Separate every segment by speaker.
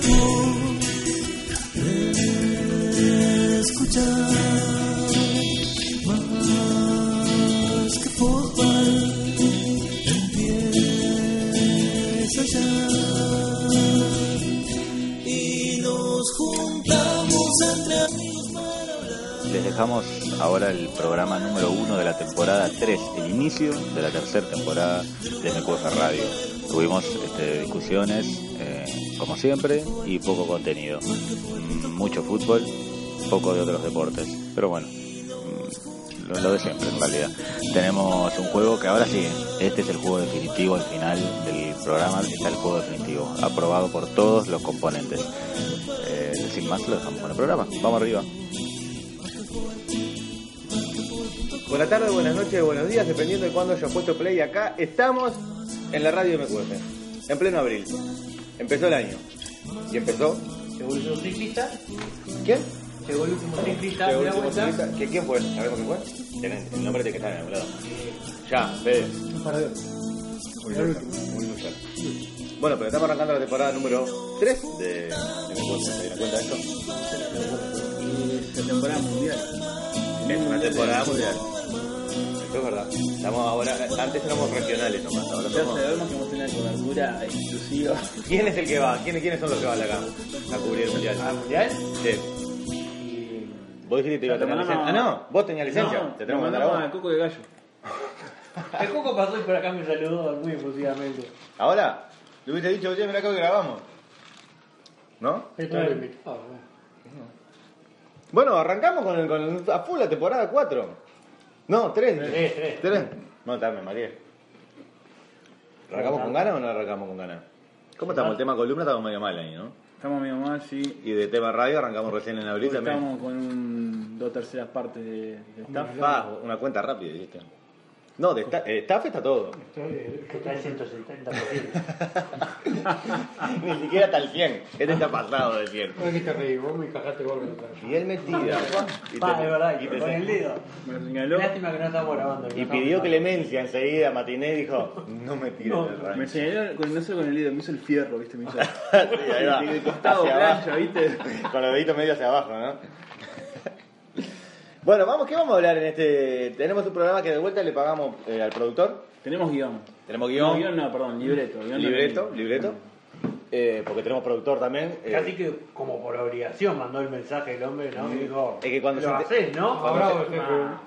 Speaker 1: tiempo de escuchar más que fútbol empieza ya y nos juntamos entre amigos para hablar
Speaker 2: Les dejamos ahora el programa número uno de la temporada 3, el inicio de la tercera temporada de MQF Radio. Tuvimos este, discusiones, eh, como siempre, y poco contenido. Mm, Mucho fútbol, poco de otros deportes. Pero bueno, mm, lo, lo de siempre en realidad. Tenemos un juego que ahora sí, este es el juego definitivo, al final del programa está el juego definitivo, aprobado por todos los componentes. Eh, sin más, lo dejamos con el programa. Vamos arriba.
Speaker 3: Buenas tardes, buenas noches, buenos días, dependiendo de cuándo hayas puesto play acá. Estamos en la radio MQF, en pleno abril. Empezó el año. ¿Y empezó?
Speaker 4: Llegó el último ciclista,
Speaker 3: ¿Quién?
Speaker 4: llegó el último ciclista, ¿eh?
Speaker 3: Llegó el
Speaker 4: una
Speaker 3: último
Speaker 4: vuelta.
Speaker 3: ciclista. ¿Qué- ¿Quién fue? ¿Sabemos quién fue? Tenés el nombre de que está en algún lado. Ya, Fede. Muy bien. Bueno, pero estamos arrancando la temporada número 3 de, de MQF. ¿Se dieron cuenta de esto?
Speaker 5: La temporada mundial.
Speaker 3: Es una temporada mundial. Eso es verdad. Estamos ahora, antes éramos regionales nomás, ahora
Speaker 5: Ya
Speaker 3: somos...
Speaker 5: sabemos que vamos a tener una cobertura exclusiva.
Speaker 3: ¿Quién es el que va? ¿Quiénes, quiénes son los que van acá a cubrir el mundial?
Speaker 4: ¿Al mundial?
Speaker 3: Sí.
Speaker 5: Y-
Speaker 3: Vos dijiste que te iba a tener
Speaker 5: Te
Speaker 3: licencia.
Speaker 5: mandamos-
Speaker 3: Ah, no, vos tenías licencia.
Speaker 5: No,
Speaker 3: te tenemos que
Speaker 5: nos
Speaker 3: mandar a
Speaker 5: mandamos al
Speaker 3: vos.
Speaker 5: Coco de Gallo.
Speaker 4: El Coco pasó y por acá me saludó muy efusivamente.
Speaker 3: Ahora, le hubiese dicho, oye, mirá acá que grabamos. ¿No?
Speaker 4: Esto lo invitado. ¿no?
Speaker 3: Bueno, arrancamos con, el, con el- a full la temporada 4. No, 3.
Speaker 4: Tres, tres.
Speaker 3: No, también, María. ¿Arrancamos con ganas o no arrancamos con ganas? ¿Cómo estamos? El tema columna estamos medio mal ahí, ¿no?
Speaker 5: Estamos mi mamá, sí.
Speaker 3: Y de tema radio arrancamos recién en abril también.
Speaker 5: Estamos con un- dos terceras partes de, de staff.
Speaker 3: Staff, una cuenta rápida, ¿viste? No, de esta- eh, staff está todo.
Speaker 4: Estoy- Que está en 170 posibles.
Speaker 3: Ni siquiera está al 100. Este está pasado de 100.
Speaker 4: No es que te reí, Ah. vos me encajaste gol con el perro.
Speaker 3: Y él metida. Y
Speaker 4: Pa,
Speaker 3: te-
Speaker 4: de verdad,
Speaker 3: y
Speaker 4: y
Speaker 3: te-
Speaker 4: con el dedo.
Speaker 5: Me lo señaló.
Speaker 4: Lástima que no estamos grabando. que
Speaker 3: Y
Speaker 4: no estamos
Speaker 3: pidió
Speaker 4: grabando.
Speaker 3: clemencia enseguida. Matiné dijo: No me tires
Speaker 4: No,
Speaker 3: del
Speaker 5: Me
Speaker 3: rancho.
Speaker 5: señaló con el dedo con el dedo, me hizo el fierro, viste, me hizo.
Speaker 3: Sí, ahí va.
Speaker 5: De costado,
Speaker 3: Ah, Hacia abajo.
Speaker 5: playa, viste.
Speaker 3: Con los deditos medio hacia abajo, ¿no? Bueno, vamos, ¿qué vamos a hablar en este? Tenemos un programa que de vuelta le pagamos eh, al productor.
Speaker 5: Tenemos guión.
Speaker 3: Tenemos
Speaker 5: No,
Speaker 3: guión,
Speaker 5: guión no, perdón, libreto. guión no
Speaker 3: libreto,
Speaker 5: tenemos.
Speaker 3: libreto. Eh, porque tenemos productor también. eh,
Speaker 4: Casi que como por obligación mandó el mensaje el hombre, ¿no? Y dijo,
Speaker 3: Es que cuando
Speaker 4: lo
Speaker 3: se te-
Speaker 4: haces, ¿no?
Speaker 3: Cuando
Speaker 4: Bravo,
Speaker 3: se-
Speaker 4: jefe.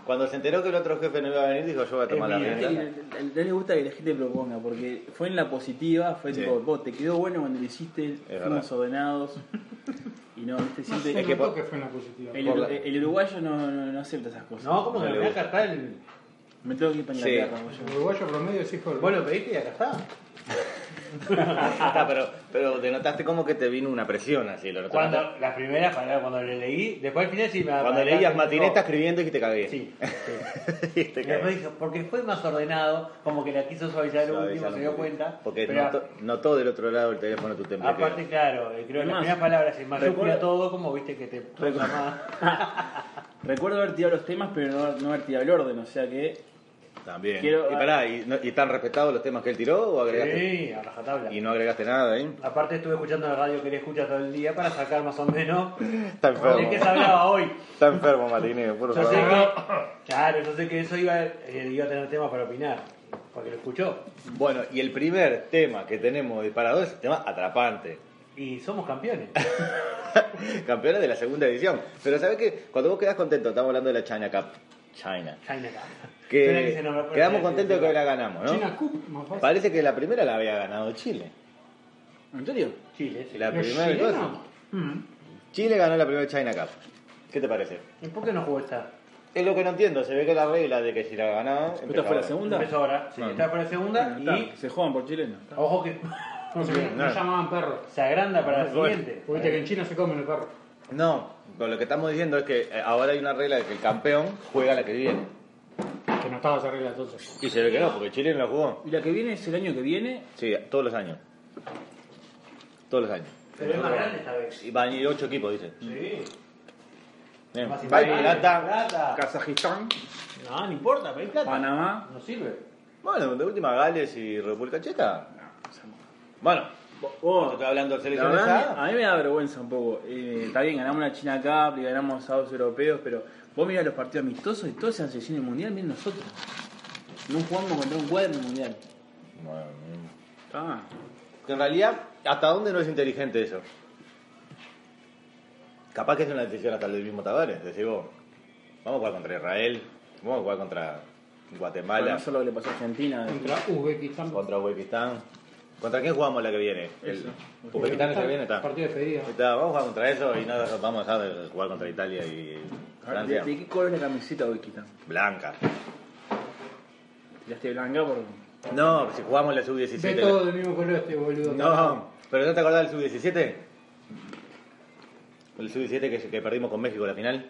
Speaker 3: Cuando se enteró que el otro jefe no iba a venir, dijo: Yo voy a tomar la
Speaker 4: Es mi
Speaker 5: Sí,
Speaker 3: rienda.
Speaker 5: No no le gusta que la gente proponga, porque fue en la positiva, fue
Speaker 3: Sí.
Speaker 5: tipo, vos te quedó bueno cuando lo hiciste, fuimos
Speaker 3: verdad.
Speaker 5: ordenados. Y no, viste, siempre.
Speaker 3: Es que por-
Speaker 6: fue una positiva.
Speaker 5: el,
Speaker 3: por la-
Speaker 5: el uruguayo no, no, no acepta esas cosas.
Speaker 4: No, ¿cómo que
Speaker 3: No
Speaker 4: me
Speaker 3: le
Speaker 4: voy a
Speaker 3: gusta.
Speaker 4: catar el...
Speaker 5: Me tengo que ir para
Speaker 3: Sí.
Speaker 5: Inglaterra, boludo.
Speaker 6: El uruguayo promedio es hijo del...
Speaker 4: Vos lo pediste y acá está.
Speaker 3: Está, Ah, pero, pero te notaste como que te vino una presión así. Lo notaste.
Speaker 4: Cuando, las primeras palabras, cuando le leí, después al final sí me
Speaker 3: Cuando
Speaker 4: me-
Speaker 3: leías
Speaker 4: me-
Speaker 3: matiné está escribiendo y que te cagué.
Speaker 4: Sí, sí.
Speaker 3: Y te
Speaker 4: Y después
Speaker 3: cagué.
Speaker 4: dijo, porque fue más ordenado, como que la quiso suavizar el
Speaker 3: Suavizar
Speaker 4: último,
Speaker 3: un
Speaker 4: se dio
Speaker 3: poquito.
Speaker 4: cuenta.
Speaker 3: Porque
Speaker 4: pero
Speaker 3: notó, notó del otro lado el teléfono tu templo.
Speaker 4: aparte, claro, eh, creo que las
Speaker 5: Además,
Speaker 4: primeras palabras en mayúscula
Speaker 5: recuerdo-
Speaker 4: todo, como viste que te
Speaker 5: Recuerdo- Recuerdo haber tirado los temas, pero no, no haber tirado el orden, o sea que.
Speaker 3: También.
Speaker 5: Quiero-
Speaker 3: y pará, ¿y, no- y están respetados los temas que él tiró o agregaste?
Speaker 4: Sí, a rajatabla.
Speaker 3: Y no agregaste nada, ¿eh?
Speaker 4: Aparte estuve escuchando la radio que le escucha todo el día para sacar más o menos
Speaker 3: Está
Speaker 4: de
Speaker 3: enfermo.
Speaker 4: qué se hablaba hoy.
Speaker 3: Está enfermo, Matiné, por
Speaker 4: Yo sé
Speaker 3: favor.
Speaker 4: que, claro, yo sé que eso iba, eh, iba a tener tema para opinar, porque lo escuchó.
Speaker 3: Bueno, y el primer tema que tenemos disparado es el tema atrapante.
Speaker 4: Y somos campeones.
Speaker 3: Campeones de la segunda edición. Pero ¿sabes qué? Cuando vos quedás contento, estamos hablando de la China Cup. China.
Speaker 4: China Cup. Suena que se nombra
Speaker 3: Que
Speaker 4: por
Speaker 3: quedamos
Speaker 4: la-
Speaker 3: contentos de que la ganamos, ¿no?
Speaker 6: China Cup, más fácil.
Speaker 3: Parece que la primera la había ganado Chile.
Speaker 5: ¿En serio?
Speaker 4: Chile, sí.
Speaker 3: La
Speaker 6: ¿Los
Speaker 3: primera
Speaker 6: chilenos?
Speaker 3: cosa.
Speaker 4: Mm.
Speaker 3: Chile ganó la primera China Cup. ¿Qué te parece?
Speaker 4: ¿Y por qué no jugó esta?
Speaker 3: Es lo que no entiendo, se ve que la regla de que si la ganaba.
Speaker 5: ¿Esta fue la segunda?
Speaker 4: Empezó ahora. Sí, está por la segunda
Speaker 5: Está,
Speaker 4: y.
Speaker 5: Se juegan por chileno.
Speaker 4: Ojo que.
Speaker 7: No, se- no llamaban perro.
Speaker 4: Se agranda para la siguiente.
Speaker 7: Porque viste que en China se comen el perro.
Speaker 3: No, pero lo que estamos diciendo es que eh, ahora hay una regla de que el campeón juega la que viene.
Speaker 7: Que no estaba esa regla entonces.
Speaker 3: Y se ve que no, porque Chile no la jugó.
Speaker 5: ¿Y la que viene es el año que viene?
Speaker 3: Sí, todos los años. Todos los años.
Speaker 4: Pero es más grande esta vez.
Speaker 3: Y van a ir ocho equipos, dice.
Speaker 4: Sí.
Speaker 3: Eh,
Speaker 4: Más
Speaker 3: va a ir
Speaker 4: importante.
Speaker 3: Gata.
Speaker 5: Kazajistán,
Speaker 4: No, no importa, pero hay plata.
Speaker 5: Panamá.
Speaker 4: Ah, No sirve.
Speaker 3: Bueno, de última Gales y República Checa. Bueno,
Speaker 5: Oh,
Speaker 3: yo estoy hablando de
Speaker 5: la
Speaker 3: selección
Speaker 5: verdad, ah.
Speaker 3: esa.
Speaker 5: a mí me da vergüenza un poco. Eh, está bien, ganamos la China Cup y ganamos a dos europeos, pero vos mirás los partidos amistosos y todos se han selección del mundial, miren nosotros. No jugamos contra un cuadro en el mundial.
Speaker 3: Bueno,
Speaker 5: Ah,
Speaker 3: que en realidad, ¿hasta dónde no es inteligente eso? Capaz que es una decisión hasta del mismo Tavares. Decir, vos, vamos a jugar contra Israel, vamos a jugar contra
Speaker 5: para
Speaker 3: Guatemala,
Speaker 5: no solo lo que le pasó a Argentina.
Speaker 7: Contra Uzbekistán.
Speaker 3: contra Uzbekistán. ¿Contra quién jugamos la que viene? El- Uzbekistán es la que viene, está.
Speaker 7: Partido de despedida.
Speaker 3: Está, Vamos a jugar contra eso y nada, vamos a jugar contra Italia y
Speaker 5: A ver,
Speaker 3: Francia.
Speaker 5: ¿De, de qué color es la camiseta Uzbekistán?
Speaker 3: Blanca.
Speaker 5: ¿Tiraste blanca por.?
Speaker 3: No, si jugamos la
Speaker 7: Ve
Speaker 3: sub-17.
Speaker 7: todo del mismo color este boludo.
Speaker 3: No, pero ¿no te acordás del sub-17? El sub-17 que, que perdimos con México la final.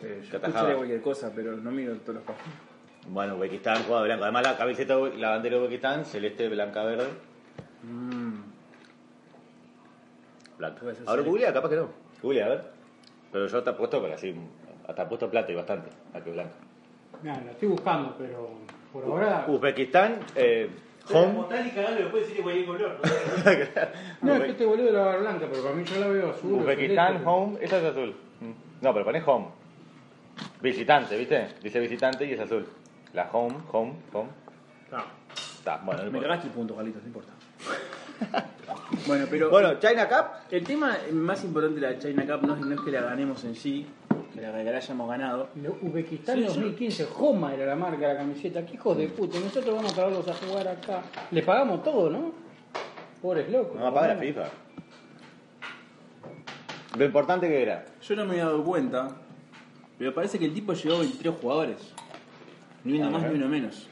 Speaker 5: Yo
Speaker 3: atajaba.
Speaker 5: escucharía cualquier cosa, pero no miro todos los partidos.
Speaker 3: Bueno, Uzbekistán jugaba blanco. Además, la camiseta, la bandera de Uzbekistán, celeste, blanca, verde.
Speaker 5: Mm,
Speaker 3: Blanca.
Speaker 5: Puede ser
Speaker 3: Ahora,
Speaker 5: celeste.
Speaker 3: Julia, capaz que no. Julia, a ver. Pero yo te apuesto, pero así, hasta apuesto plata y bastante, a que blanca.
Speaker 7: Mirá, la estoy buscando, pero por ahora.
Speaker 3: Uzbekistán, eh, home.
Speaker 4: Montal y cagando después decirle cualquier color. ¿no?
Speaker 7: No, es que este boludo la va a ver blanca, pero para mí yo la veo azul. o
Speaker 3: Uzbekistán,
Speaker 7: celeste.
Speaker 3: home. Esa es azul. No, pero pones home. Visitante, ¿viste? Dice visitante y es azul. La home, home, home. Ah. Está, bueno, no
Speaker 5: me
Speaker 3: importa.
Speaker 5: cagaste el punto, Carlitos, no importa. bueno, pero.
Speaker 3: Bueno, China Cup.
Speaker 5: El tema más importante de la China Cup no es, no es que la ganemos en sí, que la, que la hayamos ganado.
Speaker 7: Lo- Uzbekistán
Speaker 5: Sí, sí.
Speaker 7: 2015, Joma era la marca de la camiseta. ¡Qué hijos de puta! Nosotros vamos a traerlos a jugar acá. Le pagamos todo, ¿no? Pobres locos.
Speaker 3: No apaga la
Speaker 7: Bueno.
Speaker 3: FIFA. Lo importante que era.
Speaker 5: Yo no me había dado cuenta, pero parece que el tipo llevó 23 jugadores. Ni uno
Speaker 3: Ah,
Speaker 5: más
Speaker 3: ¿eh?
Speaker 5: ni uno menos.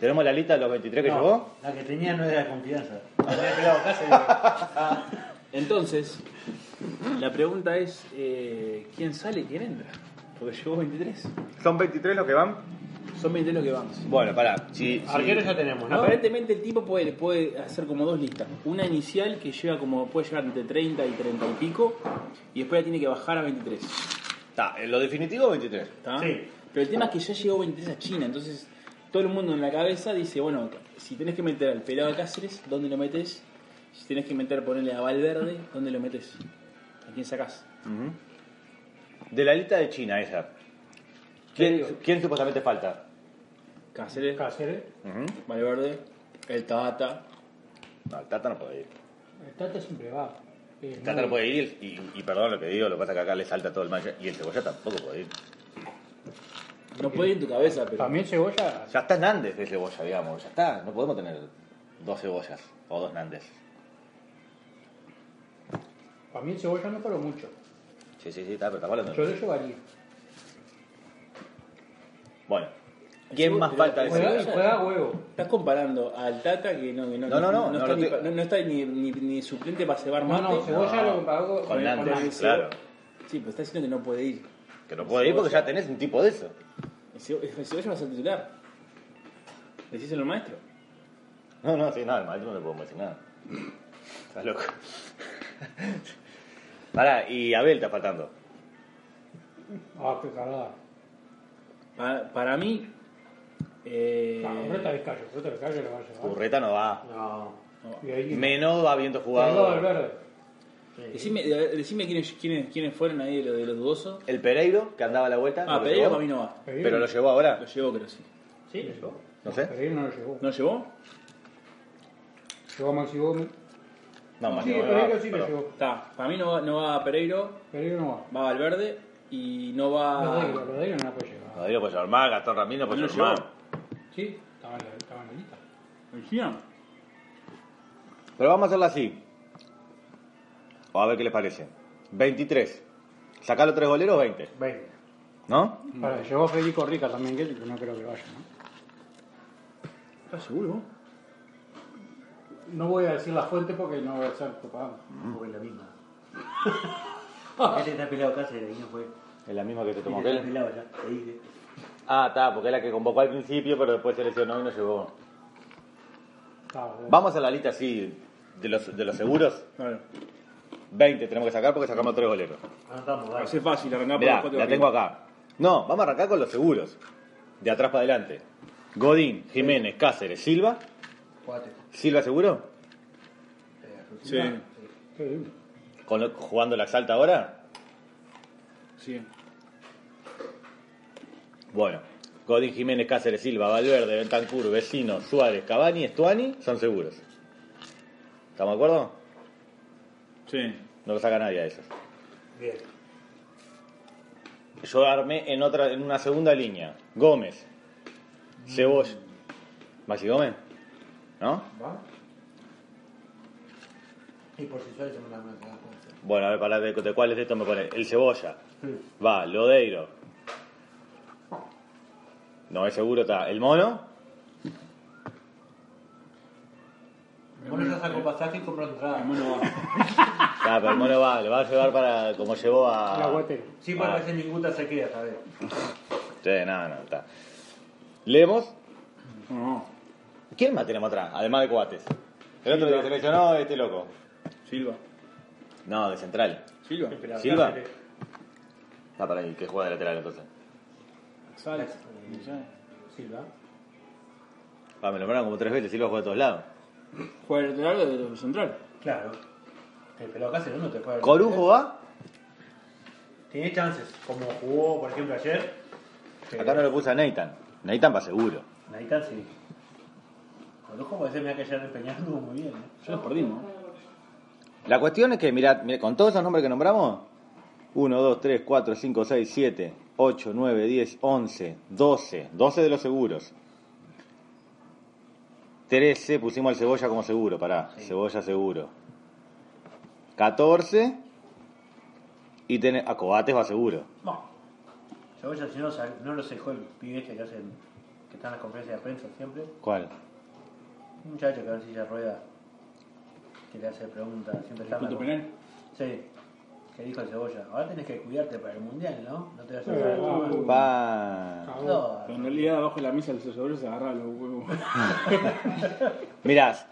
Speaker 3: ¿Tenemos la lista de los 23 que
Speaker 4: No,
Speaker 3: llevó?
Speaker 4: La que tenía no era de confianza.
Speaker 5: Entonces, la pregunta es, eh, ¿quién sale y quién entra? Porque llevó 23.
Speaker 3: ¿Son 23 los que van?
Speaker 5: Son 23 los que vamos.
Speaker 3: Bueno, pará. Si, si-
Speaker 4: Arqueros ya tenemos, ¿no?
Speaker 5: Aparentemente el tipo puede, puede hacer como dos listas. Una inicial que llega como puede llegar entre 30 y 30 y pico, y después la tiene que bajar a 23.
Speaker 3: Está, en lo definitivo 23.
Speaker 5: ¿tá?
Speaker 4: Sí.
Speaker 5: Pero el tema es que ya llegó 23 a China, entonces todo el mundo en la cabeza dice, bueno, si tenés que meter al pelado a Cáceres, ¿dónde lo metes? Si tenés que meter, ponerle a Valverde, ¿dónde lo metes? ¿A quién sacás?
Speaker 3: De la lista de China esa. ¿Quién, quién supuestamente falta?
Speaker 5: Cáceres,
Speaker 7: Cáceres.
Speaker 5: Valverde, el Tabata.
Speaker 3: No, el Tata no puede ir.
Speaker 7: El Tata siempre va. Eh,
Speaker 3: El Tata no
Speaker 7: muy-
Speaker 3: puede ir y, y- y perdón lo que digo, lo que pasa es que acá le salta todo el mancha. Y el Cebolla tampoco puede ir.
Speaker 5: No puede ir en tu cabeza, pero...
Speaker 7: También cebolla.
Speaker 3: Ya está Nández de Cebolla, digamos. Ya está. No podemos tener dos cebollas o dos Nández.
Speaker 7: Para mí el cebolla no paró mucho.
Speaker 3: Sí, sí, sí, está, pero estamos hablando.
Speaker 7: Yo lo llevaría.
Speaker 3: Bueno, ¿quién más falta de
Speaker 7: Juega,
Speaker 3: ese?
Speaker 5: Cebolla.
Speaker 7: juega a huevo.
Speaker 5: Estás comparando al Tata que no, que
Speaker 3: No, no, no, no
Speaker 5: está,
Speaker 3: lo
Speaker 5: ni,
Speaker 3: estoy-
Speaker 5: pa- no- no está ni, ni- ni suplente para cebar
Speaker 7: No,
Speaker 5: mate.
Speaker 7: no, cebolla
Speaker 3: No,
Speaker 7: lo pagó
Speaker 3: con Nández,
Speaker 7: Nández.
Speaker 3: claro.
Speaker 5: Sí, pero está diciendo que no puede ir.
Speaker 3: Que no puede ir porque ya tenés un tipo de eso.
Speaker 5: El Cebo- el Cebolla va a ser titular. Decíselo al maestro.
Speaker 3: No, no, sí, nada, el maestro no le podemos decir nada. Estás loco. Pará, y Abel está faltando.
Speaker 7: Ah, qué cagada.
Speaker 5: Para, para mí. eh,
Speaker 7: No, Rota Vizcayo, Rota Vizcayo lo va a llevar.
Speaker 3: Urreta no va.
Speaker 4: No.
Speaker 7: Y ahí.
Speaker 3: Menos va habiendo
Speaker 7: Pegó al
Speaker 3: jugado.
Speaker 7: verde.
Speaker 5: decime eh, decime quiénes, quiénes, quiénes fueron ahí de los, de los dudosos.
Speaker 3: El Pereiro, que andaba a la vuelta.
Speaker 5: Ah,
Speaker 3: lo
Speaker 5: Pereira
Speaker 3: llevó.
Speaker 5: para mí no va.
Speaker 7: Pereira
Speaker 3: Pero lo ¿Eh?
Speaker 7: no-
Speaker 3: llevó ahora.
Speaker 5: Lo llevó, creo sí.
Speaker 4: Sí, lo llevó.
Speaker 3: No sé.
Speaker 7: Pereira no lo llevó.
Speaker 5: ¿No llevó?
Speaker 7: Llegó Maxi Gómez.
Speaker 3: No, más
Speaker 7: sí,
Speaker 3: no, no
Speaker 7: Pereiro
Speaker 3: va,
Speaker 7: sí lo
Speaker 3: pero-
Speaker 7: llevó.
Speaker 5: Está. Para mí no va, no va Pereiro,
Speaker 7: Pereira no va.
Speaker 5: va Valverde y no
Speaker 7: Lo
Speaker 5: va.
Speaker 7: de ellos, lo de ellos no la puede llevar.
Speaker 3: No, ahí lo puede llevar más, pues, Gastón pues, Ramírez no puede
Speaker 5: No lo
Speaker 3: llevar
Speaker 5: llevó.
Speaker 3: más.
Speaker 7: Sí, estaba en la, estaba en la lista.
Speaker 5: Mejía.
Speaker 3: Pero vamos a hacerlo así. O a ver qué les parece. 23. Sacá los tres goleros, 20.
Speaker 4: 20.
Speaker 3: ¿No?
Speaker 7: Para, llegó Federico Rica también, que no creo que vaya, ¿no?
Speaker 5: ¿Estás seguro?
Speaker 7: No voy a decir la fuente porque no voy a hacer propaganda.
Speaker 4: Porque es la misma. Él está pelado casi de ahí no fue.
Speaker 3: Es la misma que se tomó
Speaker 4: Está
Speaker 3: aquel.
Speaker 4: pelado ya. te dije.
Speaker 3: Ah, está, porque es la que convocó al principio, pero después se lesionó y no llegó. Ah,
Speaker 7: Está, boludo.
Speaker 3: Vamos a la lista así, de los, de los seguros. 20 tenemos que sacar porque sacamos tres goleros.
Speaker 4: Anotamos,
Speaker 5: Va a
Speaker 4: dale.
Speaker 5: ser fácil arrancar
Speaker 3: Mirá,
Speaker 5: por los cuatro
Speaker 3: la
Speaker 5: de
Speaker 3: tengo acá. No, vamos a arrancar con los seguros. De atrás para adelante. Godín, Jiménez, Cáceres, Silva.
Speaker 4: Cuate.
Speaker 3: ¿Silva seguro?
Speaker 5: arriba.
Speaker 7: Sí.
Speaker 3: Con lo- jugando la exalta ahora.
Speaker 5: Sí, sí.
Speaker 3: Bueno, Godín, Jiménez, Cáceres, Silva, Valverde, Bentancur, Vecino, Suárez, Cavani, Estuani son seguros. ¿Estamos de acuerdo?
Speaker 5: Sí.
Speaker 3: No lo saca nadie a esos.
Speaker 4: Bien.
Speaker 3: Yo armé en otra, en una segunda línea. Gómez, Cebolla, Maxi Gómez, ¿no?
Speaker 4: ¿Va? Y por si sale se me da una cagada. puede ser.
Speaker 3: Bueno, a ver, para de, de cuáles de estos me pone. El Cebolla.
Speaker 4: Sí.
Speaker 3: Va, Lodeiro. No, es seguro está. El mono.
Speaker 4: Bueno, ya sacó pasaje y compró entrada.
Speaker 5: Bueno, va.
Speaker 3: Está, pero el mono va, lo va a llevar para. como llevó a.
Speaker 7: La guatera.
Speaker 4: Sí, para
Speaker 3: Ah.
Speaker 4: que eh. ese ninguta se queda, ¿sabes?
Speaker 3: Sí, no, no, está. Lemos.
Speaker 5: No, no.
Speaker 3: ¿Quién más tenemos atrás? Además de cuates. El otro que seleccionó, este loco.
Speaker 5: Silva.
Speaker 3: No, de central.
Speaker 5: Silva.
Speaker 3: ¿Silva? Está para ahí, que juega de lateral entonces.
Speaker 5: Sales. Ya.
Speaker 4: Silva.
Speaker 3: Ah, me nombraron como tres veces, Silva juega a todos lados.
Speaker 5: Juega el lateral de de central.
Speaker 4: Claro. Eh, El pelado Cáceres no te puede.
Speaker 3: Corujo va.
Speaker 4: Tiene chances. Como jugó, por ejemplo, ayer.
Speaker 3: Acá no lo puse a Nathan. Nathan va seguro.
Speaker 4: Naitan sí. Corujo parece que me ha quedado empeñando muy bien. ¿eh?
Speaker 5: Ya los perdimos. ¿no?
Speaker 3: La cuestión es que, mirad, mirad, con todos esos nombres que nombramos, 1, 2, 3, 4, 5, 6, 7, 8, 9, 10, 11, 12, 12 de los seguros. 13 pusimos al cebolla como seguro, pará, cebolla seguro. 14 y tenés, a Cobates va seguro.
Speaker 4: No. Cebolla, si no, sal- no lo dejó el pibe este que hacen, que está en las conferencias de prensa siempre.
Speaker 3: ¿Cuál?
Speaker 4: Un muchacho que va en silla de ruedas, que le hace preguntas, siempre está en la
Speaker 5: Punto
Speaker 4: con-
Speaker 5: penal.
Speaker 4: Sí. Que dijo el Cebolla, ahora tenés que cuidarte para el mundial, ¿no? No te vas a
Speaker 7: Eh,
Speaker 4: sacar
Speaker 3: Ah,
Speaker 7: vamos.
Speaker 3: Va.
Speaker 4: No,
Speaker 5: Pero en realidad, abajo de la mesa, el asesor se agarra los huevos.
Speaker 3: Mirás,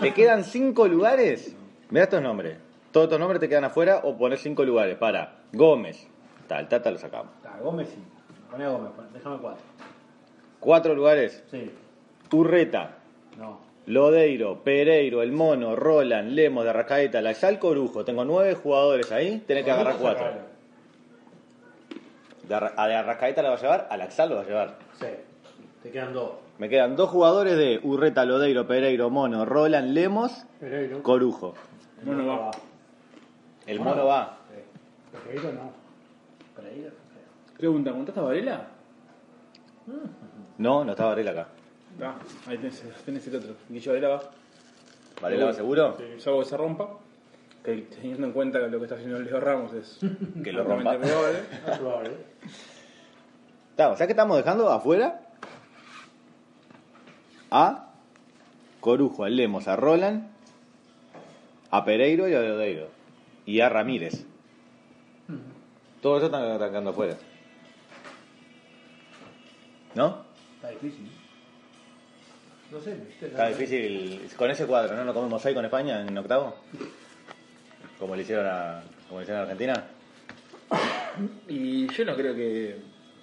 Speaker 3: te quedan 5 lugares. Mirá estos nombres. Todos estos nombres te quedan afuera o poner 5 lugares. Para Gómez. Tal, tata lo sacamos.
Speaker 4: está, Gómez sí. Poné a Gómez, pon- déjame cuatro.
Speaker 3: Cuatro lugares.
Speaker 4: Sí,
Speaker 3: Turreta,
Speaker 4: no.
Speaker 3: Lodeiro, Pereiro, El Mono, Roland, Lemos, de Arrascaeta, La Corujo. Tengo nueve jugadores ahí, tenés que agarrar cuatro. De Arra- a de Arrascaeta la va a llevar, a Laxal lo va a llevar.
Speaker 4: Sí, te quedan dos.
Speaker 3: Me quedan dos jugadores de Urreta, Lodeiro, Pereiro, Mono, Roland, Lemos,
Speaker 7: Pereiro.
Speaker 3: Corujo.
Speaker 5: No, no va.
Speaker 3: El Mono va.
Speaker 7: Pereiro no.
Speaker 4: Para ir.
Speaker 5: Pregunta, ¿contaste a Varela?
Speaker 3: No, no está Varela acá.
Speaker 5: Ah, ahí tenés, tenés el otro. Guillo Varela va.
Speaker 3: ¿Varela va seguro?
Speaker 5: Sí, Salvo que se rompa. Que teniendo en cuenta lo que está haciendo Leo Ramos es.
Speaker 3: Que lo rompa.
Speaker 5: altamente probable.
Speaker 4: Es probable. ¿eh?
Speaker 3: Está, o sea que estamos dejando afuera a Corujo, a Lemos, a Roland, a Pereiro y a Lodeiro. Y a Ramírez. Todo eso están están quedando afuera. ¿No?
Speaker 4: Está difícil. ¿eh? No sé, ¿viste?
Speaker 3: Está difícil con ese cuadro, ¿no? ¿No comemos ahí con España en octavo? Como le hicieron a, como le hicieron a Argentina.
Speaker 5: Y yo no creo que.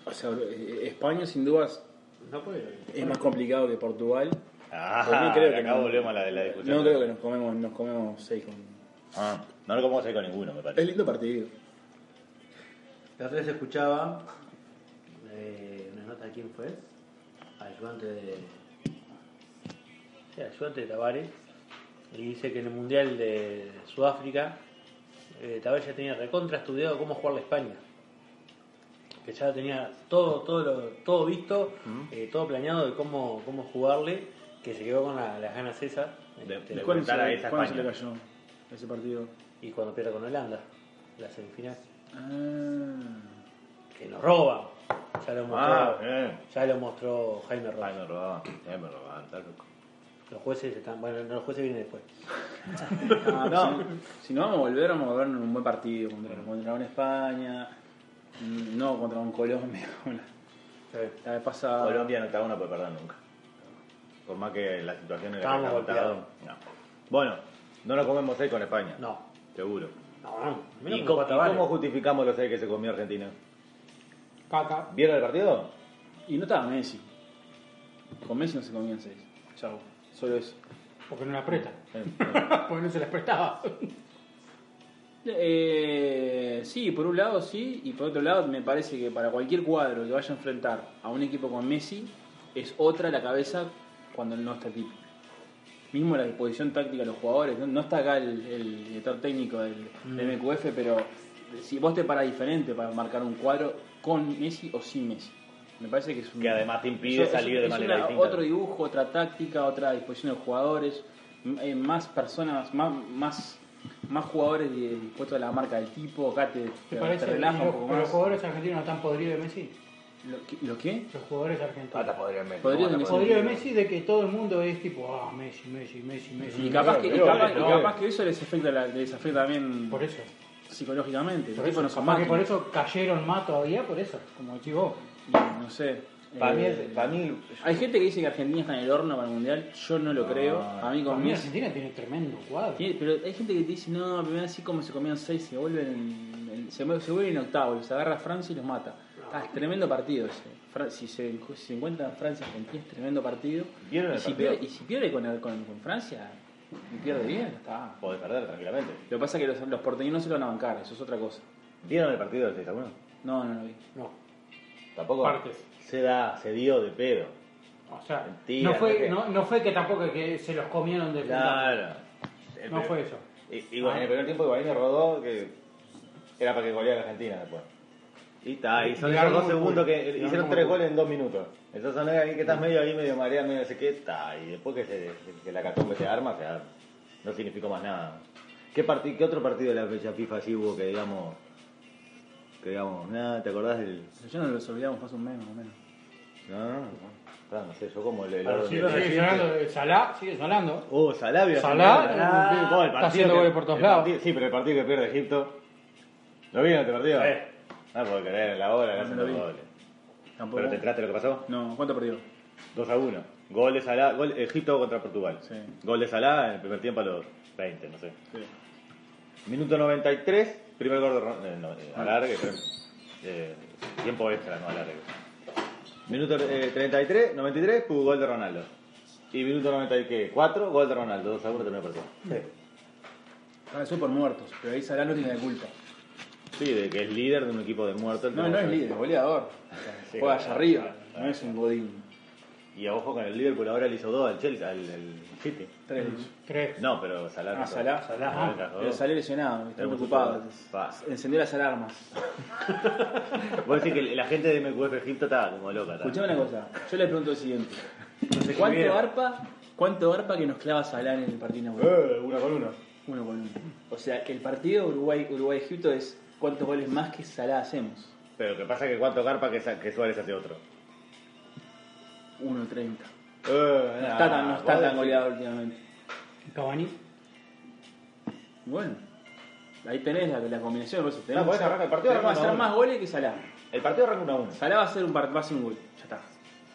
Speaker 5: O sea, eh, España sin dudas
Speaker 4: No puede.
Speaker 5: es más complicado que Portugal.
Speaker 3: Ah, de
Speaker 5: creo que
Speaker 3: acá
Speaker 5: Pues no.
Speaker 3: volvemos a la de la discusión.
Speaker 5: No creo que nos comemos, nos comemos seis con.
Speaker 3: Ah, no lo comemos ahí con ninguno, me parece.
Speaker 5: Es lindo partido.
Speaker 4: La otra vez escuchaba eh, una nota de quién fue, ayudante de. sí, ayudante de Tavares, y dice que en el Mundial de Sudáfrica eh, Tavares ya tenía recontra estudiado cómo jugar la España. Que ya tenía todo, todo, lo- todo visto, eh, todo planeado de cómo, cómo jugarle, que se quedó con la- las ganas esas.
Speaker 3: De-
Speaker 4: este,
Speaker 3: de-
Speaker 5: ¿Cuándo
Speaker 3: enfrentar a
Speaker 5: se,
Speaker 3: esa
Speaker 5: cuándo se le
Speaker 3: España.
Speaker 5: cayó ese partido?
Speaker 4: y cuando pierde con Holanda. la semifinal.
Speaker 5: Ah.
Speaker 4: Que nos roban. Ya lo mostró,
Speaker 3: Ah, bien.
Speaker 4: ya lo mostró Jaime Ross.
Speaker 3: Ay, me robaban. Ya me robaban, está loco.
Speaker 4: Los jueces están. Bueno, no, los jueces vienen después.
Speaker 5: Ah, no. Si no vamos a volver, vamos a volver en un buen partido contra, contra un España, mm, no contra un Colombia. una- La vez pasada.
Speaker 3: Colombia no está una puede perder nunca. Por más que la situación en la
Speaker 4: Estábamos
Speaker 3: que está
Speaker 4: golpeados.
Speaker 3: agotada, no. Bueno, no nos comemos seis con España.
Speaker 4: No.
Speaker 3: Seguro.
Speaker 4: No, no. Mira
Speaker 3: ¿Y cómo, y cómo justificamos los seis que se comió Argentina?
Speaker 6: Caca.
Speaker 3: ¿Vieron el partido?
Speaker 5: Y no estaba Messi. Con Messi no se comían seis. Chau. Solo eso.
Speaker 6: Porque no la aprieta.
Speaker 3: Eh,
Speaker 6: Porque no se la prestaba.
Speaker 5: Eh, sí, por un lado sí, y por otro lado me parece que para cualquier cuadro que vaya a enfrentar a un equipo con Messi es otra la cabeza cuando no está el tipo. Mismo la disposición táctica de los jugadores, no, No está acá el, el director técnico del, del MQF, pero si vos te parás diferente para marcar un cuadro con Messi o sin Messi, me parece que es un...
Speaker 3: Que además te impide
Speaker 5: es-
Speaker 3: salir de
Speaker 5: Mm. es
Speaker 3: manera
Speaker 5: una-
Speaker 3: distinta.
Speaker 5: Otro dibujo, otra táctica, otra disposición de los jugadores, m- eh, más personas, más, más, más jugadores di- dispuestos a la marca del tipo, acá te,
Speaker 6: ¿Te
Speaker 5: te-
Speaker 6: parece
Speaker 5: te
Speaker 6: que
Speaker 5: relaja un
Speaker 6: los,
Speaker 5: poco
Speaker 6: los
Speaker 5: más.
Speaker 6: jugadores argentinos no están podridos de Messi?
Speaker 5: ¿Lo, qué- lo qué?
Speaker 6: Los jugadores argentinos.
Speaker 5: Podría tener
Speaker 6: Podrido de
Speaker 5: sentido.
Speaker 6: Messi de que todo el mundo es tipo, ah, Messi, Messi, Messi, Messi.
Speaker 5: Y capaz, que, y
Speaker 3: Pero,
Speaker 5: capaz-
Speaker 3: pero,
Speaker 5: y capaz que eso les afecta, la- les afecta también
Speaker 6: Por eso.
Speaker 5: psicológicamente. Los
Speaker 6: Por
Speaker 5: tipos
Speaker 6: eso,
Speaker 5: no son
Speaker 6: capaz que por
Speaker 5: máquinas.
Speaker 6: eso cayeron más todavía, por eso, como decís vos.
Speaker 5: Y No sé.
Speaker 3: Para mí,
Speaker 5: eh,
Speaker 3: es- para mí
Speaker 5: Hay gente que dice que Argentina está en el horno para el mundial. Yo no lo creo. A mí
Speaker 6: Para
Speaker 5: con
Speaker 6: mí
Speaker 5: Messi.
Speaker 6: Argentina tiene tremendo cuadro.
Speaker 5: Sí, pero hay gente que te dice, no, primero así como se comían seis, se vuelven, en- se, vuel- se vuelven octavos, se agarra a Francia y los mata. Ah, es tremendo partido ese. Fra- si, se, encu- si se encuentra en Francia Argentina es tremendo partido.
Speaker 3: ¿Vieron
Speaker 5: Y
Speaker 3: el
Speaker 5: si,
Speaker 3: partido?
Speaker 5: pierde, y si pierde con, el- con, con Francia, y pierde bien, está.
Speaker 3: podés perder tranquilamente.
Speaker 5: Lo que pasa es que los, los porteños no se lo van a bancar, eso es otra cosa.
Speaker 3: ¿Vieron el partido del 6 a 1?
Speaker 5: No, no lo vi.
Speaker 6: No.
Speaker 3: Tampoco.
Speaker 6: Partes.
Speaker 3: Se da, se dio de pedo.
Speaker 6: O sea,
Speaker 3: Mentira,
Speaker 6: no, fue,
Speaker 3: ¿no?
Speaker 6: no, no fue que tampoco que se los comieron de punta.
Speaker 3: El
Speaker 6: No
Speaker 3: primer-
Speaker 6: fue eso.
Speaker 3: Y, y bueno, en el primer tiempo Iguain me rodó que era para que goleara Argentina después. Y está, y son
Speaker 6: Y
Speaker 3: esos
Speaker 6: algo
Speaker 3: dos
Speaker 6: muy
Speaker 3: segundos
Speaker 6: cool.
Speaker 3: que
Speaker 6: Y algo
Speaker 3: hicieron
Speaker 6: muy
Speaker 3: tres
Speaker 6: cool.
Speaker 3: goles en dos minutos. Entonces son ahí que estás medio ahí, medio mareado, medio no sé qué, está. Y después que, se, que la catombe se arma, se arma. No significó más nada. ¿Qué, parti- ¿Qué otro partido de la fecha FIFA así hubo que digamos... Que digamos, nada, ¿te acordás del...?
Speaker 5: Pero ya no los olvidamos, pasa un mes más o menos.
Speaker 3: No, no, no. Ah, no sé, yo como el... el
Speaker 6: Pero
Speaker 3: orden
Speaker 6: sigue
Speaker 3: del-
Speaker 6: sigue sonando, eh, Salah sigue sonando.
Speaker 3: Oh, Salah vio
Speaker 6: Salah,
Speaker 3: hacer goles.
Speaker 6: eh,
Speaker 3: Oh, el
Speaker 6: está
Speaker 3: partido
Speaker 6: haciendo
Speaker 3: que-
Speaker 6: goles por todos
Speaker 3: el
Speaker 6: lados.
Speaker 3: partido- sí, pero el partido que pierde Egipto. ¿Lo vieron este partido?
Speaker 4: Sí.
Speaker 3: No puedo creer, la hora, le hacen
Speaker 5: lo
Speaker 3: los
Speaker 5: vi.
Speaker 3: goles.
Speaker 5: Tampoco.
Speaker 3: ¿Pero te enteraste lo que pasó?
Speaker 5: No, ¿cuánto perdió?
Speaker 3: 2 a 1. Gol de Salah, gol Egipto contra Portugal.
Speaker 5: Sí.
Speaker 3: Gol de Salah en el primer tiempo a los 20, no sé.
Speaker 5: Sí.
Speaker 3: Minuto 93, primer gol de Ron- eh, no, eh, alargue, pero, eh, tiempo extra, no alargue. Minuto eh, 33, 93, pum, gol de Ronaldo. Y minuto 94, gol de Ronaldo, 2 a 1 terminó el partido.
Speaker 5: Ahora soy por muertos, pero ahí Salah no tiene la culpa.
Speaker 3: Sí, de que es líder de un equipo de muertos.
Speaker 5: No, no es líder, es goleador. O sea,
Speaker 3: Sí,
Speaker 5: juega allá
Speaker 3: claro,
Speaker 5: arriba,
Speaker 3: claro,
Speaker 5: no es un godín.
Speaker 3: Y ojo con el Liverpool, ahora le hizo dos al Chelsea, al, al City.
Speaker 5: Tres.
Speaker 6: Tres.
Speaker 3: No, pero Salah.
Speaker 5: Ah,
Speaker 3: no fue.
Speaker 5: Salah,
Speaker 3: Ah,
Speaker 5: Salah.
Speaker 3: no.
Speaker 5: Pero salió lesionado, está
Speaker 3: Pero
Speaker 5: preocupado.
Speaker 3: mucho jugador. Pa.
Speaker 5: Encender las alarmas.
Speaker 3: Vos decís que la gente de MQF Egipto estaba como loca. estaba.
Speaker 5: Escuchame una cosa, yo les pregunto lo siguiente.
Speaker 4: sé
Speaker 5: ¿Cuánto
Speaker 4: qué
Speaker 5: arpa, ¿Cuánto arpa que nos clava Salah en el partido inaugural?
Speaker 3: Eh, una con una.
Speaker 5: Uno con uno. O sea, que el partido Uruguay- Uruguay-Egipto es cuántos goles más que Salah hacemos.
Speaker 3: Pero que pasa que cuánto garpa que, Sa- que Suárez hace otro.
Speaker 5: 1.30.
Speaker 3: Eh,
Speaker 5: No
Speaker 3: nah,
Speaker 5: está tan, no está
Speaker 3: Ah, vos
Speaker 5: tan
Speaker 3: decís-
Speaker 5: goleado últimamente.
Speaker 6: Cavani.
Speaker 5: Bueno, ahí tenés la, la combinación. por eso
Speaker 3: No, Ah, podés
Speaker 5: que hacer-
Speaker 3: arrancar el partido,
Speaker 5: tenemos que
Speaker 3: arranca
Speaker 5: hacer
Speaker 3: uno a
Speaker 5: más goles que Salah.
Speaker 3: El partido arranca 1 a 1.
Speaker 5: Salah va a hacer un, par- va a hacer un gol, ya está.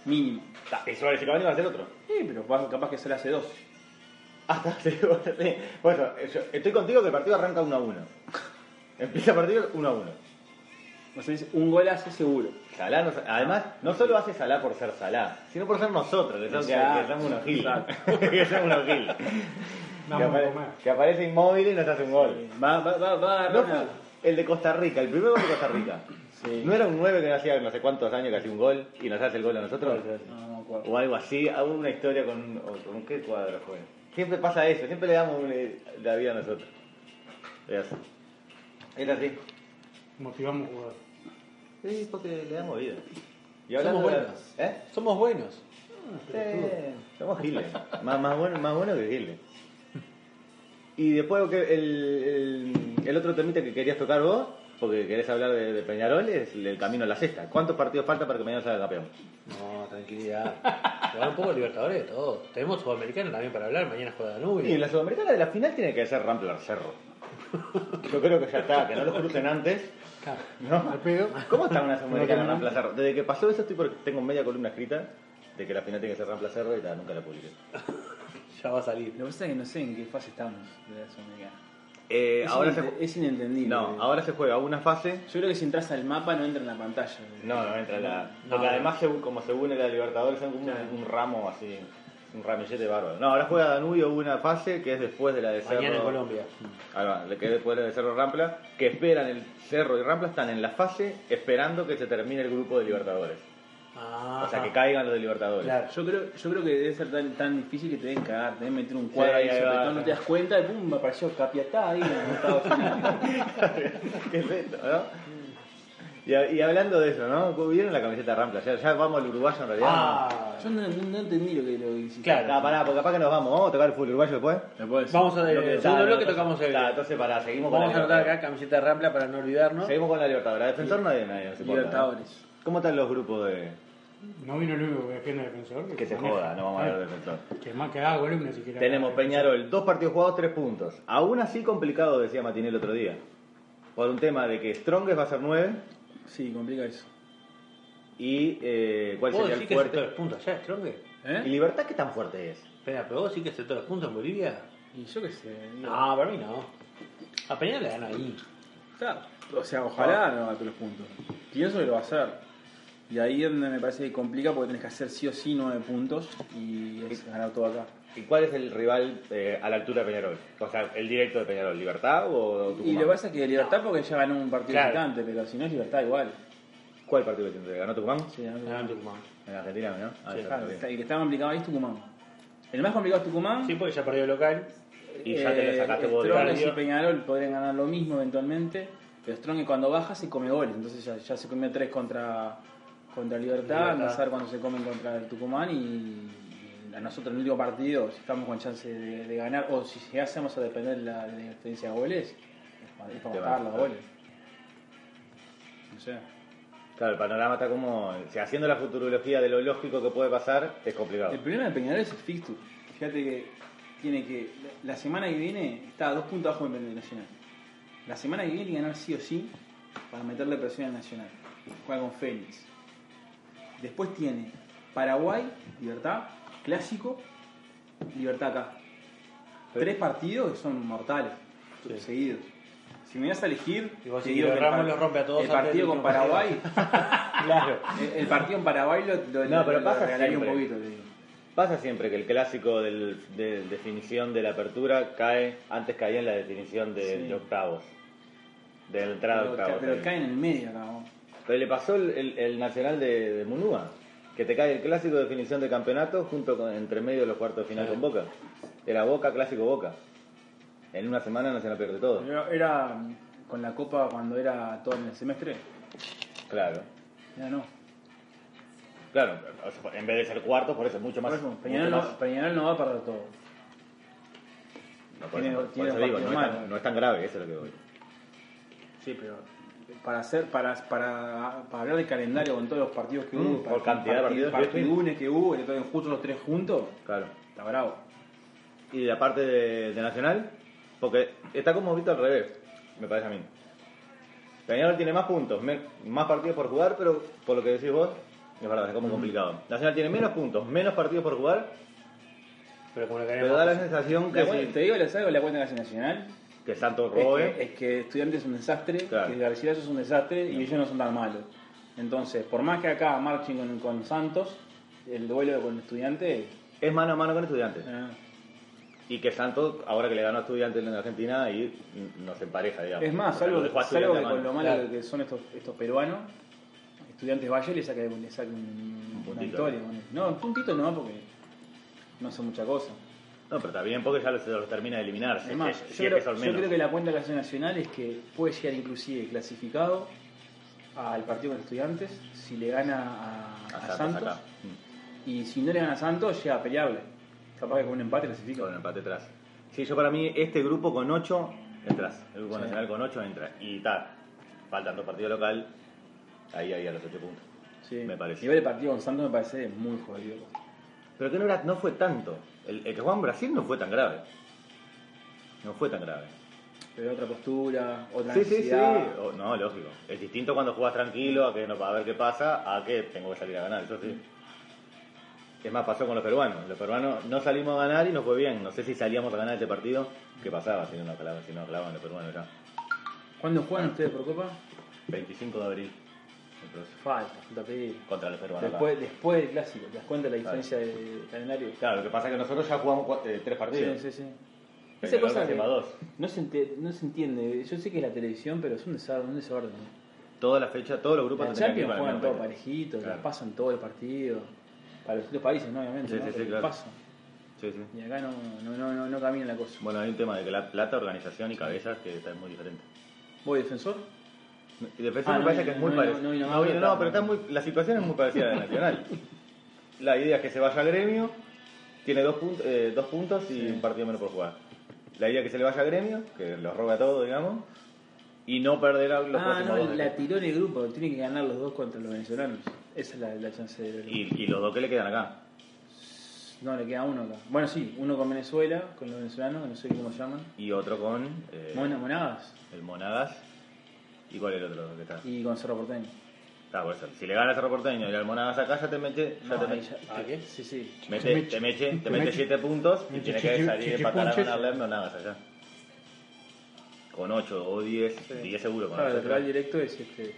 Speaker 5: Mínimo.
Speaker 3: Y Suárez y Cavani van a hacer otro.
Speaker 5: Sí, pero capaz- capaz que Salah hace dos.
Speaker 3: Hasta sí, bueno, sí. Bueno, yo estoy contigo que el partido arranca 1 a 1. Empieza el partido 1 a 1.
Speaker 5: O sea, es un gol hace seguro.
Speaker 3: Salah nos- además,
Speaker 5: Ah,
Speaker 3: no solo hace Salah por ser Salah, sino por ser nosotros, que somos que,
Speaker 5: Exacto.
Speaker 3: que somos unos gil.
Speaker 5: Exacto.
Speaker 3: que somos unos gil.
Speaker 6: Vamos
Speaker 3: que,
Speaker 6: a
Speaker 3: apare-
Speaker 6: comer.
Speaker 3: que aparece inmóvil y nos hace un gol.
Speaker 5: Va, va, va, va a agarrar
Speaker 3: No
Speaker 5: una-
Speaker 3: fue el de Costa Rica, el primer gol de Costa Rica.
Speaker 5: Sí.
Speaker 3: No era un 9 que no hacía no sé cuántos años que hacía un gol y nos hace el gol a nosotros.
Speaker 5: No, no me acuerdo.
Speaker 3: O algo así, hubo una historia con, un- o con qué cuadro fue. Siempre pasa eso, siempre le damos eh, la vida a nosotros. Es así. Es así.
Speaker 6: Motivamos jugadores.
Speaker 3: Sí, porque le damos vida. Y
Speaker 8: Somos
Speaker 3: de la-
Speaker 8: buenos.
Speaker 3: ¿Eh?
Speaker 8: Somos buenos.
Speaker 3: Somos giles. más, más, bueno, más bueno que giles. Y después que el, el el otro temita que querías tocar vos, porque querés hablar de, de Peñarol, es el camino a la cesta. ¿Cuántos partidos falta para que Peñarol salga campeón?
Speaker 4: No, tranquilidad. Jugar un poco de Libertadores de todo. Tenemos Sudamericana también para hablar. Mañana juega Danubio.
Speaker 3: Y en la Sudamericana de la final tiene que ser Rampler Cerro. Yo creo que ya está, que no lo crucen antes.
Speaker 6: Claro.
Speaker 3: ¿No?
Speaker 6: Al pedo.
Speaker 3: ¿Cómo está una
Speaker 6: No,
Speaker 3: Sudamericana
Speaker 6: no, no.
Speaker 3: Rampla Cerro? Desde que pasó eso estoy porque tengo media columna escrita de que la final tiene que ser Rampla Cerro y ta, nunca la publiqué.
Speaker 4: Ya va a salir.
Speaker 5: Lo que pasa es que no sé en qué fase estamos de la Sudamericana.
Speaker 3: Eh,
Speaker 5: Es,
Speaker 3: ahora
Speaker 5: inen-
Speaker 3: se,
Speaker 5: es inentendible.
Speaker 3: no, ahora se juega una fase.
Speaker 5: Yo creo que si entras al mapa no entra en la pantalla.
Speaker 3: No, no entra la.
Speaker 4: No.
Speaker 3: Porque además, según- como se une la Libertadores, es como un, un ramo así, un ramillete bárbaro. No, ahora juega Danubio una fase que es después de la de Cerro.
Speaker 4: Mañana en Colombia.
Speaker 3: Ahí va, le quedé después de Cerro Rampla, que esperan el Cerro y Rampla, están en la fase esperando que se termine el grupo de Libertadores.
Speaker 4: Ah,
Speaker 3: O sea, que caigan los de Libertadores.
Speaker 4: Claro.
Speaker 5: Yo creo, yo creo que debe ser tan, tan difícil que te deben cagar, te deben meter un cuadro
Speaker 3: Sí,
Speaker 5: ahí,
Speaker 3: ahí
Speaker 5: sobre
Speaker 3: va.
Speaker 5: todo no te das cuenta y pum, me apareció Capiatá ahí en el estado final.
Speaker 3: ¿Qué es esto, no? Y, a- y hablando de eso, ¿no? ¿Vieron la camiseta Rampla? Ya, ya vamos al uruguayo en realidad.
Speaker 4: Ah,
Speaker 5: Yo no, no entendí lo que lo que hiciste.
Speaker 4: Claro.
Speaker 3: Ah, pará, porque capaz que nos vamos. ¿Vamos a tocar el fútbol uruguayo después?
Speaker 5: ¿Me puedes?
Speaker 4: Vamos a
Speaker 3: Lo que-
Speaker 4: el segundo
Speaker 3: Dale,
Speaker 4: bloque
Speaker 3: entonces-
Speaker 4: tocamos el.
Speaker 3: Dale, entonces pará, seguimos con
Speaker 4: Vamos a
Speaker 3: la
Speaker 4: anotar
Speaker 3: Libertadores.
Speaker 4: acá camiseta de Rampla para no olvidarnos.
Speaker 3: Seguimos con la Libertadores. La Defensor nadie, nadie nos importa, ¿no?
Speaker 5: Libertadores.
Speaker 3: ¿Cómo están los grupos de...?
Speaker 6: No vino el único que defiende al defensor.
Speaker 3: Que se
Speaker 6: maneja.
Speaker 3: joda, no vamos a hablar de Defensor.
Speaker 6: Que más que haga columna siquiera.
Speaker 3: Tenemos Peñarol, dos partidos jugados, tres puntos. Aún así complicado, decía Matiné el otro día. Por un tema de que Strongest va a ser 9
Speaker 5: Sí, complica eso.
Speaker 3: y eh, cuál
Speaker 4: ¿Puedo
Speaker 3: sería
Speaker 4: decir
Speaker 3: el
Speaker 4: que aceptó los
Speaker 3: fuerte.
Speaker 4: puntos allá, Stronge?
Speaker 3: ¿Y
Speaker 5: ¿Eh?
Speaker 3: Libertad qué tan fuerte es?
Speaker 4: Espera, ¿pero vos sí que aceptó los puntos en Bolivia?
Speaker 5: Y yo qué sé.
Speaker 4: No, para mí no. A Peñarol le gana ahí.
Speaker 5: Claro. O sea, ojalá no a todos los puntos. Pienso que lo va a hacer. Y ahí es donde me parece que complica porque tenés que hacer sí o sí nueve puntos y es ganar todo acá.
Speaker 3: ¿Y cuál es el rival eh, a la altura de Peñarol? O sea, el directo de Peñarol, ¿Libertad o Tucumán?
Speaker 5: Y lo que pasa es que Libertad porque ya ganó un partido
Speaker 4: Claro.
Speaker 5: importante, pero si no es Libertad igual.
Speaker 3: ¿Cuál partido que tiene? ¿Ganó Tucumán?
Speaker 5: Sí, ganó
Speaker 4: Ganó en Tucumán.
Speaker 3: En Argentina, ¿no? Ah,
Speaker 4: Ah, Sí,
Speaker 3: ya,
Speaker 5: Claro,
Speaker 3: está bien.
Speaker 5: el que está complicado ahí es Tucumán. El más complicado es Tucumán.
Speaker 4: Sí, porque ya perdió el local.
Speaker 3: Y ya te lo sacaste
Speaker 5: Eh,
Speaker 3: vos de
Speaker 5: Strongest
Speaker 3: barrio.
Speaker 5: y Peñarol podrían ganar lo mismo eventualmente. Pero Strong cuando baja se come goles. Entonces ya, ya se comió tres contra, contra Libertad.
Speaker 4: Libertad.
Speaker 5: No saber cuándo se comen contra el Tucumán. Y, y a nosotros en el último partido, si estamos con chance de, de ganar o si llegásemos a depender de la, de la diferencia de goles, es para
Speaker 3: Te
Speaker 5: matar
Speaker 3: va,
Speaker 5: los
Speaker 3: claro.
Speaker 5: goles. No sé.
Speaker 3: Claro, el panorama está como... o sea, haciendo la futurología de lo lógico que puede pasar, es complicado.
Speaker 5: El problema de Peñarol es el fixture. Fíjate que tiene que. La semana que viene está a dos puntos abajo del Nacional. La semana que viene tiene que ganar sí o sí para meterle presión al Nacional. Juega con Fénix. Después tiene Paraguay, Libertad, Clásico, Libertad acá. Tres partidos que son mortales,
Speaker 4: Sí.
Speaker 5: seguidos. Si me vas a elegir,
Speaker 4: Y vos
Speaker 5: te
Speaker 4: si
Speaker 5: digo
Speaker 4: lo
Speaker 5: que el
Speaker 4: Ramos
Speaker 5: par-
Speaker 4: lo rompe a todos
Speaker 5: El
Speaker 4: antes
Speaker 5: partido
Speaker 4: del
Speaker 5: con
Speaker 4: último partido.
Speaker 5: Paraguay,
Speaker 4: Claro.
Speaker 5: el- el partido en Paraguay lo, lo-
Speaker 3: No, pero
Speaker 5: lo
Speaker 3: pasa
Speaker 5: regalaría un
Speaker 3: siempre.
Speaker 5: poquito. te digo.
Speaker 3: Pasa siempre que el clásico del- de definición de la apertura cae, antes caía en la definición de,
Speaker 5: Sí.
Speaker 3: de octavos, de la entrada
Speaker 5: Pero,
Speaker 3: de octavos.
Speaker 5: pero
Speaker 3: también.
Speaker 5: cae en el medio acá. vos.
Speaker 3: Pero le pasó el, el- el Nacional de, de Munúa, que te cae el clásico de definición de campeonato junto con entre medio de los cuartos de final con Boca. Era Boca, clásico Boca. En una semana Nacional pierde todo.
Speaker 5: Era, era con la copa cuando era todo en el semestre.
Speaker 3: Claro.
Speaker 5: Ya no.
Speaker 3: Claro, o sea, en vez de ser cuarto, por eso es mucho más.
Speaker 5: Por eso,
Speaker 3: mucho
Speaker 5: Peñarol,
Speaker 3: más-
Speaker 5: no, Peñarol no va a perder todo.
Speaker 3: no, por
Speaker 5: tiene-
Speaker 3: eso- por
Speaker 5: tiene
Speaker 3: eso digo,
Speaker 5: partidos
Speaker 3: no es, tan,
Speaker 5: malos.
Speaker 3: no es tan grave, eso es lo que voy.
Speaker 5: Sí, pero para hacer para, para, para hablar de calendario con todos los partidos que
Speaker 3: Mm,
Speaker 5: hubo,
Speaker 3: por
Speaker 5: para-
Speaker 3: cantidad de
Speaker 5: partid-
Speaker 3: partidos que hubo.
Speaker 5: partidunes que hubo, que toquen justo los tres juntos,
Speaker 3: Claro.
Speaker 5: está bravo.
Speaker 3: y la parte de, de Nacional, porque está como visto al revés, me parece a mí. Peñarol tiene más puntos, men- más partidos por jugar, pero por lo que decís vos, es verdad, es como complicado. Nacional tiene menos puntos, menos partidos por jugar,
Speaker 4: Pero como lo
Speaker 3: pero da la
Speaker 4: queremos.
Speaker 3: sensación
Speaker 5: La
Speaker 3: que,
Speaker 5: cuen-
Speaker 3: si-
Speaker 5: te digo, les hago la cuenta que hace Nacional.
Speaker 3: que Santos
Speaker 5: Es
Speaker 3: robe.
Speaker 5: que, es que estudiantes es un desastre,
Speaker 3: Claro.
Speaker 5: que Garcilaso es un desastre y ellos no son tan malos. Entonces, por más que acá marchen con, con Santos, el duelo con estudiantes.
Speaker 3: Es mano a mano con estudiantes.
Speaker 5: eh,
Speaker 3: Y que Santos, ahora que le ganó a estudiantes en Argentina, y nos empareja, digamos.
Speaker 5: Es más,
Speaker 3: O sea,
Speaker 5: salvo,
Speaker 3: lo dejó a
Speaker 5: salvo que
Speaker 3: Estudiantes
Speaker 5: con
Speaker 3: a
Speaker 5: lo
Speaker 3: mano.
Speaker 5: malo
Speaker 4: Claro.
Speaker 5: que son estos, estos peruanos, estudiantes Valle le saca, le saca un, una
Speaker 3: puntito.
Speaker 5: victoria. un- No, un puntito no, porque no hace mucha cosa.
Speaker 3: No, pero está bien porque ya los, los termina de eliminar. si
Speaker 5: Es más,
Speaker 3: es que-
Speaker 5: yo,
Speaker 3: si es
Speaker 5: creo,
Speaker 3: que son
Speaker 5: yo
Speaker 3: menos.
Speaker 5: creo que la cuenta que hace Nacional es que puede llegar inclusive clasificado al partido con estudiantes si le gana a,
Speaker 3: A
Speaker 5: a
Speaker 3: Santos
Speaker 5: Santos.
Speaker 3: acá. Mm.
Speaker 5: Y si no le gana a Santos, llega a
Speaker 3: Mm.
Speaker 5: peleable. Capaz que con un empate clasifica.
Speaker 3: con el empate atrás. Sí, yo para mí este grupo con 8 Entras. El Grupo Nacional con 8 entra. Y ta. Faltan dos partidos local. Ahí, ahí, a los 8 puntos.
Speaker 5: Sí.
Speaker 3: Me parece.
Speaker 5: Igual el partido con Santos me parece muy jodido.
Speaker 3: Pero que no, era, no fue tanto. El, el que jugó en Brasil no fue tan grave. No fue tan grave.
Speaker 5: Pero otra postura, otra
Speaker 3: Sí, sí, sí.
Speaker 5: necesidad.
Speaker 3: O- no, lógico. Es distinto cuando jugás tranquilo a que no a ver qué pasa, a que tengo que salir a ganar. Eso sí. Es más, pasó con los peruanos. Los peruanos no salimos a ganar y nos fue bien. No sé si salíamos a ganar este partido. ¿Qué pasaba si no nos clavaban, si no nos clavaban los peruanos? Ya.
Speaker 5: ¿Cuándo juegan ustedes por Copa?
Speaker 3: 25 de abril. el próximo.
Speaker 5: Falta, falta pedir.
Speaker 3: Contra los peruanos. acá.
Speaker 5: Después, después del clásico, ¿te das cuenta de la diferencia de calendario?
Speaker 3: Claro, lo que pasa es que nosotros ya jugamos cua- eh, tres
Speaker 5: Sí,
Speaker 3: partidos.
Speaker 5: sí, sí.
Speaker 3: Pero
Speaker 5: Esa
Speaker 3: el otro
Speaker 5: cosa que
Speaker 3: lleva dos.
Speaker 5: no se, ente- no se entiende. Yo sé que es la televisión, pero es un desorden. Un desorden.
Speaker 3: Toda la fecha, todos los grupos
Speaker 5: Los
Speaker 3: tendrían que ir para la
Speaker 5: Champions juegan
Speaker 3: misma
Speaker 5: todo
Speaker 3: fecha.
Speaker 5: parejito, los
Speaker 3: Claro.
Speaker 5: pasan todo el partido. Para los distintos países, ¿no? obviamente.
Speaker 3: Sí,
Speaker 5: ¿no?
Speaker 3: sí, sí,
Speaker 5: Pero
Speaker 3: claro.
Speaker 5: pasan.
Speaker 3: Sí, sí.
Speaker 5: Y acá no, no, no, no, no camina la cosa.
Speaker 3: Bueno, hay un tema de que la plata, organización y cabezas que está muy diferente.
Speaker 5: ¿Voy defensor?
Speaker 3: Y Defensa me
Speaker 5: Ah, no,
Speaker 3: parece
Speaker 5: no,
Speaker 3: que es
Speaker 5: no,
Speaker 3: muy
Speaker 5: no,
Speaker 3: parecida.
Speaker 5: no,
Speaker 3: No,
Speaker 5: no, no,
Speaker 3: vino,
Speaker 5: no,
Speaker 3: no, pero está
Speaker 5: no.
Speaker 3: muy, la situación es muy parecida a la de Nacional. La idea es que se vaya a gremio, tiene dos, punt- eh, dos puntos y un partido menos por jugar. La idea es que se le vaya a gremio, que los roba todo, digamos, y no perderá los
Speaker 5: ah,
Speaker 3: próximos
Speaker 5: no,
Speaker 3: dos.
Speaker 5: la tiró en el grupo. Tienen que ganar los dos contra los venezolanos. Esa es la, la chance de
Speaker 3: y, y los dos que le quedan acá.
Speaker 5: No, le queda uno acá. Bueno, sí, uno con Venezuela, con los venezolanos, que no sé cómo llaman.
Speaker 3: Y otro con eh,
Speaker 5: Mona Monagas
Speaker 3: el Monagas. ¿Y cuál es el otro que está?
Speaker 5: y con Cerro Porteño.
Speaker 3: Está, por eso. Si le ganas a Porteño y al Monagas acá, ya te mete. Ya te
Speaker 5: No, ahí
Speaker 3: mete-
Speaker 5: ya- ¿Ah, qué? Sí, sí.
Speaker 3: Mete, te meche, te mete 7 puntos y
Speaker 6: Meche,
Speaker 3: tienes
Speaker 6: chiqui-
Speaker 3: que salir a empatar a
Speaker 6: chiquipunches.
Speaker 3: ganarle no nada allá. Con 8 o 10, 10 seguro con
Speaker 5: Claro, el
Speaker 3: ocho,
Speaker 5: rival
Speaker 3: claro.
Speaker 5: directo es este.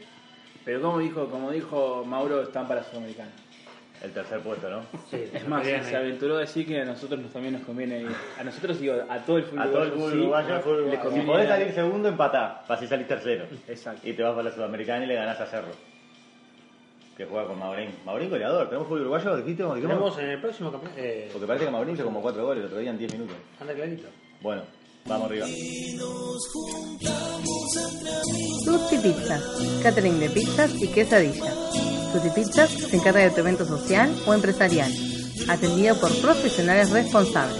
Speaker 5: Pero como dijo, como dijo Mauro, están para Sudamericana.
Speaker 3: El tercer puesto, ¿no?
Speaker 4: Sí,
Speaker 5: Es más,
Speaker 4: pelean
Speaker 5: se
Speaker 4: ahí.
Speaker 5: aventuró a decir que a nosotros nos- también nos conviene ir. A nosotros digo, a todo el fútbol.
Speaker 3: A todo el fútbol
Speaker 5: sí,
Speaker 3: uruguayo, al fútbol
Speaker 5: le
Speaker 3: uruguayo. Si
Speaker 5: conviene
Speaker 3: podés
Speaker 5: ir a-
Speaker 3: salir segundo, empatá. Para así salir tercero.
Speaker 5: Exacto.
Speaker 3: Y te vas para la Sudamericana y le ganás a Cerro. Que juega con Maurín. Maurín goleador. ¿Tenemos fútbol uruguayo? ¿Dijiste? ¿Cómo dijimos?
Speaker 4: Tenemos en el próximo campeonato. Eh,
Speaker 3: Porque parece que Maurín hizo como 4 goles el otro día en 10 minutos.
Speaker 4: anda clarito.
Speaker 3: Bueno, vamos arriba.
Speaker 9: Tutti Pizzas, catering de pizzas y quesadillas. Tutti Pizzas se encarga de tu evento social o empresarial, atendido por profesionales responsables.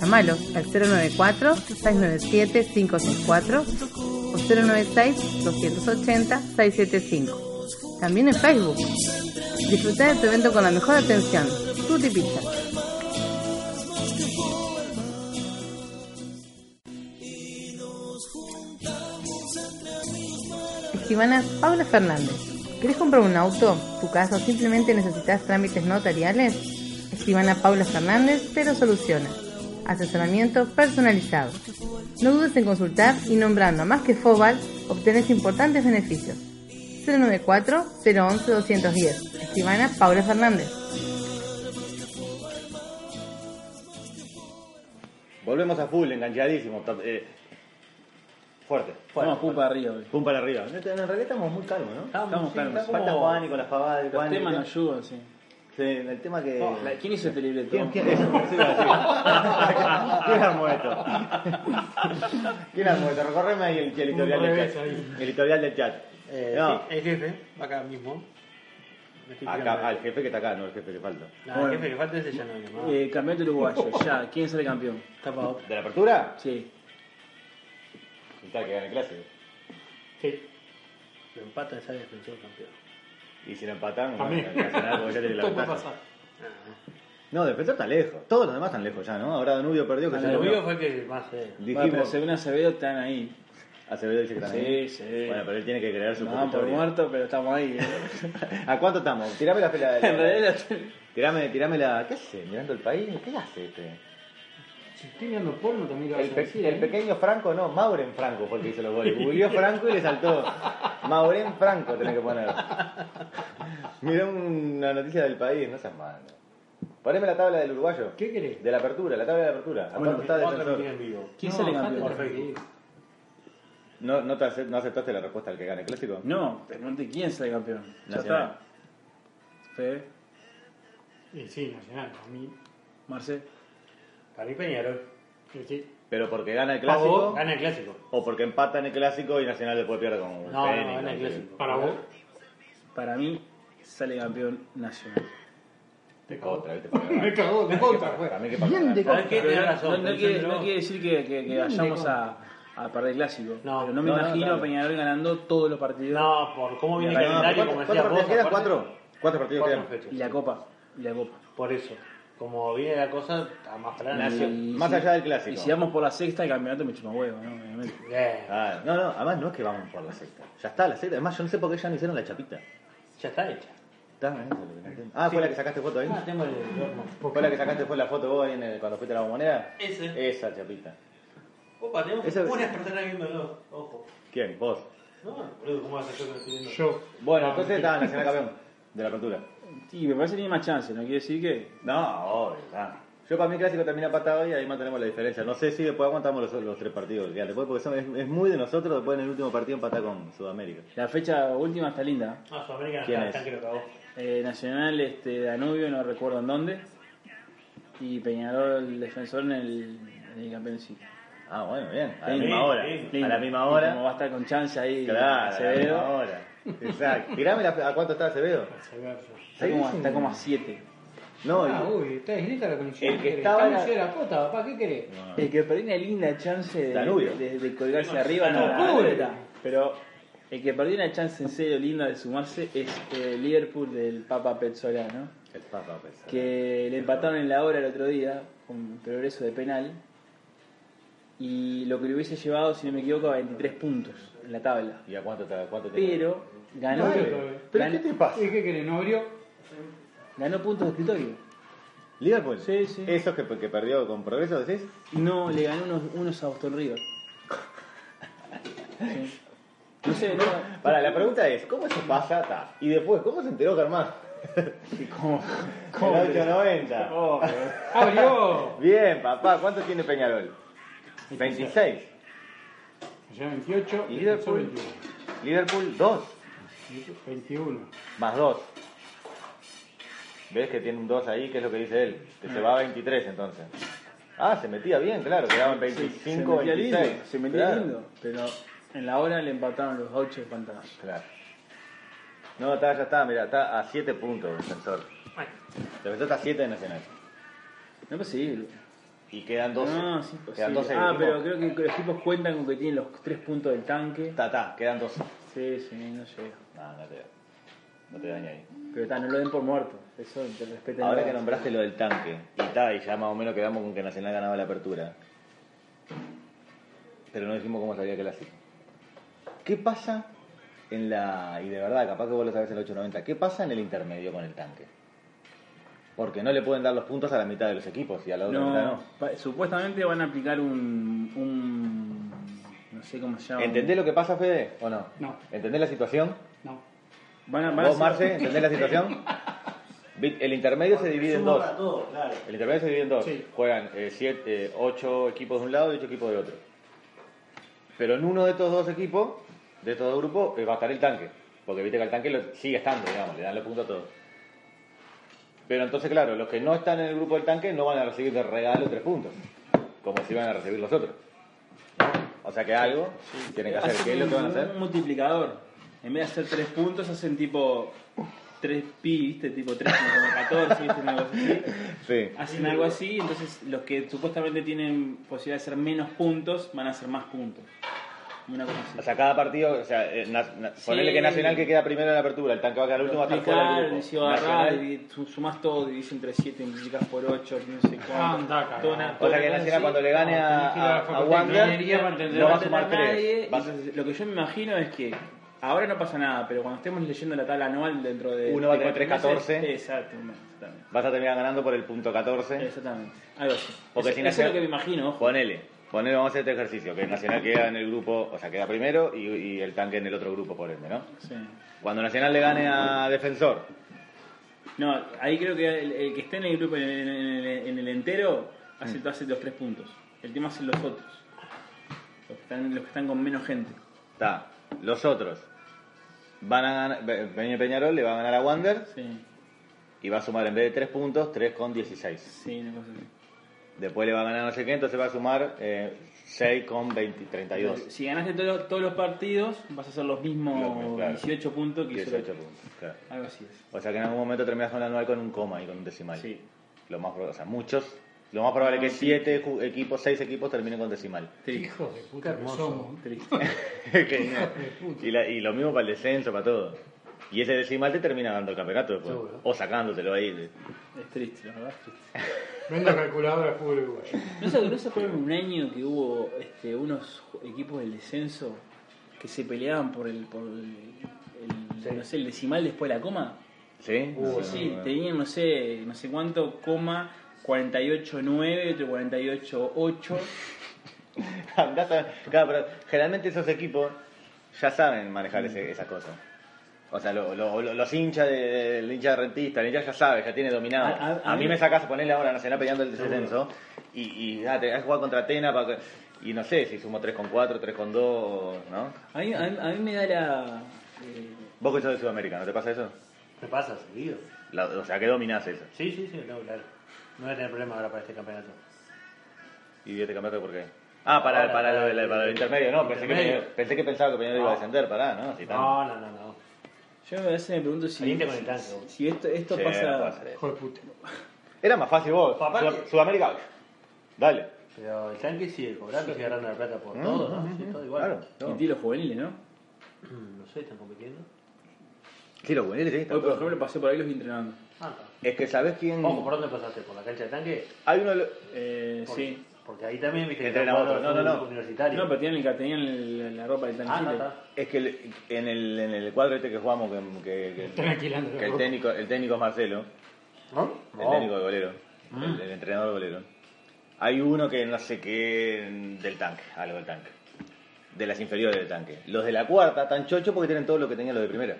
Speaker 9: Llámalo al 094-697-564 o 096-280-675. También en Facebook. Disfruta de tu evento con la mejor atención. Tutti Pizzas. Estimana Paula Fernández. ¿Querés comprar un auto, tu casa o simplemente necesitas trámites notariales? Estimana Paula Fernández te lo soluciona. Asesoramiento personalizado. No dudes en consultar y nombrando a más que Fobal obtenés importantes beneficios. 094-011-210. Estimana Paula Fernández.
Speaker 3: Volvemos a full, enganchadísimo. top- eh, fuerte.
Speaker 5: Vamos, pum para arriba. hoy.
Speaker 3: Pum para arriba. En realidad estamos muy calmos, ¿no?
Speaker 5: Estamos calmos.
Speaker 3: Falta Juan y con las pavadas de
Speaker 5: Los
Speaker 3: Juan. eh.
Speaker 5: temas nos ayudan, sí.
Speaker 3: Sí, el tema que...
Speaker 5: Oh, la- ¿Quién hizo este libreto?
Speaker 3: ¿Quién, quién, eso, eso iba a decir. ¿Quién armó esto? ¿Quién armó esto? Recorreme ahí el, el editorial
Speaker 4: Un
Speaker 3: del
Speaker 4: revés
Speaker 3: chat.
Speaker 4: ahí.
Speaker 3: El editorial del chat.
Speaker 4: Eh,
Speaker 3: no,
Speaker 4: sí, El jefe, acá mismo. Me estoy fijando.
Speaker 3: acá, al jefe que está acá, no el jefe que falta.
Speaker 4: No, El jefe que falta ese ya no viene más.
Speaker 5: Eh, campeonato uruguayo, ya. ¿Quién sale campeón?
Speaker 4: Tapa otro.
Speaker 3: ¿De la apertura?
Speaker 5: Sí.
Speaker 3: Está que gane clase.
Speaker 4: Sí. Lo empata y sale defensor campeón.
Speaker 3: Y si lo empatan, no Nacional, porque ya tiene la ventaja.
Speaker 4: Ah,
Speaker 3: No, Defensor está lejos. Todos los demás están lejos ya, ¿no? Ahora Danubio perdió
Speaker 5: Ah,
Speaker 3: que
Speaker 4: no.
Speaker 3: se
Speaker 4: Lo
Speaker 3: lo
Speaker 4: mío fue el que más. eh,
Speaker 5: Bueno, pero
Speaker 3: Dijimos,
Speaker 5: Severino Acevedo están ahí.
Speaker 3: Acevedo dice que están
Speaker 5: Sí,
Speaker 3: ahí.
Speaker 5: sí.
Speaker 3: Bueno, pero él tiene que crear su
Speaker 5: Nos dan por
Speaker 3: trayectoria.
Speaker 5: muertos, pero estamos ahí. eh.
Speaker 3: ¿A cuánto estamos? Tirame la pela.
Speaker 5: en realidad,
Speaker 3: Tirame, tirame la. ¿Qué hace? ¿Mirando el país? ¿Qué hace este?
Speaker 6: Si estoy mirando porno también lo vas
Speaker 3: El,
Speaker 6: a
Speaker 3: pe-
Speaker 6: decir.
Speaker 3: el
Speaker 6: ¿eh?
Speaker 3: pequeño Franco, no, Mauren Franco fue el que hizo los goles. Googleó Franco y le saltó. Mauren Franco tenés que poner. Mirá una noticia del país, no seas malo. Poneme la tabla del uruguayo.
Speaker 6: ¿Qué querés?
Speaker 3: De la apertura, la tabla de la apertura. ¿A cuánto está
Speaker 4: otro que
Speaker 3: defensor?
Speaker 4: tiene en vivo.
Speaker 5: ¿quién sale campeón?
Speaker 4: Perfecto.
Speaker 3: ¿No, no, te ace- no aceptaste la respuesta al que gane el clásico?
Speaker 5: No, pregunte quién sale campeón. Ya
Speaker 3: Nacional.
Speaker 5: está. Fede,
Speaker 4: Y sí, Nacional. A mí,
Speaker 5: Marce.
Speaker 4: para mí Peñarol. Sí, sí.
Speaker 3: Pero porque gana el
Speaker 4: Pavo,
Speaker 3: clásico.
Speaker 4: Gana el clásico.
Speaker 3: O porque empata en el clásico y Nacional después pierde con
Speaker 4: No, no,
Speaker 3: Fénix,
Speaker 4: gana el
Speaker 3: sé qué.
Speaker 4: clásico. Para vos.
Speaker 5: Para mí, sale campeón nacional.
Speaker 3: Te cago otra, ¿viste? Me
Speaker 6: cagó, de
Speaker 3: contra, Para mí que para ganar.
Speaker 4: ¿Sabes qué? Tenés
Speaker 5: No,
Speaker 4: razón.
Speaker 5: no
Speaker 4: estoy
Speaker 5: quiere,
Speaker 4: diciendo
Speaker 5: no
Speaker 4: vos.
Speaker 5: quiere decir que, que- que vayamos a, a perder el clásico.
Speaker 4: No,
Speaker 5: pero no me
Speaker 4: no, no,
Speaker 5: imagino
Speaker 4: claro.
Speaker 5: a Peñarol ganando todos los partidos
Speaker 4: No, por cómo viene el
Speaker 5: Claro,
Speaker 4: calendario, como decías vos.
Speaker 8: partidos quedan?
Speaker 4: aparte-
Speaker 8: ¿Cuatro? ¿Cuántos partidos
Speaker 4: cuatro
Speaker 8: quedan?
Speaker 4: fechas.
Speaker 5: y la copa. Y la copa.
Speaker 4: Por eso, como viene la cosa, está más para la nación.
Speaker 5: Y
Speaker 3: Más
Speaker 5: si-
Speaker 3: allá del clásico.
Speaker 5: Y si vamos por la sexta, el campeonato me chupa huevo, ¿no? Obviamente.
Speaker 4: Eh,
Speaker 3: Ah, no, no, además no es que vamos por la sexta. Ya está la sexta. Además, yo no sé por qué ya no hicieron la chapita.
Speaker 4: ya está hecha.
Speaker 3: Está, eh, eso es lo que no entiendo. Ah,
Speaker 4: Sí.
Speaker 3: fue la que sacaste foto ahí.
Speaker 4: Ah, tengo el horno.
Speaker 3: ¿Fue la que sacaste fue la foto vos ahí en el- cuando fuiste a la bombonera?
Speaker 4: Ese.
Speaker 3: Esa chapita.
Speaker 4: Eh, Opa, tenemos
Speaker 3: Ese-
Speaker 4: unas personas viéndolo. Ojo.
Speaker 3: ¿Quién? Vos.
Speaker 4: No, boludo, ¿cómo vas a hacer viendo?
Speaker 6: Yo.
Speaker 3: Bueno, entonces está Nacional Campeón de la apertura.
Speaker 5: Sí, me parece que tiene más chance, no quiere decir que.
Speaker 3: No, obvio, está. Yo para mí clásico termina patado y ahí mantenemos la diferencia. No sé si después aguantamos los, los tres partidos. que quedan después, porque son- es, es muy de nosotros después en el último partido empatar con Sudamérica.
Speaker 5: La fecha última está linda.
Speaker 4: Ah, Sudamérica no
Speaker 3: ¿Quién
Speaker 4: está,
Speaker 3: es?
Speaker 4: está que lo cagó.
Speaker 5: Eh, Nacional este, Danubio, no recuerdo en dónde. Y Peñarol el defensor en el, en el campeonato.
Speaker 3: Ah, bueno, bien. A la
Speaker 5: Sí,
Speaker 3: misma hora.
Speaker 4: sí,
Speaker 3: A la misma hora.
Speaker 5: Como va a estar con chance ahí.
Speaker 3: Claro,
Speaker 5: Acevedo.
Speaker 3: ahora. Exacto. Tirame la- a cuánto está Acevedo.
Speaker 5: Está como, está como a 7.
Speaker 3: No,
Speaker 6: Ah,
Speaker 3: y
Speaker 6: uy, está isleta la conexión.
Speaker 3: El que
Speaker 6: ¿Qué querés?
Speaker 3: estaba
Speaker 6: Cambio
Speaker 3: era-
Speaker 6: yo de la cota, papá, ¿qué querés?
Speaker 5: El que perdió una linda chance
Speaker 3: Danubio.
Speaker 5: de, de- de colgarse arriba no,
Speaker 6: Danubio.
Speaker 5: no, no, no. Pero el que perdió una chance en serio linda de sumarse es el Liverpool del Papa Pezzolano.
Speaker 3: el Papa pesa.
Speaker 5: Que le empataron en la hora el otro día con progreso de penal. Y lo que le hubiese llevado, si no me equivoco, a 23 puntos en la tabla.
Speaker 3: ¿Y a cuánto está? Cuánto te-
Speaker 5: Pero ganó,
Speaker 6: Nueve, nueve.
Speaker 3: ¿Pero
Speaker 5: gan-
Speaker 3: qué te pasa?
Speaker 6: ¿Y qué querés? ¿No abrió?
Speaker 5: ganó puntos de escritorio.
Speaker 3: Liverpool.
Speaker 5: Sí, sí.
Speaker 3: Esos que, que perdió con progreso, decís.
Speaker 5: No, le ganó unos, unos a Boston River. Sí. No sé, no,
Speaker 3: Para, la pregunta es, ¿cómo eso pasa? Ta. Y después, ¿cómo se enteró Germán?
Speaker 5: ¿Cómo? Oh.
Speaker 3: ¿Cómo? El 890.
Speaker 6: ¡Abrió!
Speaker 3: Bien, papá, ¿cuánto tiene Peñarol? 26.
Speaker 6: Allá 28,
Speaker 3: ¿Y
Speaker 6: el
Speaker 3: Liverpool?
Speaker 6: Liverpool
Speaker 3: Liverpool 2
Speaker 6: 21. 21.
Speaker 3: más 2. ¿Ves que tiene un 2 ahí? ¿Qué es lo que dice él? Que se va a 23 entonces. Ah, se metía bien, claro, quedaban 25,
Speaker 5: se metía
Speaker 3: 26.
Speaker 5: lindo, se metía
Speaker 3: Claro,
Speaker 5: lindo, pero en la hora le empataron los 8 de pantalla.
Speaker 3: Claro. No, está, ya está, mira, está a 7 puntos el defensor. El defensor está a 7 de Nacional.
Speaker 5: No es posible.
Speaker 3: Y quedan 12.
Speaker 5: No, es imposible.
Speaker 3: Quedan 12
Speaker 5: ah,
Speaker 3: equipos.
Speaker 5: pero creo que los equipos cuentan con que tienen los 3 puntos del tanque.
Speaker 3: Ta, ta, quedan 12.
Speaker 5: Sí, sí, no llega.
Speaker 3: No, no te, no te daña ahí.
Speaker 5: Pero ta, no lo den por muerto. Eso te respetan.
Speaker 3: Ahora
Speaker 5: la-
Speaker 3: que nombraste lo del tanque, y ta, y ya más o menos quedamos con que Nacional ganaba la apertura. Pero no dijimos cómo salía el clásico. ¿Qué pasa en la. y de verdad, capaz que vos lo sabés el 890, ¿qué pasa en el intermedio con el tanque? Porque no le pueden dar los puntos a la mitad de los equipos y a la otra mitad
Speaker 5: No,
Speaker 3: no.
Speaker 5: pa- supuestamente van a aplicar un, un. No sé cómo se llama.
Speaker 3: ¿Entendés lo que pasa, Fede? ¿O no?
Speaker 6: No.
Speaker 3: ¿Entendés la situación?
Speaker 6: No.
Speaker 5: Van a, van a
Speaker 3: ¿Vos,
Speaker 5: hacer-
Speaker 3: Marce, entendés la situación? Vi- El intermedio se divide en dos.
Speaker 4: Para todo, claro.
Speaker 3: El intermedio se divide en dos.
Speaker 6: Sí.
Speaker 3: Juegan 8 ocho equipos de un lado y ocho equipos de otro. Pero en uno de estos dos equipos, de estos dos grupos, eh, va a estar el tanque. Porque viste que el tanque lo- sigue estando, digamos, le dan los puntos a todos. Pero entonces, claro, los que no están en el grupo del tanque no van a recibir de regalo tres puntos. Como si iban a recibir los otros. O sea que algo tienen que hacer.
Speaker 5: Hacen
Speaker 3: ¿Qué es lo que van a hacer?
Speaker 5: Un multiplicador. En vez de hacer 3 puntos, hacen tipo 3 pi, ¿viste? Tipo 3 como 14, ¿viste? Una cosa así.
Speaker 3: Sí.
Speaker 5: Hacen algo así, entonces los que supuestamente tienen posibilidad de hacer menos puntos van a hacer más puntos. Una cosa así.
Speaker 3: O sea, cada partido, o sea, eh, na- na-
Speaker 5: Sí.
Speaker 3: ponele que Nacional que queda primero en la apertura, el tanque va a quedar último, va a estar fuera del
Speaker 5: Multiplicar,
Speaker 3: grupo.
Speaker 5: si agarrar,
Speaker 3: Nacional-
Speaker 5: divi- su- sumás todo, dividís entre 7, multiplicas por 8, no sé cuánto.
Speaker 6: Anda, cagada.
Speaker 5: toda una-
Speaker 3: O sea que
Speaker 5: toda una cosa
Speaker 3: Nacional
Speaker 5: así.
Speaker 3: cuando le gane
Speaker 6: No,
Speaker 3: a,
Speaker 6: tenés que ir a la
Speaker 3: a, a
Speaker 6: facultad de
Speaker 3: Wander,
Speaker 6: ingeniería para entender.
Speaker 3: no va a
Speaker 5: tener
Speaker 3: sumar
Speaker 5: nadie,
Speaker 3: tres. Va-
Speaker 5: entonces, lo que yo me imagino es que ahora no pasa nada, pero cuando estemos leyendo la tabla anual dentro de.
Speaker 3: Uno va a
Speaker 5: de
Speaker 3: tener
Speaker 5: cuatro
Speaker 3: 3-14.
Speaker 5: meses, Exacto, exactamente.
Speaker 3: Vas a terminar ganando por el punto 14.
Speaker 5: Exactamente. Algo así.
Speaker 3: Porque
Speaker 5: eso,
Speaker 3: si
Speaker 5: eso es
Speaker 3: Nacional-
Speaker 5: lo que me imagino, ojo.
Speaker 3: Ponele, ponele, vamos a hacer este ejercicio, que Nacional queda en el grupo, o sea, queda primero y, y el tanque en el otro grupo, por ende, ¿no?
Speaker 5: Sí.
Speaker 3: Cuando Nacional le gane a Defensor,
Speaker 5: No, ahí creo que el, el que esté en el grupo, en el, en el- en el entero, hace,
Speaker 3: Mm.
Speaker 5: hace los tres puntos. El tema es los otros. Los que están, los que están con menos gente.
Speaker 3: está, los otros van a ganar, Pe- Peña- Peñarol le va a ganar a Wander
Speaker 5: Sí,
Speaker 3: y va a sumar en vez de 3 puntos, 3 con 16.
Speaker 5: sí, una cosa así.
Speaker 3: Después le va a ganar no sé qué, entonces va a sumar eh, 6 con 20, 32.
Speaker 5: Si ganaste todos todos los partidos, vas a hacer los mismos
Speaker 3: Lo- claro.
Speaker 5: 18 puntos que hizo el
Speaker 3: 18
Speaker 5: otro.
Speaker 3: puntos. claro.
Speaker 5: Algo así es.
Speaker 3: O sea que en algún momento terminas con el anual con un coma y con un decimal.
Speaker 5: Sí.
Speaker 3: Lo más probable, o sea, muchos Lo más probable es que siete ju- equipos, seis equipos terminen con decimal.
Speaker 6: Hijo de puta que
Speaker 4: hermoso.
Speaker 6: somos.
Speaker 3: Que no. y, la- y lo mismo para el descenso, para todo. Y ese decimal te termina dando el campeonato después.
Speaker 4: Seguro.
Speaker 3: O sacándotelo ahí.
Speaker 5: Es triste, la verdad. es triste.
Speaker 7: Venda calculadora de fútbol uruguayo.
Speaker 5: ¿No se, no se acuerdan un año que hubo este, unos ju- equipos del descenso que se peleaban por el, por el, el-
Speaker 4: Sí.
Speaker 5: no sé, el decimal después de la coma?
Speaker 3: ¿Sí?
Speaker 7: Uh,
Speaker 5: Sí, sí, tenían no sé, no sé cuánto, coma 48-9, otro 48-8.
Speaker 3: Andás a- claro, pero generalmente esos equipos ya saben manejar ese- esas cosas. O sea, lo- lo- lo- los hinchas de, de- el hincha de rentista, el hincha ya sabe, ya tiene dominado.
Speaker 5: A-
Speaker 3: A,
Speaker 5: a- a
Speaker 3: mí,
Speaker 5: mí-
Speaker 3: me sacas a ponerle ahora Nacional peleando el descenso y, y ah, te vas a jugar contra Tena para que- y no sé si sumo 3 con 4, 3 con 2, ¿no?
Speaker 5: A mí, a mí- a mí me da la. eh,
Speaker 3: Vos que sos de Sudamérica, ¿no te pasa eso?
Speaker 4: Me pasa seguido.
Speaker 3: La- o sea, que dominás eso.
Speaker 4: Sí, sí, sí, no, claro. No voy a tener problema ahora para este campeonato.
Speaker 3: ¿Y este campeonato por qué? Ah, para,
Speaker 4: Ahora,
Speaker 3: para,
Speaker 4: para
Speaker 3: lo del-
Speaker 4: el-
Speaker 3: para el intermedio, no, pensé, Que,
Speaker 4: intermedio.
Speaker 3: Peñarol- pensé que pensaba que Peñarol iba a
Speaker 4: No.
Speaker 3: descender, pará, ¿no? Si tan-
Speaker 4: No, no, no, no.
Speaker 5: Yo a veces me pregunto si.
Speaker 4: Caliente con el tanque, vos.
Speaker 5: Si esto, esto
Speaker 3: Che, no
Speaker 5: pasa.
Speaker 3: puede ser eso.
Speaker 7: Hijo de puta.
Speaker 3: Era más fácil vos.
Speaker 4: Papá,
Speaker 3: Sud-
Speaker 4: que-
Speaker 3: Sudamérica. Dale.
Speaker 4: Pero el tanque sigue cobrando, sigue agarrando la plata
Speaker 3: Mm,
Speaker 4: por todo, ¿no? Sí, todo igual. Mm,
Speaker 3: Claro.
Speaker 5: Y tiros juveniles, ¿no?
Speaker 4: No sé, están compitiendo.
Speaker 3: Sí, los juveniles sí,
Speaker 5: Hoy,
Speaker 3: están
Speaker 5: por
Speaker 3: todos.
Speaker 5: ejemplo, pasé por ahí los vi entrenando.
Speaker 4: Ah, está.
Speaker 3: Es que sabes quién.
Speaker 4: Ojo, ¿por dónde pasaste? ¿Por la cancha de tanque?
Speaker 3: Hay uno de los-
Speaker 5: Eh,
Speaker 4: Por-
Speaker 5: sí.
Speaker 4: Porque ahí también viste que
Speaker 3: Entrena
Speaker 4: están jugando
Speaker 3: otro. No,
Speaker 4: fútbol
Speaker 3: no, no.
Speaker 4: universitario.
Speaker 5: No, pero tenían, el, tenían el- la ropa del
Speaker 4: Ah, no,
Speaker 5: tanquecito.
Speaker 4: está.
Speaker 3: Es que el- en, el, en el cuadro este que jugamos, que, que-
Speaker 7: Están
Speaker 3: que-
Speaker 7: alquilando. la
Speaker 3: que el,
Speaker 7: ropa.
Speaker 3: técnico, el técnico es Marcelo,
Speaker 4: ¿No?
Speaker 5: Oh.
Speaker 3: el técnico de golero,
Speaker 5: Mm.
Speaker 3: el, el entrenador de golero. Hay uno que no sé qué del tanque, algo del tanque. De las inferiores del tanque. Los de la cuarta están chochos porque tienen todo lo que tenían los de primera.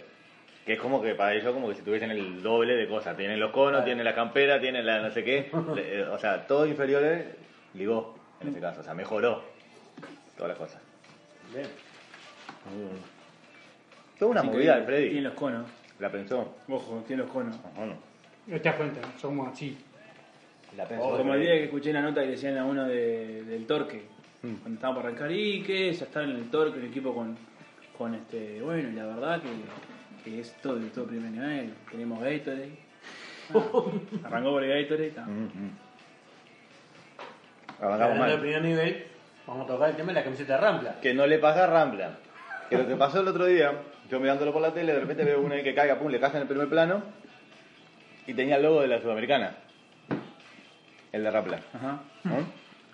Speaker 3: Que es como que para ellos como que si tuviesen el doble de cosas. Tienen los conos, tienen la campera, tienen la no sé qué. Le- eh, o sea, todos inferiores ligó en ese caso. O sea, mejoró todas las cosas.
Speaker 4: Bien.
Speaker 3: Fue una
Speaker 5: Así que
Speaker 3: movida del Freddy.
Speaker 5: Tienen los conos.
Speaker 3: La pensó.
Speaker 5: Ojo, tienen los conos.
Speaker 3: Ajá, no.
Speaker 7: No te das cuenta, somos así.
Speaker 3: La pensó.
Speaker 5: Oh, Como el día que escuché la nota que decían a uno de- del Torque,
Speaker 3: Mm.
Speaker 5: cuando estaba por arrancar, y que ya estaba en el Torque, un equipo con, con este, bueno, y la verdad que, que es todo de todo primer nivel, tenemos Gatorade. Ah, arrancó por el Gatorade, está.
Speaker 3: Mm. Arrancamos
Speaker 4: Hablando del
Speaker 3: mal.
Speaker 4: primer nivel, vamos a tocar el tema de la camiseta rampla.
Speaker 3: Que no le pasa a Rampla. Que lo que pasó el otro día, yo mirándolo por la tele, de repente veo uno ahí que caiga, pum, le caza en el primer plano. Y tenía el logo de la Sudamericana. El de Rampla.
Speaker 5: Ajá.
Speaker 3: ¿no? Yo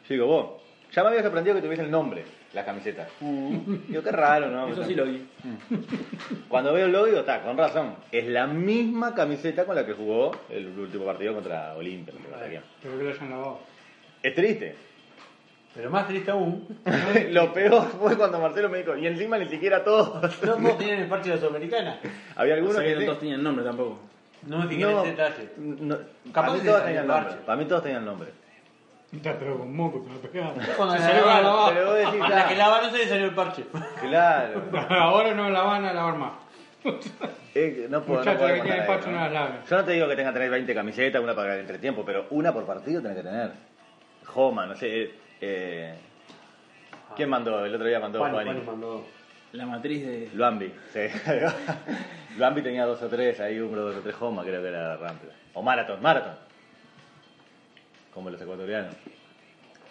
Speaker 3: digo, vos, ya me había sorprendido que tuviese el nombre, la camiseta. Digo, qué raro, ¿no?
Speaker 5: Mm. Eso sí lo vi.
Speaker 3: Cuando veo el logo, digo, está, con razón. Es la misma camiseta con la que jugó el último partido contra Olimpia. no sé contra quién.
Speaker 7: Pero que lo hayan lavado.
Speaker 3: Es triste.
Speaker 4: Pero más triste aún,
Speaker 3: Lo peor fue cuando Marcelo me dijo, y encima ni siquiera todos.
Speaker 4: no todos tenían el parche de la Sudamericana.
Speaker 3: Había
Speaker 5: O
Speaker 3: algunos
Speaker 5: sea que no
Speaker 3: que
Speaker 5: todos
Speaker 3: sí.
Speaker 5: tenían nombre tampoco.
Speaker 4: No me fijé en
Speaker 3: No,
Speaker 4: ese detalle.
Speaker 3: no,
Speaker 4: Capaz
Speaker 3: para mí
Speaker 4: que
Speaker 3: todos tenían
Speaker 4: se salió el
Speaker 3: nombre.
Speaker 4: parche.
Speaker 3: Para mí todos tenían nombre.
Speaker 7: Está pero con moco, pero pegado.
Speaker 4: Cuando
Speaker 7: Se
Speaker 4: la
Speaker 7: le va a
Speaker 4: lavaron,
Speaker 3: Pero vos
Speaker 7: lavar.
Speaker 3: decís,
Speaker 4: A la que
Speaker 3: ah,
Speaker 4: lavaron se le salió el parche.
Speaker 3: claro.
Speaker 7: Ahora no la van a lavar más.
Speaker 3: Es que no puedo, no
Speaker 7: Muchachos,
Speaker 3: puedo
Speaker 7: que
Speaker 3: contar
Speaker 7: tienen
Speaker 3: ahí,
Speaker 7: pacho,
Speaker 3: ¿no?
Speaker 7: no las laven.
Speaker 3: Yo no te digo que tenga que tener 20 camisetas, una para el entretiempo, pero una por partido tenés que tener. Joma, no sé. eh, eh, ¿Quién mandó? El otro día mandó
Speaker 4: Juan,
Speaker 3: Juani.
Speaker 4: Juan mandó.
Speaker 5: La matriz de.
Speaker 3: Luambi, sí. Luambi tenía dos o tres, ahí uno, dos o tres Homa, creo que era Rampla. O Marathon, Marathon. Como los ecuatorianos.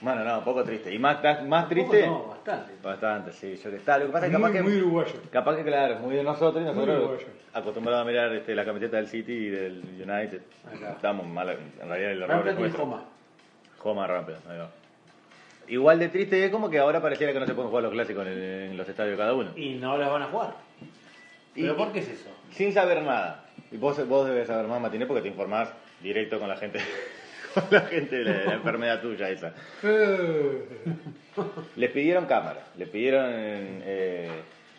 Speaker 3: Bueno, no, poco triste. Y más, más más triste.
Speaker 4: No, bastante.
Speaker 3: Bastante, sí, yo que está. Lo que pasa es que capaz
Speaker 7: Muy,
Speaker 3: que.
Speaker 7: muy uruguayo.
Speaker 3: Capaz que, claro, es muy de nosotros y
Speaker 7: Muy
Speaker 3: nosotros
Speaker 7: uruguayo.
Speaker 3: acostumbrados a mirar este, la camiseta del City y del United.
Speaker 4: Acá.
Speaker 3: Estamos mal, en realidad el error
Speaker 4: Rampla
Speaker 3: es
Speaker 4: tiene
Speaker 3: nuestro.
Speaker 4: coma.
Speaker 3: Homa, Rampla, ahí va. Igual de triste es como que ahora pareciera que no se pueden jugar los clásicos en, en los estadios de cada uno.
Speaker 4: Y no las van a jugar. ¿Pero
Speaker 3: Y-
Speaker 4: por qué es eso?
Speaker 3: sin saber nada. Y vos, vos debes saber más, Matiné, porque te informás directo con la gente, con la gente de la, de la enfermedad tuya esa.
Speaker 7: Eh,
Speaker 3: Les pidieron cámara, le pidieron eh,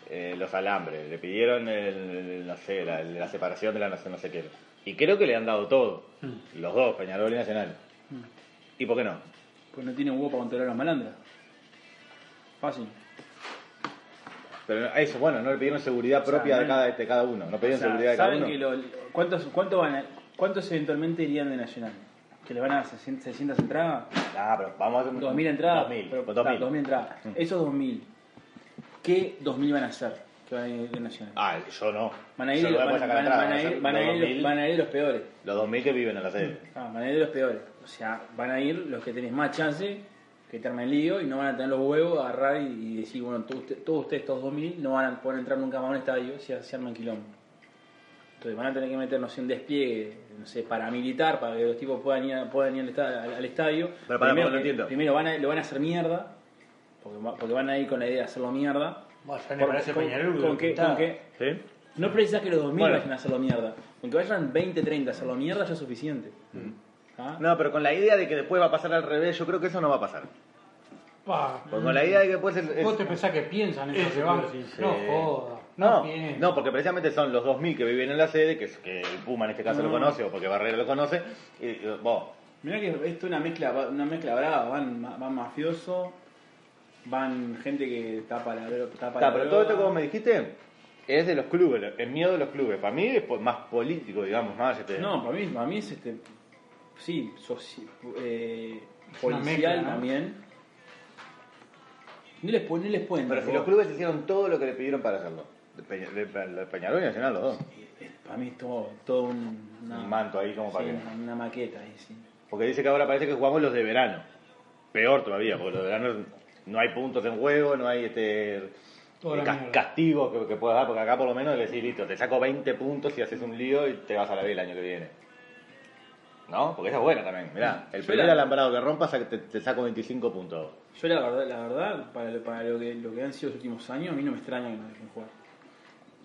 Speaker 3: eh, los alambres, le pidieron el- no sé, la, la separación de la no sé, no sé qué. Y creo que le han dado todo,
Speaker 5: Mm.
Speaker 3: los dos, Peñarol y Nacional. ¿Y por qué no?
Speaker 5: Pues no tiene huevo para controlar a los malandras. Fácil.
Speaker 3: Pero a eso, bueno, no le pidieron seguridad
Speaker 5: sea,
Speaker 3: propia de
Speaker 5: no-
Speaker 3: cada, este, cada uno, no pidieron
Speaker 5: O sea,
Speaker 3: seguridad de cada
Speaker 5: ¿Saben
Speaker 3: uno.
Speaker 5: que lo- cuántos, cuántos, van a- cuántos eventualmente irían de Nacional? ¿Que le van a dar 600, 600 entradas?
Speaker 3: Ah, pero vamos a hacer un-
Speaker 5: 2000 entradas.
Speaker 3: 2000,
Speaker 5: pero,
Speaker 3: con
Speaker 5: ta,
Speaker 3: 2000.
Speaker 5: 2000 entradas. Esos 2000, ¿qué 2000 van a hacer? que van a ir de Nacional.
Speaker 3: Ah, yo no.
Speaker 5: Van a
Speaker 3: Yo
Speaker 5: ir
Speaker 3: no la puedo
Speaker 5: van-
Speaker 3: sacar
Speaker 5: van-
Speaker 3: atrás,
Speaker 5: van a
Speaker 3: o sea,
Speaker 5: ir- van a
Speaker 3: los
Speaker 5: ir los-
Speaker 3: 2000,
Speaker 5: van a ir los peores.
Speaker 3: Los 2000 que viven en la sede.
Speaker 5: Ah, van a ir los peores. O sea, van a ir los que tenés más chance que te armen lío y no van a tener los huevos a agarrar y, y decir, bueno, todos usted- todos ustedes, estos 2000, no van a poder entrar nunca más a un estadio si se arman quilombo. Entonces van a tener que meternos en despliegue, no sé, paramilitar para que los tipos puedan ir, a- puedan ir al, esta- al- al estadio.
Speaker 3: Pero pará, porque no
Speaker 5: que-
Speaker 3: entiendo.
Speaker 5: primero van a, lo van a hacer mierda, porque, va- porque van a ir con la idea de hacerlo mierda.
Speaker 4: Bueno, ya
Speaker 5: Por-
Speaker 4: me parece
Speaker 5: con-
Speaker 4: Peñarol,
Speaker 5: con
Speaker 4: boludo,
Speaker 5: que-
Speaker 4: putada.
Speaker 5: con que-
Speaker 3: ¿Sí?
Speaker 5: no precisas que los 2000
Speaker 3: Bueno.
Speaker 5: vayan a hacerlo mierda. Aunque vayan 20, 30 a hacerlo mierda ya es suficiente. ¿Ah?
Speaker 3: No, pero con la idea de que después va a pasar al revés, yo creo que eso no va a pasar.
Speaker 7: Pa,
Speaker 3: Porque con la idea de que después... es- es-
Speaker 7: vos te pensás que piensan eso que van.
Speaker 3: sí.
Speaker 7: No joda.
Speaker 3: No,
Speaker 7: piensan.
Speaker 3: no, porque precisamente son los 2.000 que viven en la sede, que, es- que el Puma en este caso lo conoce, o porque Barrera lo conoce, y, y vos,
Speaker 5: Mirá que esto es una mezcla, una mezcla brava, van, ma- van mafiosos, van gente que tapa la dro- tapa
Speaker 3: Está,
Speaker 5: la
Speaker 3: pero todo
Speaker 5: droga.
Speaker 3: esto como me dijiste es de los clubes, el miedo de los clubes. Para mí es po- más político, digamos, más este,
Speaker 5: No, para mí, para mí es este sí, soci- eh,
Speaker 7: una
Speaker 5: policial
Speaker 7: mezcla, ¿no?
Speaker 5: también. No les, pu- no les pueden.
Speaker 3: Pero si los clubes hicieron todo lo que le pidieron para hacerlo. De, Peña- de Pe- de Peñarol y Nacional, los dos.
Speaker 5: Para mí es todo, todo un,
Speaker 3: Un manto ahí como para
Speaker 5: sí,
Speaker 3: que-
Speaker 5: una maqueta ahí, sí.
Speaker 3: Porque dice que ahora parece que jugamos los de verano. Peor todavía, porque los de verano no hay puntos en juego, no hay este
Speaker 7: Toda la
Speaker 3: cas-
Speaker 7: mierda.
Speaker 3: castigo que, que puedas dar, porque acá por lo menos le decís, listo, te saco 20 puntos y haces un lío y te vas a la B el año que viene. ¿No? Porque esa es buena también. Mirá, el
Speaker 5: Yo
Speaker 3: primer
Speaker 5: la-
Speaker 3: alambrado que rompas te, te saco 25 puntos.
Speaker 5: Yo la verdad, la verdad, para lo, para lo que lo que han sido los últimos años, a mí no me extraña que no dejen jugar.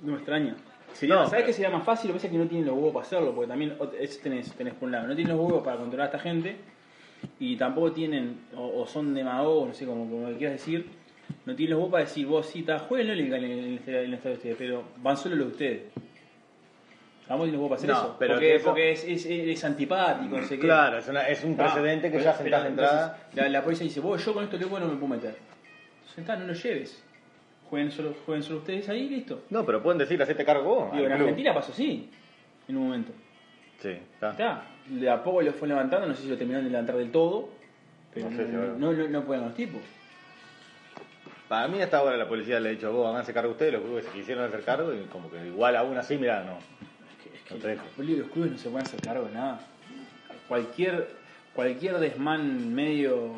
Speaker 5: No me extraña.
Speaker 3: Sería-
Speaker 5: ¿Sabes qué sería más fácil? Lo que pasa es que no tienen los huevos para hacerlo, porque también ot- es- tenés, tenés por un lado, no tienen los huevos para controlar a esta gente y tampoco tienen, o, o son demagogos, no sé como, como lo quieras decir, no tienen los huevos para decir, vos sí, está jueguenlo legal en el estadio en el estadio de ustedes, pero van solo los de ustedes. Vamos, no puedo hacer
Speaker 3: No,
Speaker 5: eso.
Speaker 3: pero
Speaker 5: porque
Speaker 3: que eso-
Speaker 5: porque es, es, es antipático, no sé qué.
Speaker 3: Claro, es, una- es un precedente que
Speaker 5: Ah, Pero-
Speaker 3: ya sentás
Speaker 5: pero
Speaker 3: de
Speaker 5: entonces
Speaker 3: entrada.
Speaker 5: La, la policía dice, vos, yo con esto loco no me puedo meter. Sentá, no lo lleves. Jueguen solo, jueguen solo ustedes ahí, listo.
Speaker 3: No, pero pueden decir, hacete cargo vos.
Speaker 5: Digo,
Speaker 3: al
Speaker 5: en
Speaker 3: club".
Speaker 5: Argentina pasó así, en un momento.
Speaker 3: Sí, está.
Speaker 5: Está, de a poco lo fue levantando, no sé si lo terminaron de levantar del todo, pero
Speaker 3: No
Speaker 5: no,
Speaker 3: sé si
Speaker 5: no,
Speaker 3: ahora.
Speaker 5: no, no pueden los tipos.
Speaker 3: Para mí hasta ahora la policía le ha dicho, vos háganse cargo ustedes, los clubes se quisieron hacer cargo y como que igual aún así, mirá, no.
Speaker 5: Es
Speaker 3: No te dejo.
Speaker 5: boludo, los clubes no se pueden hacer cargo de nada. Cualquier, cualquier desmán medio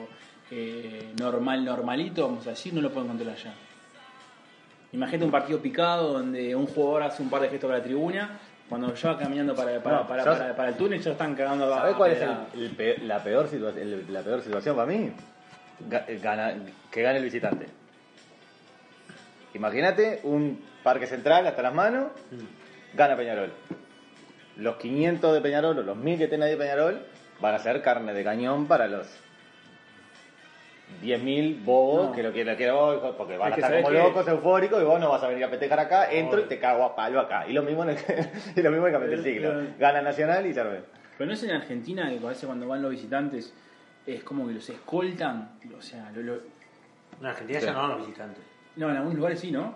Speaker 5: eh, normal, normalito, vamos a decir, no lo pueden controlar ya. Imagínate un partido picado donde un jugador hace un par de gestos para la tribuna, cuando ya va caminando para, para,
Speaker 3: No,
Speaker 5: para,
Speaker 3: ¿sabes?
Speaker 5: para- para el túnel ya están cagando a-
Speaker 3: ¿Sabés
Speaker 5: a
Speaker 3: cuál es
Speaker 5: pedrada.
Speaker 3: el- el pe- la, peor situa- el- la peor situación para mí? Ga- gana- que gane el visitante. Imagínate un parque central hasta las manos,
Speaker 5: Mm.
Speaker 3: gana Peñarol. Los 500 de Peñarol o los 1000 que tenga de Peñarol van a ser carne de cañón para los 10.000 bobos
Speaker 5: No.
Speaker 3: que lo quieran que lo- hijo, porque van
Speaker 5: Es
Speaker 3: a
Speaker 5: que
Speaker 3: estar
Speaker 5: sabés
Speaker 3: como
Speaker 5: que-
Speaker 3: locos, eufóricos, y vos no vas a venir a festejar acá, entro y te cago a palo acá. Y lo mismo en el, y lo mismo en el
Speaker 5: Eh,
Speaker 3: Campeón del Siglo. Gana Nacional y se arruina.
Speaker 5: Pero no es en Argentina que a veces cuando van los visitantes es como que los escoltan, o sea, lo- lo-
Speaker 4: En Argentina ya no van los visitantes.
Speaker 5: no, en algunos lugares sí, ¿no?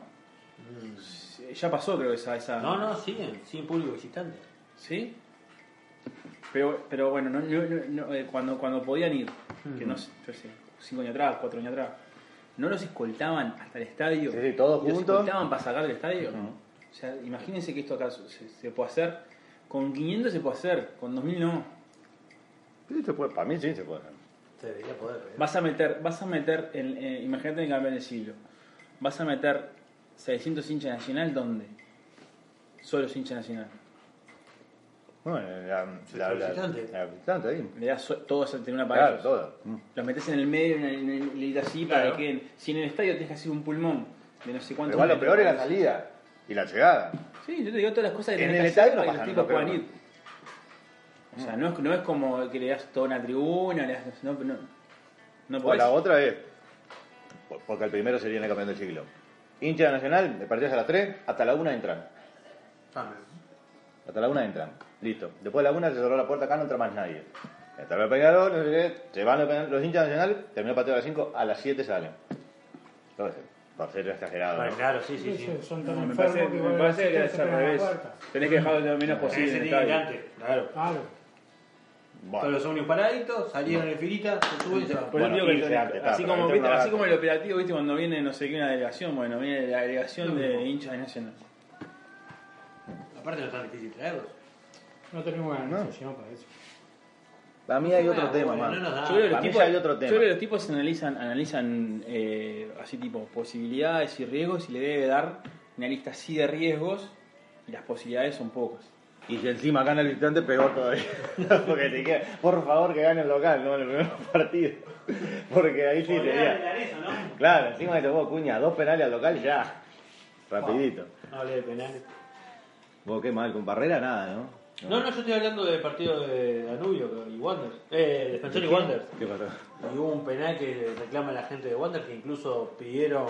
Speaker 3: Mm.
Speaker 5: Ya pasó creo esa... esa...
Speaker 4: No, no, siguen, siguen público visitante.
Speaker 5: ¿Sí? Pero, pero bueno, no, no- no- no, eh, cuando, cuando podían ir, que no sé, yo sé, cinco años atrás, cuatro años atrás, ¿no los escoltaban hasta el estadio?
Speaker 3: Sí, sí, todos
Speaker 5: ¿Los
Speaker 3: juntos.
Speaker 5: escoltaban para sacar del estadio? O sea, imagínense que esto acá se, se puede hacer. Con 500 se puede hacer, con 2000 no.
Speaker 3: Sí, se puede, para mí sí se puede.
Speaker 4: Se debería poder. ¿eh?
Speaker 5: Vas a meter, vas a meter, en- eh, imagínate en el campeón del siglo, vas a meter 600 hinchas nacional, ¿dónde? Solo es hincha nacional.
Speaker 3: No, eh, la, la, la, la,
Speaker 4: visitante.
Speaker 3: la visitante ahí.
Speaker 5: Le das so- todos a tener una pared.
Speaker 3: Claro, todo. Mm.
Speaker 5: Los metes en el medio, en el, en el- le das así para
Speaker 4: Claro.
Speaker 5: que queden. Si en el estadio tenés que hacer un pulmón de no sé
Speaker 3: Pero
Speaker 5: cuánto.
Speaker 3: Igual lo peor es la salida y la llegada.
Speaker 5: Sí, yo te digo todas las cosas que
Speaker 3: En
Speaker 5: tenés
Speaker 3: el
Speaker 5: que hacer
Speaker 3: estadio no
Speaker 5: para que
Speaker 3: pasa
Speaker 5: los tipos
Speaker 3: nada,
Speaker 5: puedan
Speaker 3: pero
Speaker 5: ir. O sea, no es, no es como que le das toda una tribuna, le das. No, no, no
Speaker 3: O
Speaker 5: podés.
Speaker 3: Pues la otra es, por- porque el primero sería en el campeón del siglo. Hincha de Nacional, de partidos a las 3, hasta la 1 entran.
Speaker 4: Ah,
Speaker 3: Hasta la 1 entran. Listo. Después de la 1 se cerró la puerta acá, no entra más nadie. Entra el Peñarol, no sé qué, se van los, Peñarol- los hinchas de Nacional, terminó el partido a las 5, a las 7 salen. Entonces, va a ser exagerado.
Speaker 4: bueno,
Speaker 3: Ah, ¿no?
Speaker 4: claro, sí, sí, sí.
Speaker 7: Ellos son tan
Speaker 5: No, me
Speaker 7: enfermos
Speaker 5: parece,
Speaker 7: que
Speaker 5: me
Speaker 7: van a
Speaker 5: parece que
Speaker 7: hacer
Speaker 5: es
Speaker 7: eso
Speaker 5: al
Speaker 7: para la
Speaker 5: revés.
Speaker 7: puerta.
Speaker 5: Tenés que dejarlo lo menos posible.
Speaker 4: Ese
Speaker 5: en el
Speaker 4: tiene que ir
Speaker 5: estadio.
Speaker 4: antes, claro.
Speaker 7: Claro.
Speaker 3: Bueno.
Speaker 4: Con los ómnibus paraditos, salieron en filita, se suben y se van.
Speaker 5: Por eso
Speaker 3: Bueno,
Speaker 5: digo que
Speaker 3: irse
Speaker 5: el-
Speaker 3: antes, está,
Speaker 5: así,
Speaker 3: pero
Speaker 5: como,
Speaker 3: entra
Speaker 5: viste,
Speaker 3: una
Speaker 5: así
Speaker 3: data.
Speaker 5: como el operativo, viste, cuando viene no sé qué una delegación, bueno, viene la delegación de hinchas de Nacional.
Speaker 4: Aparte no es tan difícil traerlos.
Speaker 7: No tenemos ganas, sino para eso.
Speaker 3: Para mí hay otro
Speaker 4: Ah,
Speaker 3: tema,
Speaker 4: bueno,
Speaker 3: man.
Speaker 4: no nos da.
Speaker 5: yo creo que
Speaker 3: para
Speaker 5: los
Speaker 3: mí
Speaker 5: tipos,
Speaker 3: ya hay otro
Speaker 5: yo
Speaker 3: tema.
Speaker 5: creo que los tipos analizan, analizan eh, así tipo posibilidades y riesgos y le debe dar una lista así de riesgos y las posibilidades son pocas.
Speaker 3: Y si encima gana el visitante, peor todavía. Porque te queda, por favor, que gane el local, no en el primer partido. Porque ahí sí sería. Claro, encima le tocó cuña, dos penales al local ya. Rapidito.
Speaker 4: No hablé de penales.
Speaker 3: Vos qué mal, con barrera nada, ¿no?
Speaker 4: No, no, yo estoy hablando del partido de Danubio y Wanderers. Eh, Defensor y Wanderers.
Speaker 3: ¿Qué pasó?
Speaker 4: Y hubo un penal que reclama la gente de Wanderers que incluso pidieron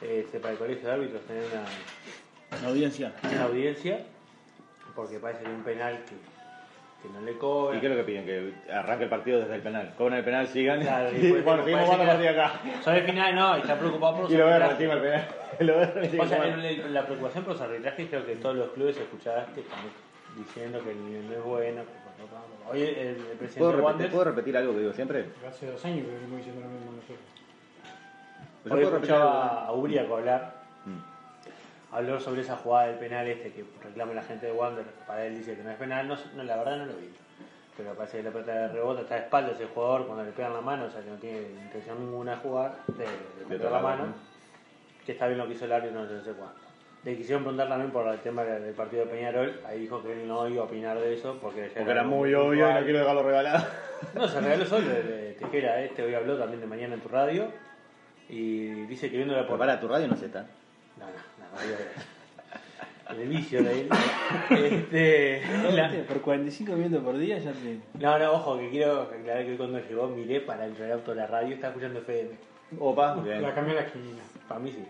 Speaker 4: este, para el colegio de árbitros tener una,
Speaker 5: La audiencia.
Speaker 4: en la audiencia porque parece que un penal que, que no le cobra.
Speaker 3: ¿Y qué es lo que piden? Que arranque el partido desde el penal. Cobran el penal, sigan.
Speaker 4: Claro, y
Speaker 3: y
Speaker 4: después
Speaker 3: bueno,
Speaker 4: dicen,
Speaker 3: seguimos jugando el
Speaker 4: parece
Speaker 3: partido acá.
Speaker 4: Sobre el final no, y está preocupado por los
Speaker 3: Y lo agarran
Speaker 4: arbitrajes.
Speaker 3: encima el penal. Lo agarran y
Speaker 4: O sea,
Speaker 3: siguen
Speaker 4: el- el- la preocupación por los arbitrajes creo que todos los clubes escuchaste están diciendo que el nivel no es bueno. que por lo tanto- Hoy el, el
Speaker 3: ¿Puedo
Speaker 4: presidente de
Speaker 3: repetir,
Speaker 4: Wanderers
Speaker 3: ¿Puedo repetir algo que digo siempre?
Speaker 7: Hace dos años que venimos diciendo lo mismo nosotros.
Speaker 3: Pues ¿Yo
Speaker 4: hoy
Speaker 3: puedo repetir algo? Mm.
Speaker 4: escuchaba a Uriaco hablar. Habló sobre esa jugada del penal este que reclama la gente de Wanderers. Para él dice que no es penal. No, no, la verdad no lo vi. Pero parece que la pelota de rebota está de espaldas el jugador cuando le pegan la mano. O sea que no tiene intención ninguna de jugar. De, de meter la
Speaker 3: tocarla,
Speaker 4: mano.
Speaker 3: ¿no?
Speaker 4: Que está bien lo que hizo el árbitro, no sé, no sé cuánto. Le quisieron preguntar también por el tema del del partido de Peñarol. Ahí dijo que él no iba a opinar de eso porque, ya
Speaker 3: Porque era
Speaker 4: algo
Speaker 3: muy obvio y no
Speaker 4: puntual.
Speaker 3: quiero dejarlo regalado.
Speaker 4: No, se regaló solo de Tejera, este hoy habló también de mañana en tu radio. Y dice que viendo la
Speaker 3: Pero
Speaker 4: por-
Speaker 3: para, tu radio no se está.
Speaker 4: No, no, no, no, no, no. El vicio de él. Este, la-
Speaker 5: Por 45 minutos por día ya te...
Speaker 4: No, no, ojo, que quiero aclarar que cuando llegó miré para entrar al auto de la radio estaba escuchando FM.
Speaker 3: Opa,
Speaker 7: La
Speaker 3: bien.
Speaker 7: cambié a la esquina.
Speaker 4: Para mí sí.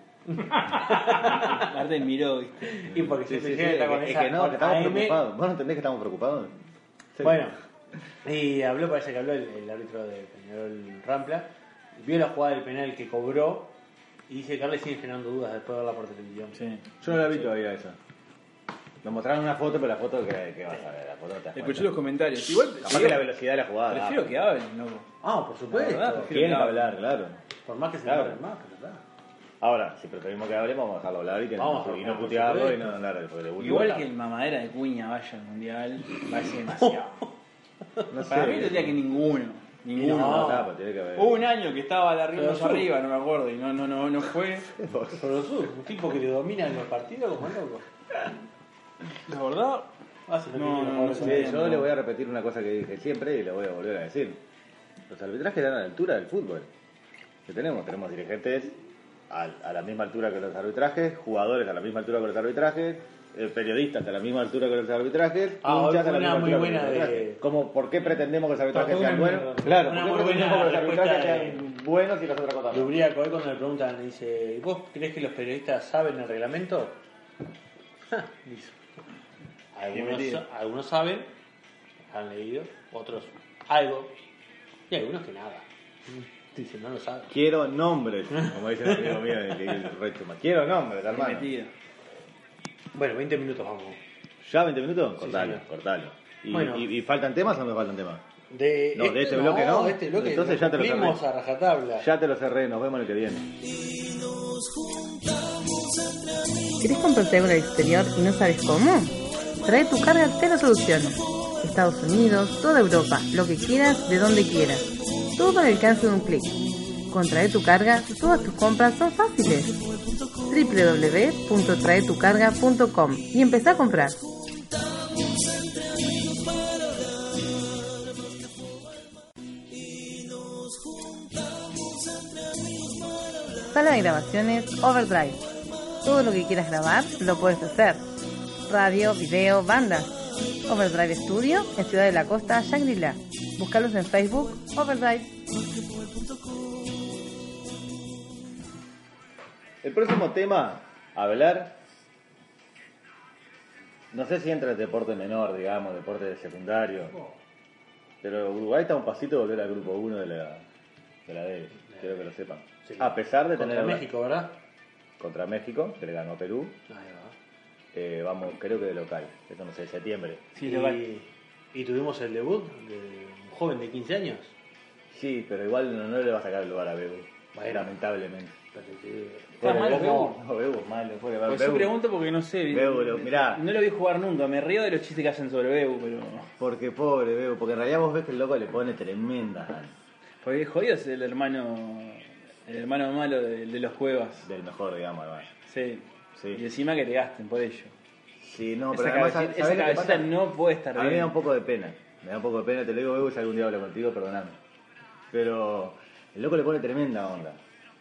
Speaker 5: Arte miró, viste.
Speaker 4: Y porque
Speaker 3: Sí,
Speaker 4: siempre
Speaker 3: sí, sí,
Speaker 4: llega
Speaker 3: es
Speaker 4: con
Speaker 3: que- es
Speaker 4: esa-
Speaker 3: que no,
Speaker 4: con
Speaker 3: que estamos
Speaker 4: AM.
Speaker 3: preocupados. ¿Vos no entendés que estamos preocupados? Sí.
Speaker 4: Bueno, y habló, parece que habló el, el árbitro de Peñarol Rampla, vio la jugada del penal que cobró y dice que ahora le siguen generando dudas después de verla por televisión.
Speaker 5: Sí. Eh,
Speaker 3: Yo no la vi todavía esa. Nos mostraron una foto, pero la foto que, que vas a ver, la foto no te das
Speaker 5: Escuché los
Speaker 3: cuenta.
Speaker 5: comentarios. Igual
Speaker 3: Capaz que la velocidad de la jugada.
Speaker 5: prefiero
Speaker 3: da.
Speaker 5: que hablen, loco.
Speaker 4: Ah, por supuesto.
Speaker 5: La verdad,
Speaker 3: Tienen que hablar, claro.
Speaker 4: Por más que se
Speaker 3: Claro.
Speaker 4: claro. más, pero claro.
Speaker 3: Ahora, si preferimos que hablemos, vamos a dejarlo hablar y, que
Speaker 4: Vamos a
Speaker 3: no, y no
Speaker 4: hablar, por
Speaker 3: putearlo y
Speaker 4: supuesto.
Speaker 3: no hablar. porque de última-
Speaker 5: Igual que el mamadera de cuña vaya al mundial, va a ser demasiado.
Speaker 3: No sé.
Speaker 5: Para mí no tendría que ninguno. Ninguno.
Speaker 3: No,
Speaker 4: No.
Speaker 3: está, pero tiene que haber.
Speaker 5: Hubo un año que estaba de arriba,
Speaker 4: Pero
Speaker 5: los
Speaker 4: sur.
Speaker 5: arriba, no me acuerdo, y no, no, no, no fue.
Speaker 4: Pero Sur, un tipo que le domina en los partidos como loco.
Speaker 5: La verdad, Ah,
Speaker 4: Hace lo que
Speaker 5: No,
Speaker 4: quiere,
Speaker 5: no,
Speaker 4: juega
Speaker 5: no
Speaker 4: con
Speaker 3: Sí,
Speaker 4: él.
Speaker 3: yo le voy a repetir una cosa que dije siempre y la voy a volver a decir. Los arbitrajes están a la altura del fútbol. Que tenemos, tenemos dirigentes al- a, la misma altura que los arbitrajes, jugadores a la misma altura que los arbitrajes, eh, periodistas a la misma altura que los arbitrajes,
Speaker 4: Ah, hoy
Speaker 3: hinchas
Speaker 4: fue
Speaker 3: a la misma
Speaker 4: una
Speaker 3: altura que
Speaker 4: muy
Speaker 3: los
Speaker 4: buena de-
Speaker 3: arbitrajes. Como, ¿Por qué pretendemos que los arbitrajes
Speaker 7: Tocó
Speaker 3: sean
Speaker 7: una-
Speaker 3: buenos? Claro,
Speaker 4: una
Speaker 3: ¿por qué
Speaker 4: muy
Speaker 3: pretendemos que
Speaker 4: buena
Speaker 3: los arbitrajes
Speaker 4: respuesta
Speaker 3: sean buenos y las otras cosas
Speaker 4: De
Speaker 3: no?
Speaker 4: Ubriaco, hoy cuando le preguntan, le dice, ¿vos crees que los periodistas saben el reglamento? Ja, dice. Algunos,
Speaker 3: metido.
Speaker 4: sa- algunos saben, han leído, otros algo, y algunos que nada. Dice, no lo saben.
Speaker 3: Quiero nombres, como dice el amigo mío, el, el Rey Chuma. Quiero nombres, hermano.
Speaker 5: metido.
Speaker 4: Bueno, 20 minutos vamos.
Speaker 3: ¿Ya 20 minutos? Cortalo,
Speaker 4: señor.
Speaker 3: cortalo. Y,
Speaker 4: Bueno.
Speaker 3: y- ¿Y faltan temas o no faltan temas?
Speaker 4: De
Speaker 3: No, de este bloque no.
Speaker 4: de este bloque
Speaker 3: Entonces
Speaker 4: lo
Speaker 3: ya te lo
Speaker 4: cumplimos
Speaker 3: cerré.
Speaker 4: a rajatabla.
Speaker 3: Ya te lo cerré, nos vemos en el que viene.
Speaker 9: ¿Querés comprarte algo en el exterior y no sabes cómo? Trae tu carga, te lo soluciono. Estados Unidos, toda Europa, lo que quieras, de donde quieras. Todo al alcance de un clic. Con Trae tu carga, todas tus compras son fáciles. www.traetucarga.com y empezá a comprar. Sala de grabaciones Overdrive. Todo lo que quieras grabar lo puedes hacer. Radio, video, bandas. Overdrive Studio en Ciudad de la Costa, Shangri-La. Búscalos en Facebook, Overdrive.
Speaker 3: El próximo tema, hablar. No sé si entra el deporte menor, digamos, deporte de secundario. Pero Uruguay está a un pasito de volver al grupo 1 de la, de la D, quiero que lo sepan.
Speaker 4: Sí.
Speaker 3: A pesar de
Speaker 4: Contra
Speaker 3: tener
Speaker 4: México, ¿verdad?
Speaker 3: contra México, que le ganó a Perú,
Speaker 4: Ahí va.
Speaker 3: eh, vamos, creo que de local, esto no sé, septiembre.
Speaker 5: Sí,
Speaker 4: Y-
Speaker 5: lo va.
Speaker 4: Y tuvimos el debut de un joven de 15 años.
Speaker 3: Sí, pero igual no, no le va a sacar el lugar a Bebo.
Speaker 4: Bueno.
Speaker 3: Lamentablemente.
Speaker 4: Pero sí,
Speaker 5: Está mal, Bebo.
Speaker 3: No, Bebo es malo. Porque
Speaker 5: Pues
Speaker 3: Bebo-
Speaker 5: yo pregunto porque no sé.
Speaker 3: Bebo, lo- mirá.
Speaker 5: No lo vi jugar nunca. Me río de los chistes que hacen sobre Bebo, pero.
Speaker 3: Porque pobre Bebo. Porque en realidad vos ves que el loco le pone tremenda ganas.
Speaker 5: Porque jodido es el hermano. El hermano malo de, de los cuevas.
Speaker 3: Del mejor, digamos, hermano.
Speaker 5: Sí.
Speaker 3: Sí.
Speaker 5: Y encima que te gasten por ello.
Speaker 3: Sí, no,
Speaker 5: esa
Speaker 3: pero además,
Speaker 5: cabecita,
Speaker 3: ¿sabés
Speaker 5: esa
Speaker 3: lo que
Speaker 5: cabecita
Speaker 3: pasa?
Speaker 5: no puede estar
Speaker 3: A mí
Speaker 5: bien.
Speaker 3: me da un poco de pena. Me da un poco de pena, te lo digo, Bebo, si algún día hablo contigo, perdoname. Pero el loco le pone tremenda onda.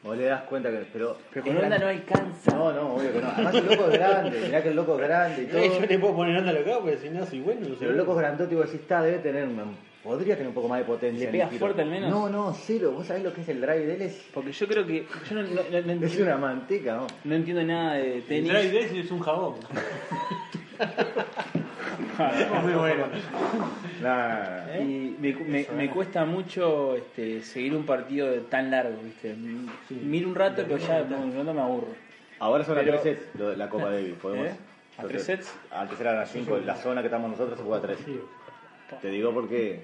Speaker 3: Vos le das cuenta que. Pero,
Speaker 5: Pero con
Speaker 3: es
Speaker 5: onda no
Speaker 3: grande.
Speaker 5: alcanza.
Speaker 3: No, no, obvio que no. Además el loco es grande, mirá que el loco es grande y todo.
Speaker 4: Eh, yo le puedo poner onda acá, pero si no soy bueno, no soy
Speaker 3: Pero el loco es grandote y vos decís, está, debe tener una... Podría tener un poco más de potencia.
Speaker 5: ¿Le
Speaker 3: en
Speaker 5: pega
Speaker 3: el tiro".
Speaker 5: fuerte al menos?
Speaker 3: No, no, cero. ¿Vos sabés lo que es el drive de él? Es,
Speaker 5: Porque yo creo que. Yo no, no- no- no
Speaker 3: es
Speaker 5: entiendo,
Speaker 3: una manteca, ¿no?
Speaker 5: no entiendo nada de
Speaker 4: El
Speaker 5: tenis.
Speaker 4: drive Days es un jabón. Es muy bueno.
Speaker 3: Nah.
Speaker 4: ¿Eh?
Speaker 5: Y me, cu- me- me cuesta mucho este, seguir un partido de- tan largo, ¿viste? M- Miro un rato, pero ya no, no me aburro.
Speaker 3: Ahora son
Speaker 5: Pero-
Speaker 3: a tres sets lo- la Copa Davis. Podemos...
Speaker 5: ¿Eh? ¿A tres sets?
Speaker 3: Antes eran a cinco. En la zona que estamos nosotros se juega a tres. Te digo porque...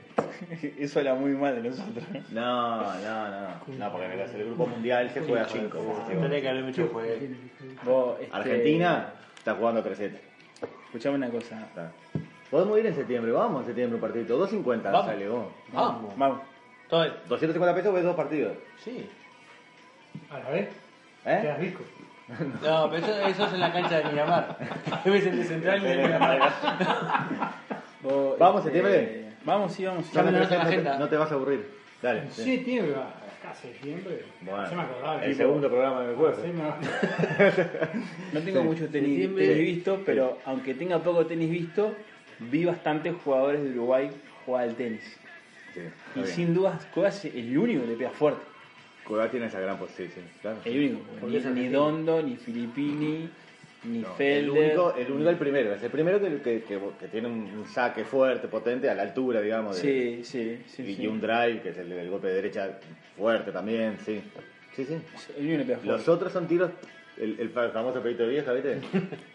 Speaker 5: Eso era muy mal de nosotros.
Speaker 3: No, no, no. No, porque en el grupo mundial se juega a cinco.
Speaker 4: Tendría que haber mucho juego.
Speaker 5: Vos, este,
Speaker 3: Argentina está jugando a tres sets.
Speaker 5: Escuchame una cosa.
Speaker 3: Está. Podemos ir en septiembre. Vamos en septiembre un partidito. 2.50
Speaker 4: Vamos.
Speaker 3: sale vos.
Speaker 4: Vamos.
Speaker 5: Vamos.
Speaker 4: Todo-
Speaker 3: 250 pesos ves dos partidos.
Speaker 4: Sí.
Speaker 7: A la vez,
Speaker 3: ¿Eh?
Speaker 7: quedas rico.
Speaker 4: No, pero eso, eso es en la cancha de Miramar. Debe ser de central y de Miramar.
Speaker 5: Vos,
Speaker 3: Vamos,
Speaker 5: este,
Speaker 3: septiembre.
Speaker 5: Vamos, sí, vamos.
Speaker 3: Ya me
Speaker 4: no
Speaker 3: parece
Speaker 4: tengo
Speaker 3: que no,
Speaker 4: agenda.
Speaker 3: te, no te vas a aburrir. Dale. sí.
Speaker 7: Septiembre, va, casi septiembre.
Speaker 3: Bueno,
Speaker 7: Se me acordaba.
Speaker 3: el
Speaker 7: tipo,
Speaker 3: segundo programa del juego.
Speaker 7: se me-
Speaker 5: No tengo mucho tenis,
Speaker 4: Septiembre.
Speaker 5: tenis visto, pero aunque tenga poco tenis visto, vi bastantes jugadores de Uruguay jugar al tenis.
Speaker 3: Sí,
Speaker 5: Y
Speaker 3: está bien.
Speaker 5: sin dudas, Cuevas es el único que le pega fuerte.
Speaker 3: Cuevas tiene esa gran posición. Claro.
Speaker 5: El único. Ni, ni Dondo, ni Filippini, ni
Speaker 3: No, el
Speaker 5: Felder.
Speaker 3: único, el único, el primero. Es el primero que, que, que- que tiene un saque fuerte, potente, a la altura, digamos. de-
Speaker 5: Sí, sí, sí.
Speaker 3: y,
Speaker 5: sí.
Speaker 3: y un drive, que es el, el golpe de derecha fuerte también, sí. Sí, sí.
Speaker 5: El único que le pega fuerte.
Speaker 3: Los otros son tiros, el, el famoso pedito de vieja, ¿viste?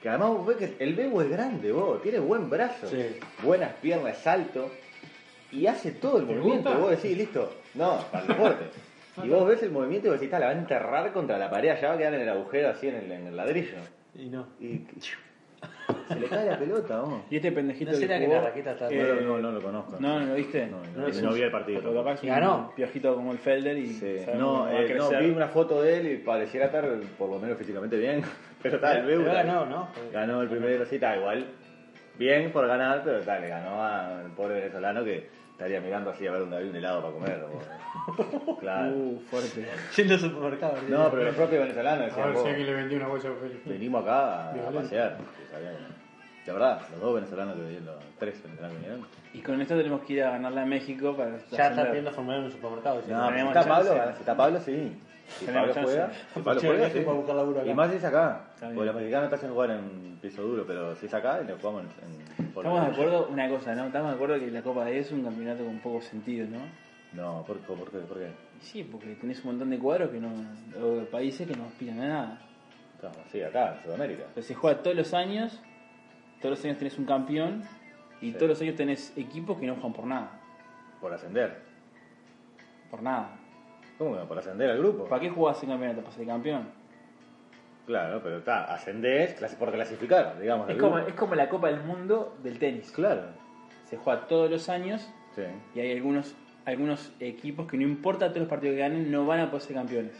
Speaker 3: que además vos ves que el Bebo es grande, vos, tiene buen brazo,
Speaker 4: Sí.
Speaker 3: buenas piernas, es alto y hace todo el
Speaker 7: ¿Te
Speaker 3: movimiento.
Speaker 7: gusta?
Speaker 3: Vos decís, listo, no, para el deporte. y vos ves el movimiento y vos decís, "Ta, la va a enterrar contra la pared, allá va a quedar en el agujero así en el, en el ladrillo.
Speaker 4: Y no.
Speaker 3: Y se le cae la pelota, vamos.
Speaker 5: Y este pendejito
Speaker 4: ¿No será que
Speaker 5: jugó,
Speaker 4: la raqueta está
Speaker 3: No,
Speaker 5: eh,
Speaker 3: lo- no, no lo conozco.
Speaker 5: No, no lo viste.
Speaker 3: No, no,
Speaker 4: no lo
Speaker 3: no vi el partido.
Speaker 5: Pero capaz que
Speaker 4: Y ganó.
Speaker 5: un piojito como el Felder y
Speaker 3: Sí,
Speaker 5: sabemos
Speaker 3: No,
Speaker 5: que va a
Speaker 3: eh, no,
Speaker 5: crecer.
Speaker 3: vi una foto de él y pareciera estar por lo menos físicamente bien. Pero tal, el Bebo.
Speaker 4: Pero
Speaker 3: tal.
Speaker 4: ganó, ¿no?
Speaker 3: Ganó el primero, sí, está igual. Bien por ganar, pero tal, le ganó al pobre venezolano que estaría mirando así a ver dónde había un helado para comer. o- Claro.
Speaker 5: Uh, fuerte.
Speaker 4: Yendo al supermercado. ¿sí?
Speaker 3: No, pero los propios venezolanos
Speaker 7: A
Speaker 3: decían,
Speaker 7: ver si
Speaker 3: "Vos,
Speaker 7: alguien le vendió una bolsa a Félix.
Speaker 3: venimos acá a, a
Speaker 7: Violento.
Speaker 3: pasear. que sabían que- La verdad, los dos venezolanos que vinieron, los tres venezolanos que vinieron.
Speaker 5: Y con esto tenemos que ir a ganarle a México para
Speaker 4: Ya está
Speaker 5: ascender.
Speaker 4: pidiendo formulario en un supermercado. ¿sí?
Speaker 3: No, si
Speaker 5: tenemos
Speaker 3: está
Speaker 5: chance.
Speaker 3: Pablo, si está Pablo, sí. Si Pablo
Speaker 5: Tenemos
Speaker 3: juega,
Speaker 5: chance.
Speaker 3: si Pablo
Speaker 4: Che,
Speaker 3: juega,
Speaker 4: viaje
Speaker 3: sí.
Speaker 4: para buscar laburo acá.
Speaker 3: Y más si es acá.
Speaker 5: bien.
Speaker 3: Porque los mexicanos te hacen jugar en piso duro, pero si es acá, y lo jugamos en. en por-
Speaker 5: Estamos de acuerdo, una cosa, ¿no? Estamos de acuerdo que la Copa de es un campeonato con poco sentido, ¿no?
Speaker 3: No, ¿por, por, qué? ¿Por qué?
Speaker 5: Y Sí, porque tenés un montón de cuadros que no. o de países que no aspiran a nada.
Speaker 3: Estamos así, acá, en Sudamérica.
Speaker 5: Pero se juega todos los años, todos los años tenés un campeón y
Speaker 3: Sí.
Speaker 5: todos los años tenés equipos que no juegan por nada.
Speaker 3: Por ascender.
Speaker 5: Por nada.
Speaker 3: ¿Cómo que? Por ascender al grupo.
Speaker 5: ¿Para qué jugás en campeonato? ¿Para ser campeón?
Speaker 3: Claro, pero está, ascendés clasi- por clasificar, digamos.
Speaker 5: Es
Speaker 3: al
Speaker 5: como,
Speaker 3: grupo.
Speaker 5: es como la Copa del Mundo del tenis.
Speaker 3: Claro,
Speaker 5: Se juega todos los años
Speaker 3: sí.
Speaker 5: y hay algunos, algunos equipos que no importa todos los partidos que ganen, no van a poder ser campeones.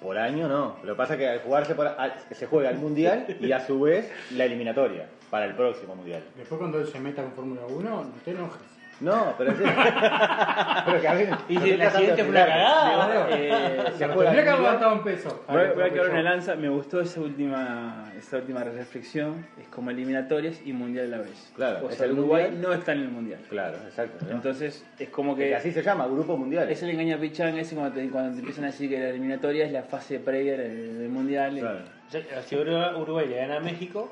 Speaker 3: Por año no. Lo que pasa es que al jugarse por, al- se juega el mundial y a su vez la eliminatoria para el próximo mundial.
Speaker 7: Después cuando él se meta con Fórmula 1, no te enojes.
Speaker 3: No, pero es Pero que a ver.
Speaker 4: Y
Speaker 3: no
Speaker 4: si
Speaker 3: estoy
Speaker 4: el
Speaker 3: tratando
Speaker 4: accidente
Speaker 3: de
Speaker 4: fue una
Speaker 3: ofender.
Speaker 5: Ah,
Speaker 4: cagada.
Speaker 5: Eh,
Speaker 3: Se juega el
Speaker 7: Tendría que haber
Speaker 3: mundial.
Speaker 7: gastado un peso.
Speaker 5: Voy, voy a quebrar una lanza, me gustó esa última, esa última reflexión, es como eliminatorias y mundial a la vez.
Speaker 3: Claro,
Speaker 5: o
Speaker 3: es
Speaker 5: sea,
Speaker 3: el
Speaker 5: Uruguay
Speaker 3: mundial.
Speaker 5: no está en el mundial.
Speaker 3: Claro, exacto. ¿no?
Speaker 5: Entonces eh, es como
Speaker 3: Que
Speaker 5: que
Speaker 3: así se llama, grupo mundial.
Speaker 5: es el engaña pichanga ese cuando te, cuando te empiezan a decir que la eliminatoria es la fase previa del, del mundial.
Speaker 3: Claro.
Speaker 4: Ya- eh, Si Uruguay Uruguay le gana a México,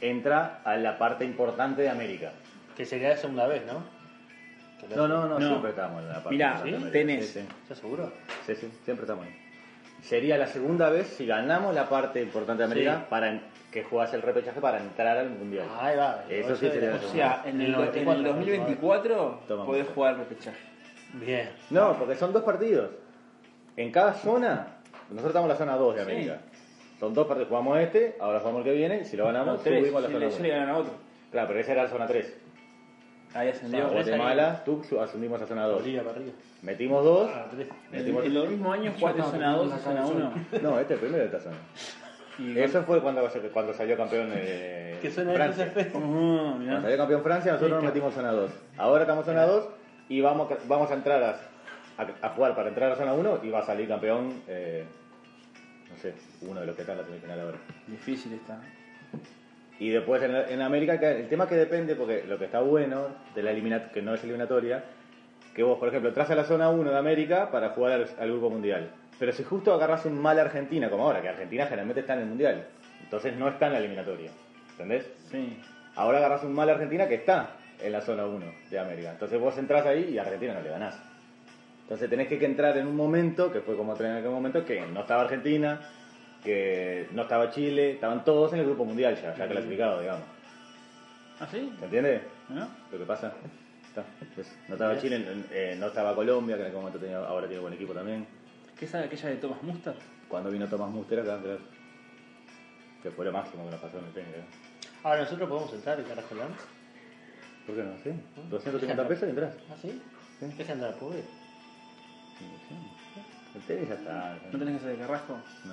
Speaker 3: Entra a la parte importante de América.
Speaker 4: que sería la segunda vez, ¿no? Que lo-
Speaker 3: No, no, no,
Speaker 5: No.
Speaker 3: siempre estamos en la parte
Speaker 5: Mirá,
Speaker 3: importante de América.
Speaker 5: tenés.
Speaker 3: Sí,
Speaker 4: ¿Estás seguro?
Speaker 3: sí, sí, sí, siempre estamos ahí. Sería la segunda vez si ganamos la parte importante de América
Speaker 4: Sí. Ah,
Speaker 3: para en- que jugase el repechaje para entrar al mundial.
Speaker 4: Ahí va. eh,
Speaker 3: Eso sí sería la
Speaker 5: O
Speaker 3: segunda.
Speaker 5: sea, en el,
Speaker 4: En el
Speaker 5: en el 2024
Speaker 3: Toma,
Speaker 5: podés
Speaker 3: mujer.
Speaker 5: jugar al repechaje.
Speaker 4: Bien.
Speaker 3: No, porque son dos partidos. En cada zona, nosotros estamos en la zona 2 de América. Son dos partidos. Jugamos este, ahora jugamos el que viene. Si lo ganamos,
Speaker 5: Tres,
Speaker 3: subimos a
Speaker 5: si
Speaker 3: la
Speaker 5: le-
Speaker 3: zona
Speaker 5: si le
Speaker 3: 1.
Speaker 5: ganan a otro.
Speaker 3: Claro, pero esa era la zona 3.
Speaker 5: Ahí ascendió.
Speaker 3: Guatemala, tú su- asumimos a zona 2.
Speaker 4: Arriba, para arriba.
Speaker 3: Metimos dos.
Speaker 4: Ah, tres.
Speaker 3: metimos-
Speaker 5: En los mismos años jugaste
Speaker 7: estaba
Speaker 5: zona 2 y
Speaker 7: pensando en
Speaker 5: zona
Speaker 7: la
Speaker 5: 1.
Speaker 3: No, este es el primero de esta zona.
Speaker 5: Y
Speaker 3: Eso fue cuando, cuando salió campeón eh,
Speaker 4: Que suena
Speaker 3: Francia.
Speaker 4: el CFP.
Speaker 5: Ujú, Ah, mirá.
Speaker 3: Cuando salió campeón Francia, nosotros nos metimos zona 2. Ahora estamos zona 2 y vamos, vamos a entrar a, a- a jugar para entrar a zona 1 y va a salir campeón, eh, no sé, uno de los que está en la semifinal ahora.
Speaker 5: Difícil está.
Speaker 3: Y después en, en América, que el tema que depende, porque lo que está bueno de la eliminatoria, que no es eliminatoria, que vos, por ejemplo, entras a la zona 1 de América para jugar al, al grupo mundial. Pero si justo agarras un mal Argentina, como ahora, que Argentina generalmente está en el mundial, entonces no está en la eliminatoria. ¿Entendés?
Speaker 5: Sí.
Speaker 3: Ahora agarras un mal Argentina que está en la zona 1 de América. Entonces vos entras ahí y a Argentina no le ganás. Entonces tenés que que entrar en un momento, que fue como entré en aquel momento, que no estaba Argentina, que no estaba Chile, estaban todos en el grupo mundial ya, ya clasificados, digamos.
Speaker 5: ¿Ah, sí?
Speaker 3: ¿Se entiende
Speaker 5: ¿No?
Speaker 3: lo que pasa? Está. Entonces, no estaba Chile, eh, no estaba Colombia, que en aquel momento tenía, ahora tiene buen equipo también.
Speaker 5: ¿Qué es aquella de Thomas Mustard?
Speaker 3: Cuando vino Tomás Muster acá, claro, que fue lo máximo que nos pasó en el tenis. creo.
Speaker 4: pues. Ahora nosotros podemos entrar y carajo ¿Ah, le damos?
Speaker 3: ¿Por qué no? ¿Sí? 250 pesos y entras.
Speaker 4: ¿Ah, sí? Deja andar al pobre.
Speaker 3: El tenis ya está.
Speaker 5: ¿No tenés que hacer de carrasco? Vos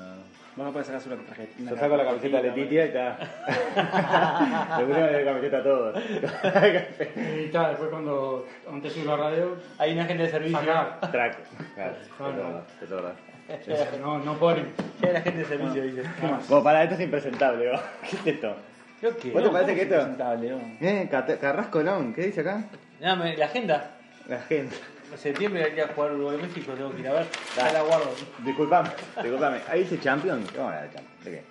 Speaker 3: No.
Speaker 5: no podés sacar solo la tarjeta.
Speaker 3: Yo saco la camiseta de Letitia y está. Le pusieron la camiseta a todos.
Speaker 7: Y tal, después cuando antes subí la radio,
Speaker 4: Hay una gente de servicio.
Speaker 7: sacar.
Speaker 3: Track. Claro, es verdad, es verdad.
Speaker 7: No, no ponen.
Speaker 4: Hay una gente de servicio, dice.
Speaker 3: Bueno, para esto es impresentable. ¿no? ¿Qué es esto?
Speaker 4: Creo que.
Speaker 3: ¿Vos te parece que esto?
Speaker 5: Presentable, ¿no?
Speaker 3: Eh, Cate- Carrasco Long, ¿qué dice acá?
Speaker 4: Nada, me- la agenda.
Speaker 3: La gente.
Speaker 4: En septiembre hay que jugar Uruguay-México, tengo que ir a ver.
Speaker 3: Dale.
Speaker 4: Ya la guardo.
Speaker 3: Disculpame, disculpame. Ahí dice Champions. ¿Qué vamos a hablar de Champions? ¿De qué?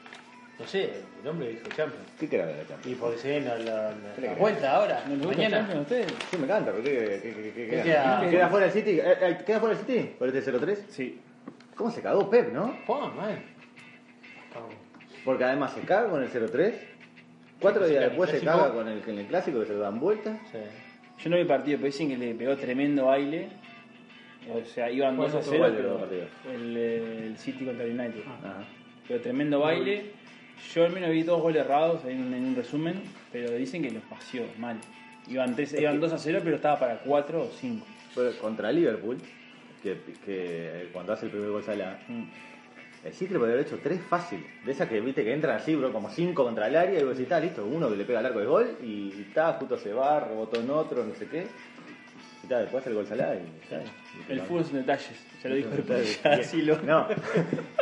Speaker 4: No sé, el hombre dijo Champions.
Speaker 3: ¿Qué quiere hablar de Champions?
Speaker 4: Y porque se viene la, la- la
Speaker 3: crees?
Speaker 4: vuelta ahora,
Speaker 5: ¿No les gusta el
Speaker 4: mañana.
Speaker 5: Champions a ustedes?
Speaker 3: Sí, me encanta, pero ¿qué, qué, qué- qué- qué-
Speaker 4: Queda-
Speaker 3: ¿Queda fuera el City? Eh, eh, ¿Queda fuera el City? ¿Por este 0-3?
Speaker 5: Sí.
Speaker 3: ¿Cómo se cagó Pep, no?
Speaker 4: Pum, man.
Speaker 3: Porque además se caga con el 0-3. Cuatro
Speaker 4: Sí,
Speaker 3: días
Speaker 4: claro,
Speaker 3: después se
Speaker 4: clásico.
Speaker 3: caga con el, en el clásico que se lo dan vuelta.
Speaker 4: Sí.
Speaker 5: Yo no vi el partido, pero dicen que le pegó tremendo baile. O sea, iban
Speaker 7: ¿Cuál
Speaker 5: 2 a
Speaker 7: otro
Speaker 5: 0,
Speaker 3: baile
Speaker 5: pero
Speaker 3: del partido?
Speaker 5: el, eh, el City contra el United.
Speaker 3: Ajá.
Speaker 5: Pero tremendo baile. Yo al menos vi dos goles errados en, un- en un resumen, pero dicen que los paseó mal. Iban, tres- iban 2 a 0, pero estaba para 4 o 5.
Speaker 3: Pero contra Liverpool, que, que cuando hace el primer gol Salah,
Speaker 4: Mm.
Speaker 3: el City le podría haber hecho tres fácil. De esas que viste que entran así, bro, como cinco contra el área y vos decís, está listo, uno que le pega al arco de gol y y está, justo se va, rebotó en otro, no sé qué. Y está, después hace el gol Salah y está.
Speaker 5: El fútbol son detalles, ya lo dijo el
Speaker 3: Y el-
Speaker 5: payaso. y lo-
Speaker 3: No,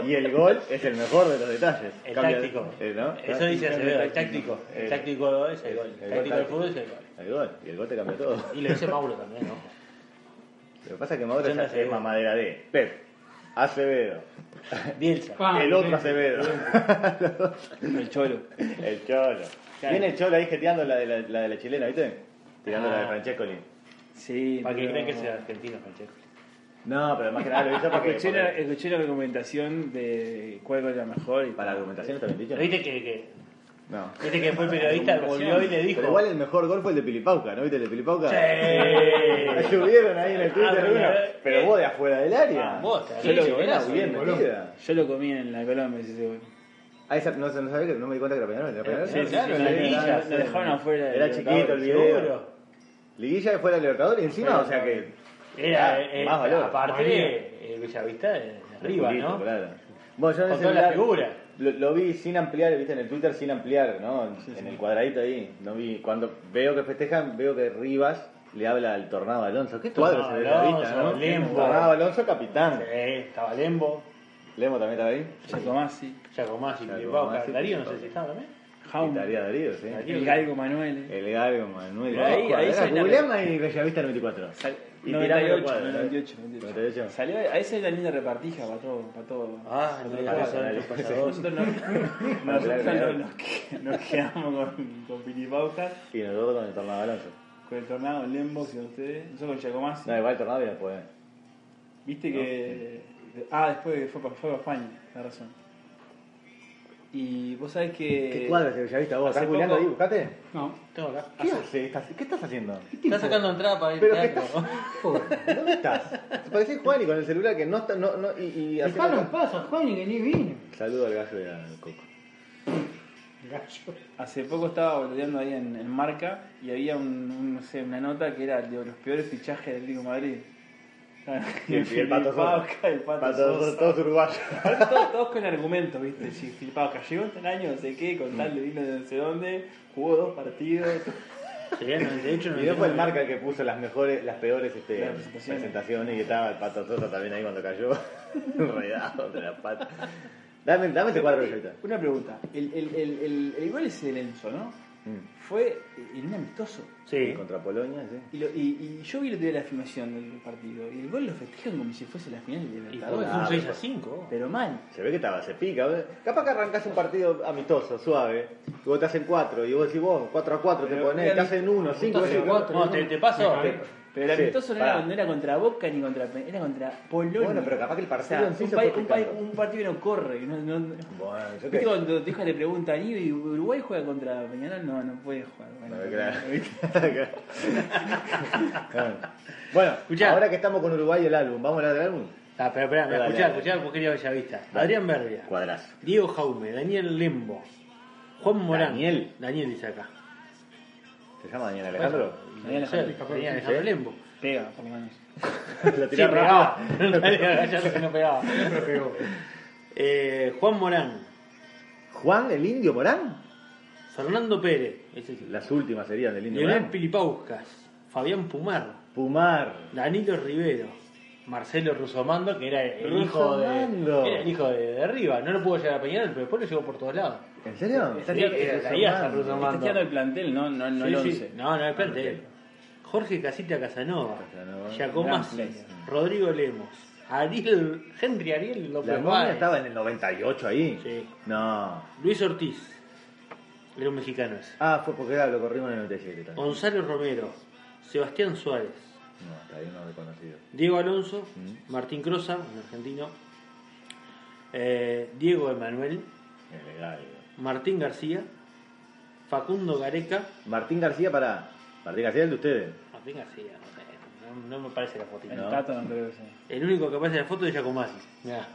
Speaker 3: y el gol es el mejor de los detalles.
Speaker 4: El
Speaker 3: Cambia-
Speaker 4: táctico.
Speaker 3: eh, ¿no?
Speaker 4: Eso dice Acevedo, el táctico. El
Speaker 3: El-
Speaker 4: táctico es el gol.
Speaker 3: Eh, el gol
Speaker 4: El táctico del
Speaker 3: táctico.
Speaker 4: fútbol es el gol.
Speaker 3: El gol, y el gol te cambia todo.
Speaker 4: Y lo dice Mauro también, ojo.
Speaker 3: Lo que pasa es que Maduro
Speaker 4: Yo no
Speaker 3: ya
Speaker 4: sé.
Speaker 3: es mamadera de Pep, Acevedo,
Speaker 4: Bielsa.
Speaker 7: Ah,
Speaker 3: el otro
Speaker 7: sí.
Speaker 3: Acevedo,
Speaker 5: El cholo.
Speaker 3: el Cholo. Viene el Cholo ahí jeteando la de la, la de la chilena, ¿viste? Tirando la de
Speaker 4: Ah.
Speaker 3: Francescoli.
Speaker 5: Sí.
Speaker 4: Para que
Speaker 5: pero-
Speaker 4: crean que sea argentino, Francesco.
Speaker 3: No, pero más que nada lo hizo porque,
Speaker 5: Escuché la,
Speaker 3: porque-
Speaker 5: escuché la documentación de cuál era la mejor. Y
Speaker 3: para la argumentación está bien dicho.
Speaker 4: ¿Pero viste que, que,
Speaker 3: No.
Speaker 4: viste que fue el periodista, volvió y le dijo...
Speaker 3: Pero igual el mejor gol fue el de Pilipauca, ¿no viste el de Pilipauca? La
Speaker 4: ¡Sí!
Speaker 3: subieron ahí en el Twitter,
Speaker 4: Ah, pero-
Speaker 3: uno, pero vos de afuera del área.
Speaker 4: Ah, vos,
Speaker 3: Sí,
Speaker 4: lo
Speaker 3: era
Speaker 4: verás,
Speaker 3: bien
Speaker 7: boludo.
Speaker 3: metida.
Speaker 5: Yo lo comí en la Colombia, ese güey.
Speaker 3: Ah, esa, no, no sabía que no me di cuenta que era Peñarol, era Peñarol.
Speaker 4: Sí, sí,
Speaker 3: Claro,
Speaker 4: sí,
Speaker 3: la
Speaker 4: sí,
Speaker 3: liguilla,
Speaker 4: sí,
Speaker 5: lo dejaron afuera de
Speaker 3: Era chiquito el video.
Speaker 4: Seguro.
Speaker 3: Liguilla de fuera de Libertadores y encima, o sea que.
Speaker 4: Era,
Speaker 3: Ah,
Speaker 4: eh,
Speaker 3: más valor.
Speaker 4: aparte, eh, Bellavista eh, arriba,
Speaker 3: Listo,
Speaker 4: ¿no?
Speaker 3: claro. Bueno, yo en el
Speaker 4: Con toda la
Speaker 3: celular
Speaker 4: figura.
Speaker 3: Lo, lo vi sin ampliar, viste, en el Twitter sin ampliar, ¿no? En, en el cuadradito ahí. No vi. Cuando veo que festejan, veo que Rivas le habla al Tornado Alonso. ¿Qué cuadro se
Speaker 4: Tornado
Speaker 3: ve la vista,
Speaker 4: Alonso,
Speaker 3: no?
Speaker 4: Lembo.
Speaker 3: Tornado Alonso, capitán.
Speaker 4: Sí, estaba Lembo,
Speaker 3: Lemo también estaba ahí.
Speaker 5: Giacomazzi,
Speaker 4: Giacomazzi,
Speaker 3: Giacomazzi,
Speaker 4: Pilipauca,
Speaker 3: Pilipauca.
Speaker 4: Darío, no sé si estaba también.
Speaker 3: Y
Speaker 5: Jaun,
Speaker 3: Darío Darío, sí.
Speaker 5: el Galgo
Speaker 4: Eh,
Speaker 5: Manuel. eh.
Speaker 3: El Galgo Manuel.
Speaker 5: Ahí- ahí sale la-
Speaker 3: Googleame ahí Bellavista 94.
Speaker 5: Sal-
Speaker 3: Y
Speaker 5: 98,
Speaker 3: tirando
Speaker 4: eh.
Speaker 3: el
Speaker 5: 98,
Speaker 3: cuadro,
Speaker 5: 98.
Speaker 3: ¿eh?
Speaker 5: Salió, a esa es la linda repartija para todo. Para todo.
Speaker 4: Ah,
Speaker 5: para
Speaker 4: no,
Speaker 5: todo
Speaker 4: ya
Speaker 5: caso.
Speaker 4: saben los pasadores.
Speaker 5: Nosotros, no, nosotros no- nos, que- nos quedamos con, con Pilipautas,
Speaker 3: Y nosotros con el Tornado Alonso.
Speaker 5: con el tornado, el Lembo, si ustedes. Yo con Giacomazzi.
Speaker 3: No, igual el Tornado viene después. ¿eh?
Speaker 5: Viste que Ah, después fue para, fue para España, la razón. Y vos sabés que.
Speaker 3: ¿Qué cuadro es de Bellavista vos?
Speaker 5: Hace
Speaker 3: ¿Estás googleando
Speaker 5: poco-
Speaker 3: ahí? ¿Buscate?
Speaker 6: No, tengo acá.
Speaker 3: ¿Qué haces? ¿Estás- ¿Qué estás haciendo?
Speaker 4: Está sacando entrada para ir
Speaker 3: Pero
Speaker 4: al
Speaker 3: que
Speaker 4: teatro.
Speaker 3: ¿Dónde estás? Te parecés Juan y con el celular que no está. No, no, y, y haciendo-
Speaker 6: Dejalo en paz a Juan y que ni vino.
Speaker 3: Saludo al gallo y al coco.
Speaker 6: Gallo.
Speaker 5: Hace poco estaba volteando ahí en, en Marca y había un, un, no sé, una nota que era de los peores fichajes del Atlético de Madrid.
Speaker 3: Y el- y el Pato Sosa.
Speaker 5: Pauca, el Pato
Speaker 3: Para todos,
Speaker 5: Sosa.
Speaker 3: todos uruguayos.
Speaker 5: Aparte, todos, todos con argumentos, ¿viste? Si Filipao cayó este año, no sé qué, con tal de vino de no sé dónde, jugó dos partidos.
Speaker 4: Sería 98,
Speaker 3: Y no fue el
Speaker 4: 99.
Speaker 3: marca el que puso las mejores, las peores este,
Speaker 5: Las presentaciones.
Speaker 3: presentaciones. y estaba el pato Sosa también ahí cuando cayó. Enredado de la pata. Dame, dame ese cuadro, Bellavista.
Speaker 5: Una pregunta: el, el, el, el, el gol ese del Enzo, ¿no?
Speaker 3: Mm.
Speaker 5: Fue en un amistoso.
Speaker 4: Sí.
Speaker 3: Contra Polonia, sí.
Speaker 5: Y, lo- y, y yo vi el otro día la filmación del partido y el gol lo festejan como si fuese la final de
Speaker 4: Y
Speaker 5: Libertadores. Ah,
Speaker 4: fue un 6 a 5.
Speaker 5: Pero mal.
Speaker 3: Se ve que estaba, se pica. ¿ves? Capaz que arrancás un partido amistoso, suave, y vos te hacen 4, y vos decís vos, 4 a 4 te
Speaker 5: Pero,
Speaker 3: ponés, te
Speaker 5: mira,
Speaker 3: hacen 1, 5
Speaker 6: Entonces, cuatro,
Speaker 4: No, te, te paso.
Speaker 5: Pero el
Speaker 3: Sí,
Speaker 5: amistoso no,
Speaker 3: pará.
Speaker 5: era, no era contra Boca ni contra Pe- era contra Polonia.
Speaker 3: Bueno, pero capaz que el
Speaker 5: O sea,
Speaker 3: partido en sí
Speaker 5: un,
Speaker 3: se
Speaker 5: pa-
Speaker 3: fue
Speaker 5: un pa-
Speaker 3: picando.
Speaker 5: un partido que no corre. No, no, no.
Speaker 3: Bueno, yo
Speaker 5: ¿Viste
Speaker 3: qué.
Speaker 5: cuando te hija le preguntan, ¿y Uruguay juega contra Peñarol? No, no puede jugar. Bueno,
Speaker 3: No, claro.
Speaker 5: ¿viste?
Speaker 3: bueno,
Speaker 4: Escuchá.
Speaker 3: ahora que estamos con Uruguay y el álbum, ¿vamos a hablar del álbum?
Speaker 4: Ah, pero espera,
Speaker 3: Dale,
Speaker 4: escuchá,
Speaker 3: dale.
Speaker 4: escuchá, porque quería Bellavista. Adrián Berbia,
Speaker 3: Cuadrazo.
Speaker 4: Diego Jaume, Daniel Lembo, Juan Morán.
Speaker 3: Daniel.
Speaker 4: Daniel dice acá.
Speaker 3: ¿Te llama Daniel Alejandro?
Speaker 5: Daniel Alejandro.
Speaker 4: Daniel Alejandro Lembo.
Speaker 5: Pega, por lo menos.
Speaker 3: La
Speaker 4: Sí,
Speaker 3: tiré rápido.
Speaker 4: pegaba. Ya no se no pegaba. Eh, Juan Morán,
Speaker 3: Juan, el indio Morán.
Speaker 4: Fernando Pérez, ese sí.
Speaker 3: Las últimas serían del indio
Speaker 4: Leonel
Speaker 3: Morán.
Speaker 4: Pilipauskas, Fabián Pumar,
Speaker 3: Pumar.
Speaker 4: Danilo Rivero, Marcelo Rusomando, que era el hijo
Speaker 3: Rusomando.
Speaker 4: de era el hijo de, de Riva, no lo pudo llegar a Peñarol, pero después lo llevó por todos lados.
Speaker 3: ¿En serio?
Speaker 4: Está Rusomando.
Speaker 5: Está tirando el plantel, no, no, no
Speaker 4: Sí,
Speaker 5: el
Speaker 4: sí.
Speaker 5: 11.
Speaker 4: No, no, espérate. Jorge Casita Casanova,
Speaker 3: Ah, Casanova.
Speaker 4: Giacomazzi,
Speaker 5: Gran player.
Speaker 4: Rodrigo Lemos, Ariel, Henry Ariel
Speaker 3: La
Speaker 4: López
Speaker 3: momia
Speaker 4: Báez,
Speaker 3: estaba en el 98 ahí.
Speaker 4: Sí.
Speaker 3: No.
Speaker 4: Luis Ortiz, era un mexicano ese,
Speaker 3: Ah, fue porque era, lo corrimos en el 97 también.
Speaker 4: Gonzalo Romero, Sebastián Suárez,
Speaker 3: No, hasta ahí no lo he conocido.
Speaker 4: Diego Alonso,
Speaker 3: Mm.
Speaker 4: Martín Crosa, un argentino, eh, Diego Emanuel,
Speaker 3: Es legal. digo.
Speaker 4: Martín García, Facundo Gareca,
Speaker 3: Martín García para. Martín García es el de ustedes.
Speaker 4: Martín García, no sé, no, no me parece la fotito.
Speaker 5: El
Speaker 3: No.
Speaker 5: Tato no creo que sea.
Speaker 4: El único que aparece en la foto es Giacomazzi. Mirá.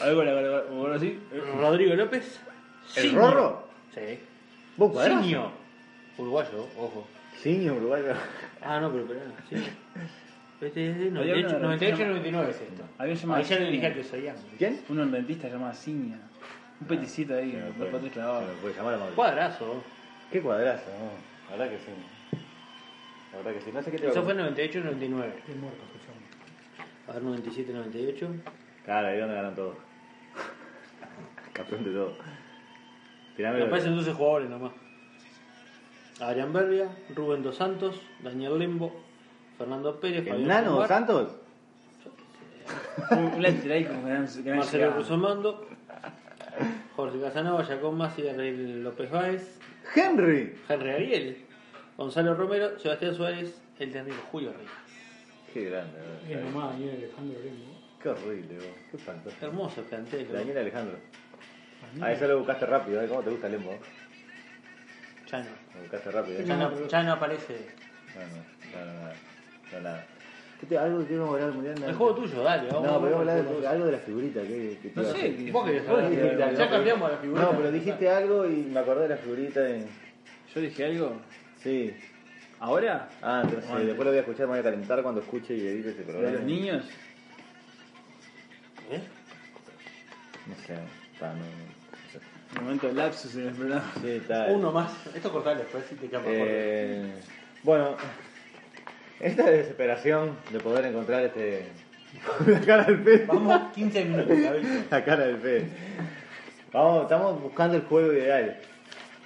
Speaker 5: Algo la verdad, sí.
Speaker 4: Rodrigo López.
Speaker 3: ¿El
Speaker 4: Siño.
Speaker 3: Rorro?
Speaker 4: Sí.
Speaker 3: ¿Vos cuadrás?
Speaker 4: Siño. Uruguayo, ojo.
Speaker 3: Siño, uruguayo.
Speaker 4: Ah, no, pero peruano, sí. Este es de
Speaker 5: Había uno de
Speaker 4: 98, 98 99 es esto.
Speaker 5: Había llamado
Speaker 4: Ahí ya le dije
Speaker 5: Ciña.
Speaker 4: que soy
Speaker 3: ¿Quién?
Speaker 5: Uno en dentista llamado Ciña. Un peticito ahí,
Speaker 3: Se me
Speaker 5: dos
Speaker 3: fue.
Speaker 5: patos
Speaker 3: Se
Speaker 5: clavados.
Speaker 3: me fue, llamar a Mauricio.
Speaker 4: Cuadrazo.
Speaker 3: Qué cuadrazo, no. La verdad que sí. La verdad que sí. No sé qué te
Speaker 4: Eso
Speaker 3: iba
Speaker 4: fue
Speaker 3: a-
Speaker 4: 98, 99. A ver, 97, 98.
Speaker 3: Claro, ahí donde ganan todos. Campeón de todo. Tirame
Speaker 4: Me
Speaker 3: lo-
Speaker 4: aparecen 12 jugadores nomás. Adrián Berbia, Rubén Dos Santos, Daniel Lembo, Fernando Pérez,
Speaker 3: ¿El
Speaker 4: Fabián
Speaker 3: nano
Speaker 4: Escobar,
Speaker 3: Santos?
Speaker 5: Un un lateral ahí como que gran- gran
Speaker 4: Marcelo
Speaker 5: llegada.
Speaker 4: Rusomando, Jorge Casanova, Jacón Masi, Ariel López Báez,
Speaker 3: ¡Henry!
Speaker 4: Henry Ariel, Gonzalo Romero, Sebastián Suárez, el técnico Julio Reyes.
Speaker 3: Qué grande, bro.
Speaker 7: Es nomás Daniel Alejandro Lembo.
Speaker 3: Qué horrible, bro. Qué fantástico.
Speaker 4: Hermoso plantel. ¿no?
Speaker 3: Daniel Alejandro. Ah, eso lo buscaste rápido, ¿eh? ¿Cómo te gusta el embo?
Speaker 4: Ya no.
Speaker 3: Lo buscaste rápido, ¿eh?
Speaker 4: Ya no, ya no aparece.
Speaker 3: No, no, no, no, nada. No, nada. ¿Qué te, algo que no volar al mundial? nada.
Speaker 4: El juego tuyo, dale.
Speaker 3: No,
Speaker 4: Vamos,
Speaker 3: pero vamos a
Speaker 4: vamos
Speaker 3: hablar
Speaker 4: al
Speaker 3: de,
Speaker 4: juego
Speaker 3: algo de la figurita que, que te
Speaker 5: No
Speaker 3: iba a
Speaker 5: sé,
Speaker 3: hacer.
Speaker 4: tuyo. Vos querés
Speaker 3: Vos
Speaker 4: hablar de
Speaker 3: dijiste
Speaker 4: figurita,
Speaker 3: algo,
Speaker 4: Ya
Speaker 3: pero-
Speaker 4: cambiamos la figura.
Speaker 3: No, pero dijiste algo y me acordé de la figurita de...
Speaker 5: Yo dije algo.
Speaker 3: Sí.
Speaker 5: ¿Ahora?
Speaker 3: Ah, entonces
Speaker 5: Bueno.
Speaker 3: después lo voy a escuchar, me voy a calentar cuando escuche y edite ese
Speaker 5: ¿Lo de
Speaker 3: programa.
Speaker 5: los niños?
Speaker 4: ¿Eh?
Speaker 3: No sé, está, no, no sé.
Speaker 5: Un momento de lapsus en el programa.
Speaker 3: Sí, está.
Speaker 4: Uno más. Esto cortale después si te queda mejor.
Speaker 3: Eh, bueno, esta desesperación de poder encontrar este. la cara del Fede.
Speaker 4: Vamos 15 minutos, Gabriel.
Speaker 3: La cara del Fede. Vamos, estamos buscando el juego ideal.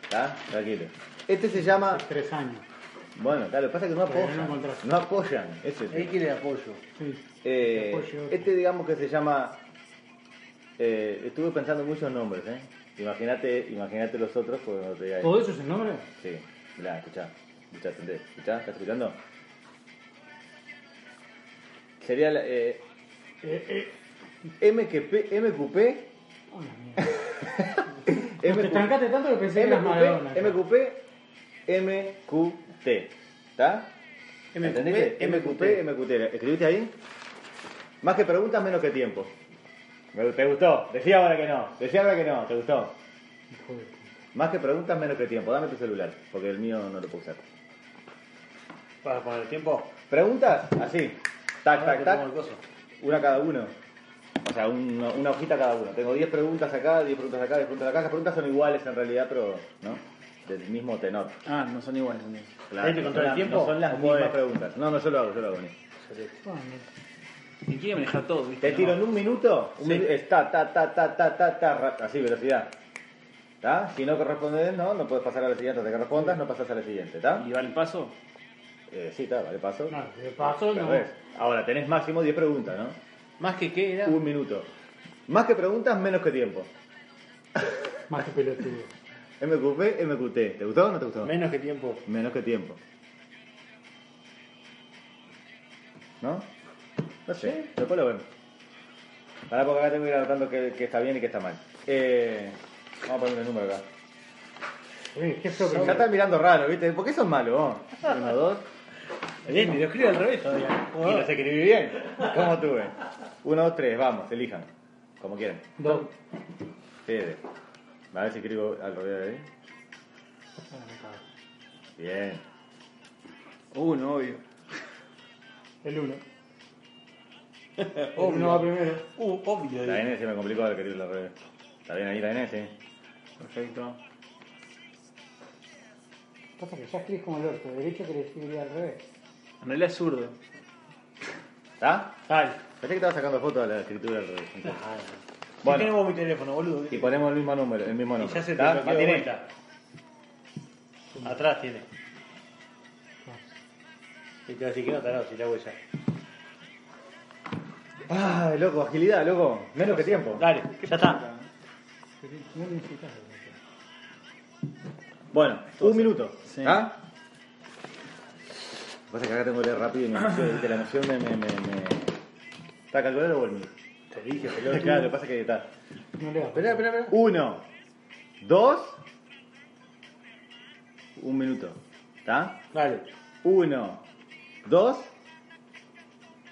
Speaker 3: ¿Está? Tranquilo. Este se llama.
Speaker 7: Tres años.
Speaker 3: Bueno, claro, lo que pasa es que no
Speaker 7: Pero no
Speaker 3: apoyan.
Speaker 7: encontraste.
Speaker 3: No apoyan. Ese es el
Speaker 4: Él quiere apoyo.
Speaker 7: Sí.
Speaker 3: Eh,
Speaker 7: Después llegó otro.
Speaker 3: este digamos que se llama eh, estuve pensando en muchos nombres ¿eh? imagínate imagínate los otros porque no te diga
Speaker 7: ¿Todo eso es el nombre?
Speaker 3: sí mirá escuchá escuchá atendé. escuchá estás escuchando sería la- eh, MQP, MQP
Speaker 7: Te trancaste tanto que pensé que eras Maradona.
Speaker 3: MQP, MQP, MQT. ¿Está? ¿Entendiste? MQP, MQT. ¿Escribiste ahí? Más que preguntas, menos que tiempo. Me- ¿Te gustó? Decía ahora que no. Decía ahora que no. ¿Te gustó? Más que preguntas, menos que tiempo. Dame tu celular, porque el mío no lo puedo usar.
Speaker 4: Para poner el tiempo.
Speaker 3: ¿Preguntas? Así. Tac,
Speaker 4: Ahora
Speaker 3: tac,
Speaker 4: te
Speaker 3: tac.
Speaker 4: pongo el coso.
Speaker 3: Una cada uno. O sea, una, una hojita cada uno. Tengo 10 preguntas acá, 10 preguntas acá, 10 preguntas acá. Las preguntas son iguales en realidad, pero ¿no? del mismo tenor.
Speaker 5: Ah, no son iguales. entonces.
Speaker 3: Claro,
Speaker 4: ¿Ahí te
Speaker 3: no
Speaker 4: contó
Speaker 3: son
Speaker 4: el
Speaker 3: las-
Speaker 4: tiempo?
Speaker 3: No son las
Speaker 4: ¿O
Speaker 3: mismas
Speaker 4: podés?
Speaker 3: preguntas. No, no, yo lo hago, yo lo hago. Nini.
Speaker 5: Y quiere manejar todo, ¿viste?
Speaker 3: Te tiro en un minuto, un
Speaker 5: Sí.
Speaker 3: minu- es ta, ta, ta, ta, ta, ta, ta, ra- así, velocidad. ¿Está? Si no corresponde, no, no puedes pasar a la siguiente hasta que respondas, no pasas a la siguiente, ¿está?
Speaker 5: ¿Y va el paso?
Speaker 3: Eh, sí, está, vale, paso.
Speaker 7: No, de paso, no.
Speaker 3: Perdés. Ahora, tenés máximo 10 preguntas, ¿no?
Speaker 5: Más que qué era.
Speaker 4: Uh,
Speaker 3: Un minuto. Más que preguntas, menos que tiempo.
Speaker 7: Más que pelotudo.
Speaker 3: MQP, MQT. ¿Te gustó o no te gustó?
Speaker 4: Menos que tiempo.
Speaker 3: Menos que tiempo. ¿No? No sé, después lo vemos. Para porque acá tengo que ir anotando qué, qué está bien y qué está mal. Eh, vamos a poner el número acá.
Speaker 7: Uy, qué feo
Speaker 3: Ya
Speaker 7: que
Speaker 3: están mirando raro, ¿viste? ¿Por qué son malos vos? Uno, dos.
Speaker 4: Bien, y lo escribe al revés todavía.
Speaker 3: Y los escribí bien. ¿Cómo tuve? Uno, dos, tres, vamos, elijan. Como quieran.
Speaker 7: Dos.
Speaker 3: Fede. A ver si escribo al revés ahí.
Speaker 4: Ah,
Speaker 3: Bien.
Speaker 5: Uno, Uh, obvio.
Speaker 7: El uno. El uno va primero.
Speaker 4: Uh, obvio.
Speaker 3: La N se me complicó al escribirlo al revés. ¿Está bien ahí la N? Sí.
Speaker 5: Perfecto.
Speaker 7: Pasa que ya escribes como el orto. Derecho que le escribiría al revés.
Speaker 5: En realidad es zurdo.
Speaker 3: ¿Está?
Speaker 4: Dale.
Speaker 3: Pensé que estaba sacando fotos de la escritura al revés.
Speaker 4: Bueno.
Speaker 3: Bueno.
Speaker 4: tenemos mi teléfono, boludo?
Speaker 3: Y ponemos el mismo número, el mismo
Speaker 4: Y
Speaker 3: número.
Speaker 4: ya se te
Speaker 3: ¿Está?
Speaker 4: bloqueó de
Speaker 3: Matiné.
Speaker 4: vuelta. Atrás tiene. Y te va a decir que no, tarado, si la hago ya.
Speaker 3: Ay, loco, agilidad, loco. Menos que tiempo.
Speaker 4: Dale, ya está.
Speaker 3: Bueno, un minuto.
Speaker 5: Sí.
Speaker 3: ¿Está? Lo que Pasa es que acá tengo que leer rápido y me emociono, ¿viste? la emoción me... me, me, me... ¿Está calculado o el minuto?
Speaker 4: Te dije,
Speaker 3: Claro, lo que pasa es que está.
Speaker 7: No le va.
Speaker 5: Espera, espera, espera.
Speaker 3: Uno, dos, un minuto. ¿Está?
Speaker 4: Dale.
Speaker 3: Uno, dos,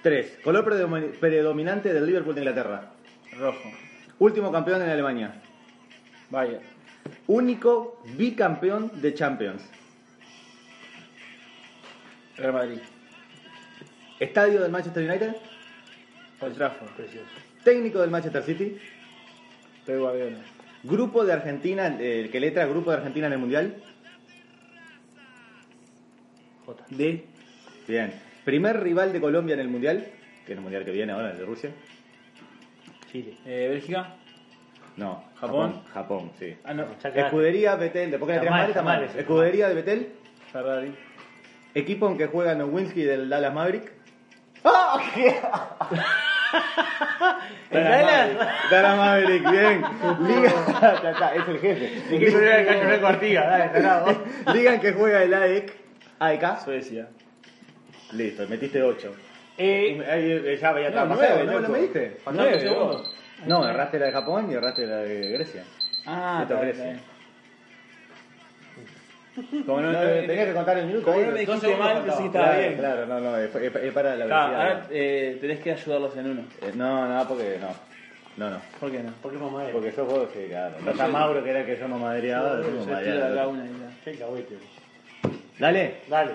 Speaker 3: tres. Color predomin- predominante del Liverpool de Inglaterra.
Speaker 5: Rojo.
Speaker 3: Último campeón en Alemania.
Speaker 5: Vaya.
Speaker 3: Único bicampeón de Champions.
Speaker 5: Real Madrid.
Speaker 3: Estadio del Manchester United.
Speaker 5: Old Trafford.
Speaker 4: Precioso.
Speaker 3: Técnico del Manchester City.
Speaker 5: Pego Guardiola.
Speaker 3: Grupo de Argentina, el que letra Grupo de Argentina en el Mundial.
Speaker 5: D.
Speaker 3: Bien. Primer rival de Colombia en el Mundial. Que es el Mundial que viene ahora, el de Rusia.
Speaker 4: Chile.
Speaker 5: Eh, Bélgica.
Speaker 3: No.
Speaker 5: ¿Japón?
Speaker 3: Japón, sí.
Speaker 5: Ah, no.
Speaker 4: Ya cagaste.
Speaker 3: Escudería Betel, después que la
Speaker 4: Está
Speaker 3: tirás
Speaker 4: mal,
Speaker 3: mal, está
Speaker 4: está mal
Speaker 3: mal.
Speaker 4: eso.
Speaker 3: Escudería de Betel,
Speaker 5: Ferrari.
Speaker 3: equipo en que juega Nowinski del Dallas Maverick. ¡Ah!
Speaker 4: ¿El Dallas?
Speaker 3: Dallas Maverick, bien. Liga, ya está, es el jefe.
Speaker 4: Dije que era el cañonero Artigas, dale, tarado.
Speaker 3: Liga en que juega el E AEK. AEK.
Speaker 5: Suecia.
Speaker 3: Listo, metiste 8.
Speaker 5: Eh.
Speaker 3: Ya veía
Speaker 5: No,
Speaker 3: tan
Speaker 5: nueve,
Speaker 3: pasado, ¿no?
Speaker 5: loco.
Speaker 3: ¿Lo mediste?
Speaker 5: Faltando
Speaker 3: Nueve,
Speaker 5: segundos.
Speaker 3: vos. No, erraste la de Japón y erraste la de Grecia.
Speaker 5: Ah,
Speaker 3: Esto
Speaker 5: está
Speaker 3: Grecia.
Speaker 5: bien.
Speaker 3: Como no, tenías que contar el minuto.
Speaker 5: eh, como
Speaker 3: ahí,
Speaker 5: no me
Speaker 3: dos
Speaker 5: dijiste
Speaker 3: segundos
Speaker 5: mal,
Speaker 3: faltaban.
Speaker 5: pensé que estaba
Speaker 3: Claro,
Speaker 5: bien.
Speaker 3: Claro, no, no, es es para la
Speaker 5: Ah,
Speaker 3: velocidad.
Speaker 5: ahora eh, tenés que ayudarlos en uno.
Speaker 3: Eh, No, no, porque no. No, no.
Speaker 5: ¿Por qué no?
Speaker 4: ¿Por qué mamá es?
Speaker 3: Porque sos vos, sí, claro. No está Mauro, que era el que yo no madreaba. yo no
Speaker 5: Yo
Speaker 3: madreaba.
Speaker 5: tiro acá una y ya.
Speaker 4: Qué cagüete.
Speaker 3: Dale.
Speaker 4: Dale.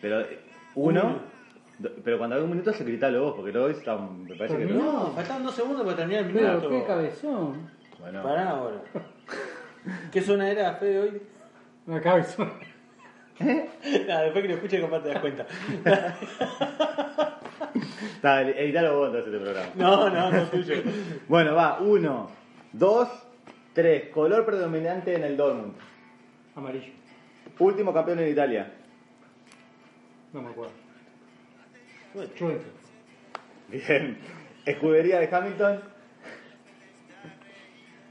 Speaker 3: Pero eh, uno. do- Pero cuando haga un minuto se gritalo vos, porque lo ves tan. Me parece que
Speaker 7: Pero
Speaker 3: no.
Speaker 4: No, faltan dos segundos para terminar el
Speaker 7: Pero qué
Speaker 4: minuto.
Speaker 7: cabezón.
Speaker 3: Bueno.
Speaker 4: Pará ahora. ¿Qué zona era, Fede, hoy?
Speaker 7: Una cabezón.
Speaker 4: Nada, después que lo escuches capaz te das cuenta.
Speaker 3: Está, editalo vos entonces este programa.
Speaker 4: No, no, no tuyo.
Speaker 3: Bueno, va. Uno, dos, tres. Color predominante en el Dortmund.
Speaker 7: Amarillo.
Speaker 3: Último campeón en Italia.
Speaker 7: No me acuerdo. Juventus.
Speaker 3: Bien. Escudería de Hamilton.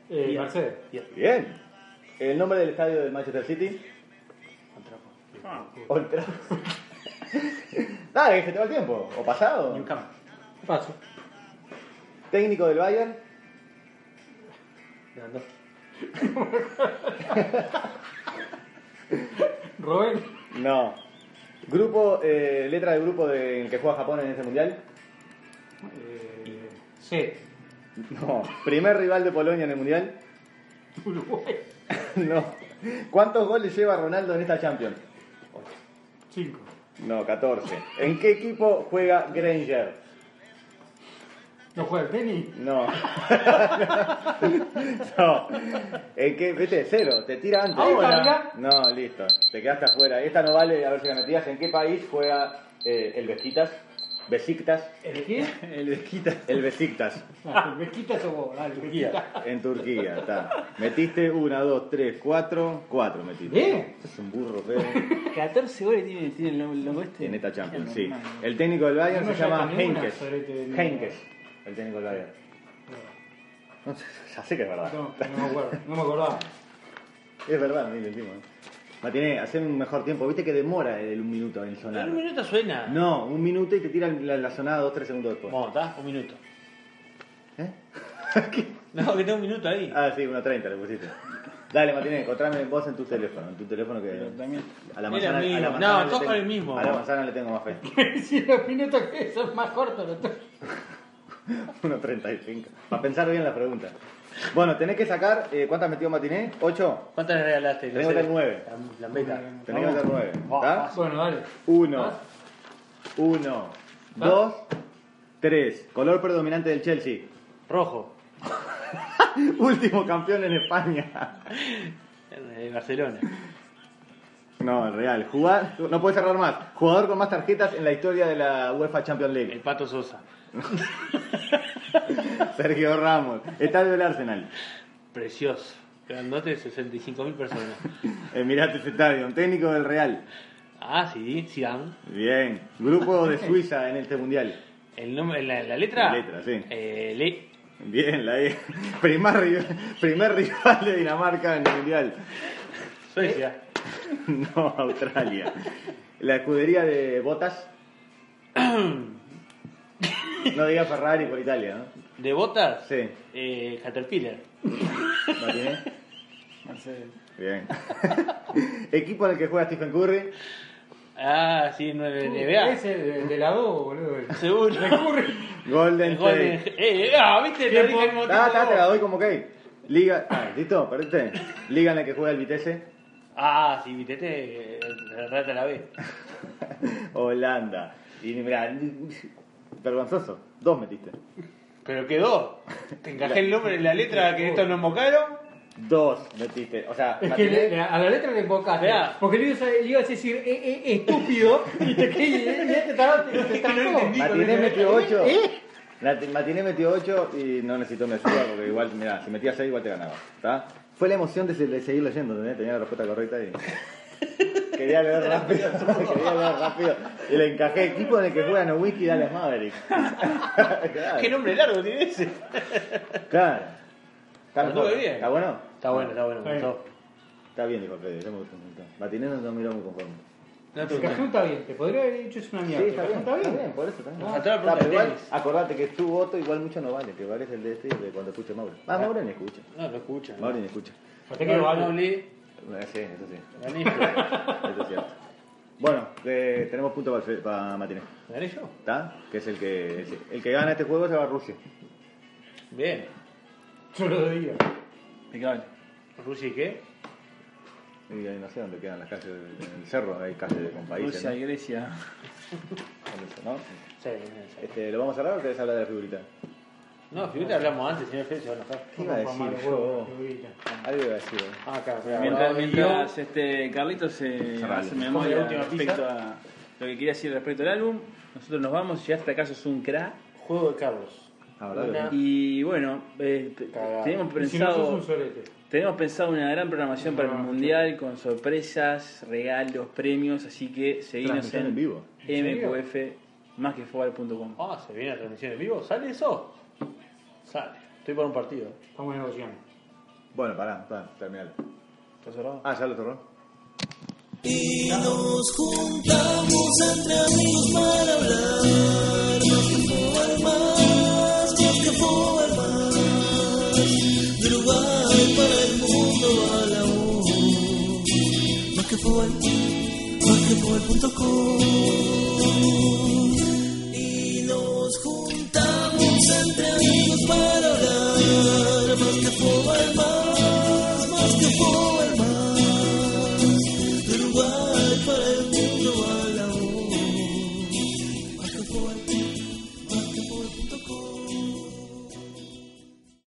Speaker 7: Eh, Mercedes.
Speaker 3: Bien. El nombre del estadio del Manchester City. Ah. Old Trafford. Dale, que se te va el tiempo. O pasado.
Speaker 4: Newcam.
Speaker 7: Paso.
Speaker 3: Técnico del Bayern.
Speaker 4: No, no.
Speaker 7: Robert.
Speaker 3: No. Grupo, eh, letra del grupo de- en el que juega Japón en este mundial.
Speaker 7: Eh, C.
Speaker 3: No. Primer rival de Polonia en el mundial.
Speaker 7: Uruguay.
Speaker 3: No. ¿Cuántos goles lleva Ronaldo en esta Champions?
Speaker 7: 5.
Speaker 3: No, 14. ¿En qué equipo juega Granger?
Speaker 7: No juega el tenis.
Speaker 3: No. no. ¿En qué? Vete, cero. Te tira antes.
Speaker 7: Ahí está, mirá.
Speaker 3: No, listo. Te quedaste afuera. Esta no vale, a ver si la metías. ¿En qué país juega eh, el Besiktas? Besiktas.
Speaker 7: ¿El qué?
Speaker 3: El Besiktas. El Besiktas.
Speaker 7: Ah, ¿Me quitas o vos? Dale, me quitas.
Speaker 3: En Turquía, está. Metiste una, dos, tres, cuatro. Cuatro metiste.
Speaker 7: ¿Eh?
Speaker 3: Sos un burro feo.
Speaker 5: 14 goles tiene, tiene el el loco este.
Speaker 3: En esta Champions, sí.
Speaker 5: Hermano.
Speaker 3: El técnico del Bayern
Speaker 7: No
Speaker 3: se
Speaker 7: saca
Speaker 3: llama
Speaker 7: ninguna,
Speaker 3: Henkes.
Speaker 7: sorete de mierda.
Speaker 3: Henkes. El técnico del Bayern. No, ya sé que es verdad.
Speaker 7: No, no me acuerdo, no me acordaba.
Speaker 3: Es verdad, ¿eh? no entendimos. Matiné, hacer un mejor tiempo. Viste que demora el un minuto en sonar.
Speaker 4: Un minuto suena.
Speaker 3: No, un minuto y te tiran la, la sonada dos, tres segundos después.
Speaker 4: Bueno, está, un minuto.
Speaker 3: ¿Eh?
Speaker 4: No, que tengo un minuto ahí.
Speaker 3: Ah, sí, 1.30 le pusiste. Dale, Matiné, encontrame vos en tu teléfono. En tu teléfono que.
Speaker 5: Pero también.
Speaker 3: A la
Speaker 4: Era
Speaker 3: manzana,
Speaker 4: mío.
Speaker 3: a la
Speaker 4: No,
Speaker 3: manzana le
Speaker 4: todos
Speaker 3: tengo-
Speaker 4: con el mismo.
Speaker 3: A la manzana le tengo más fe.
Speaker 7: si los minutos que son más cortos los tuyos.
Speaker 3: 1.35. Para pensar bien la pregunta. Bueno, tenés que sacar. eh, ¿Cuántas metió Matiné? ¿Ocho?
Speaker 4: ¿Cuántas le regalaste?
Speaker 3: Tengo que
Speaker 4: las
Speaker 3: tener nueve.
Speaker 4: La meta.
Speaker 3: Tenés que meter nueve. ¿Está?
Speaker 7: Bueno, dale.
Speaker 3: Uno.
Speaker 7: ¿Ah?
Speaker 3: Uno. Dos. Tres. Color predominante del Chelsea.
Speaker 4: Rojo.
Speaker 3: Último campeón en España.
Speaker 4: Eh, Barcelona.
Speaker 3: No, el Real. Jugar, no puede cerrar más. Jugador con más tarjetas en la historia de la UEFA Champions
Speaker 4: El
Speaker 3: League.
Speaker 4: Pato Sosa.
Speaker 3: Sergio Ramos. Estadio del Arsenal.
Speaker 4: Precioso. Grandote de 65.000 personas.
Speaker 3: Emirates Stadium. Técnico del Real.
Speaker 4: Ah, sí, Zidane.
Speaker 3: Bien. Grupo de Suiza en este mundial.
Speaker 4: ¿El nombre, la, la letra?
Speaker 3: La letra, sí.
Speaker 4: Eh, le-
Speaker 3: Bien, la E. Primer, rival- primer rival de Dinamarca en el mundial.
Speaker 4: Suecia.
Speaker 3: No, Australia. La escudería de botas. No diga Ferrari por Italia, ¿no?
Speaker 4: ¿De botas?
Speaker 3: Sí.
Speaker 4: Eh, Caterpillar.
Speaker 3: ¿La tiene? Bien. Equipo en el que juega Stephen Curry.
Speaker 4: Ah, sí, no, de NBA.
Speaker 7: Ese de, de la 2, boludo.
Speaker 4: Seguro.
Speaker 3: Golden
Speaker 4: El gol de-
Speaker 3: State.
Speaker 4: Eh, ah, viste, te dije el motivo.
Speaker 3: Ah, está, te la doy como que. Liga. Ah, listo, perdiste. Liga en la que juega el Vitesse.
Speaker 4: Ah, sí, viste, te eh, rata la B.
Speaker 3: Holanda. Y mirá, vergonzoso. Dos metiste.
Speaker 4: Pero quedó. Te encajé el nombre en la letra que estos nos mocaron.
Speaker 3: Dos metiste. O sea,
Speaker 7: Es
Speaker 3: la
Speaker 7: que
Speaker 3: tiré.
Speaker 7: le- a la letra le embocaste.
Speaker 4: Vea.
Speaker 7: Porque le ibas a, le ibas a decir eh, eh, eh, estúpido y te y- y este te tardaste. Te trancó.
Speaker 3: Matiné metió 8. Matiné metió 8 y no necesitó mi ayuda porque igual, mirá, si metía 6 igual te ganaba. ¿tá? Fue la emoción de, se- de seguir leyendo, ¿entendés? tenía la respuesta correcta y. Quería leer rápido, quería leer rápido. Y le encajé equipo en el que juegan a Whisky y Dallas Mavericks. claro,
Speaker 4: Qué nombre largo tiene ese.
Speaker 3: claro. Está,
Speaker 4: Lo
Speaker 3: mejor.
Speaker 4: tuve bien.
Speaker 3: ¿Está bueno?
Speaker 4: Está bueno, está bueno, me
Speaker 7: Está
Speaker 4: gustó.
Speaker 3: Está bien, dijo Fede, yo me gustó, me gustó. Matiné no, no miró muy conforme.
Speaker 4: No te
Speaker 7: El
Speaker 4: gustó.
Speaker 7: cajón está bien, te podría haber dicho es una mierda. el cajón
Speaker 3: por eso está bien.
Speaker 4: Nos faltaba la
Speaker 3: Está,
Speaker 4: Ah, pregunta
Speaker 3: pero
Speaker 4: de
Speaker 3: igual,
Speaker 4: tenis.
Speaker 3: acordate que tu voto igual mucho no vale, que vale es el de este y el de cuando escuche Mauro. Ah, Mauro ni escucha.
Speaker 4: No, lo escucha. No,
Speaker 3: Mauro ni escucha.
Speaker 7: Fíjate que
Speaker 4: no, no
Speaker 7: vale.
Speaker 4: hablé,
Speaker 3: Eh, Sí, eso sí.
Speaker 4: gané yo.
Speaker 3: Eso es cierto. Bueno, eh, tenemos punto para, el fe- para Matiné,
Speaker 4: ¿Gané yo?
Speaker 3: ¿está? Que es el que el, que gana este juego se va a Rusia.
Speaker 4: Bien.
Speaker 7: Yo lo debía.
Speaker 5: Impecable.
Speaker 4: ¿Rusi qué?
Speaker 3: Y ahí no sé dónde quedan las calles, en el cerro hay calles con países,
Speaker 5: Rusia,
Speaker 3: ¿no?
Speaker 5: Grecia.
Speaker 3: ¿No?
Speaker 4: Sí, bien, sí.
Speaker 3: Este, ¿Lo vamos a cerrar o querés hablar de la figurita?
Speaker 4: No, figurita hablamos antes, señor Fede se va a enojar.
Speaker 3: ¿Qué iba a decir yo? Algo iba a decir. eh.
Speaker 4: Ah, acá, acá.
Speaker 5: Mientras,
Speaker 4: Ah,
Speaker 5: mientras este, Carlitos se
Speaker 3: Cerralo.
Speaker 5: hace
Speaker 4: Come
Speaker 5: memoria
Speaker 4: la última
Speaker 5: respecto a lo que quería decir respecto al álbum, nosotros nos vamos, ya hasta acá sos un cra.
Speaker 4: Juego de Carlos.
Speaker 3: Ahora,
Speaker 4: Una-
Speaker 5: Y bueno, eh, te-
Speaker 4: Cagado.
Speaker 5: tenemos
Speaker 7: Y si no sos
Speaker 5: pensado,
Speaker 7: un solete.
Speaker 5: tenemos pensado una gran programación para el
Speaker 3: Ah,
Speaker 7: No,
Speaker 5: mundial con sorpresas, regalos, premios, así que seguimos
Speaker 3: Transmisión en
Speaker 5: en,
Speaker 3: vivo.
Speaker 5: mqf más que
Speaker 4: Ah, se viene la transmisión en vivo. ¿Sale eso? Sale. Estoy para un partido.
Speaker 7: Estamos negociando.
Speaker 3: Bueno, pará, pará, terminalo.
Speaker 4: ¿Está cerrado?
Speaker 3: Ah, ya lo cerró.
Speaker 10: Y nos juntamos entre amigos para hablar. Nos que jugar más, nos que jugar
Speaker 1: para el mundo va la voz. Basquetbol, basquetbol.com. Y nos juntamos entre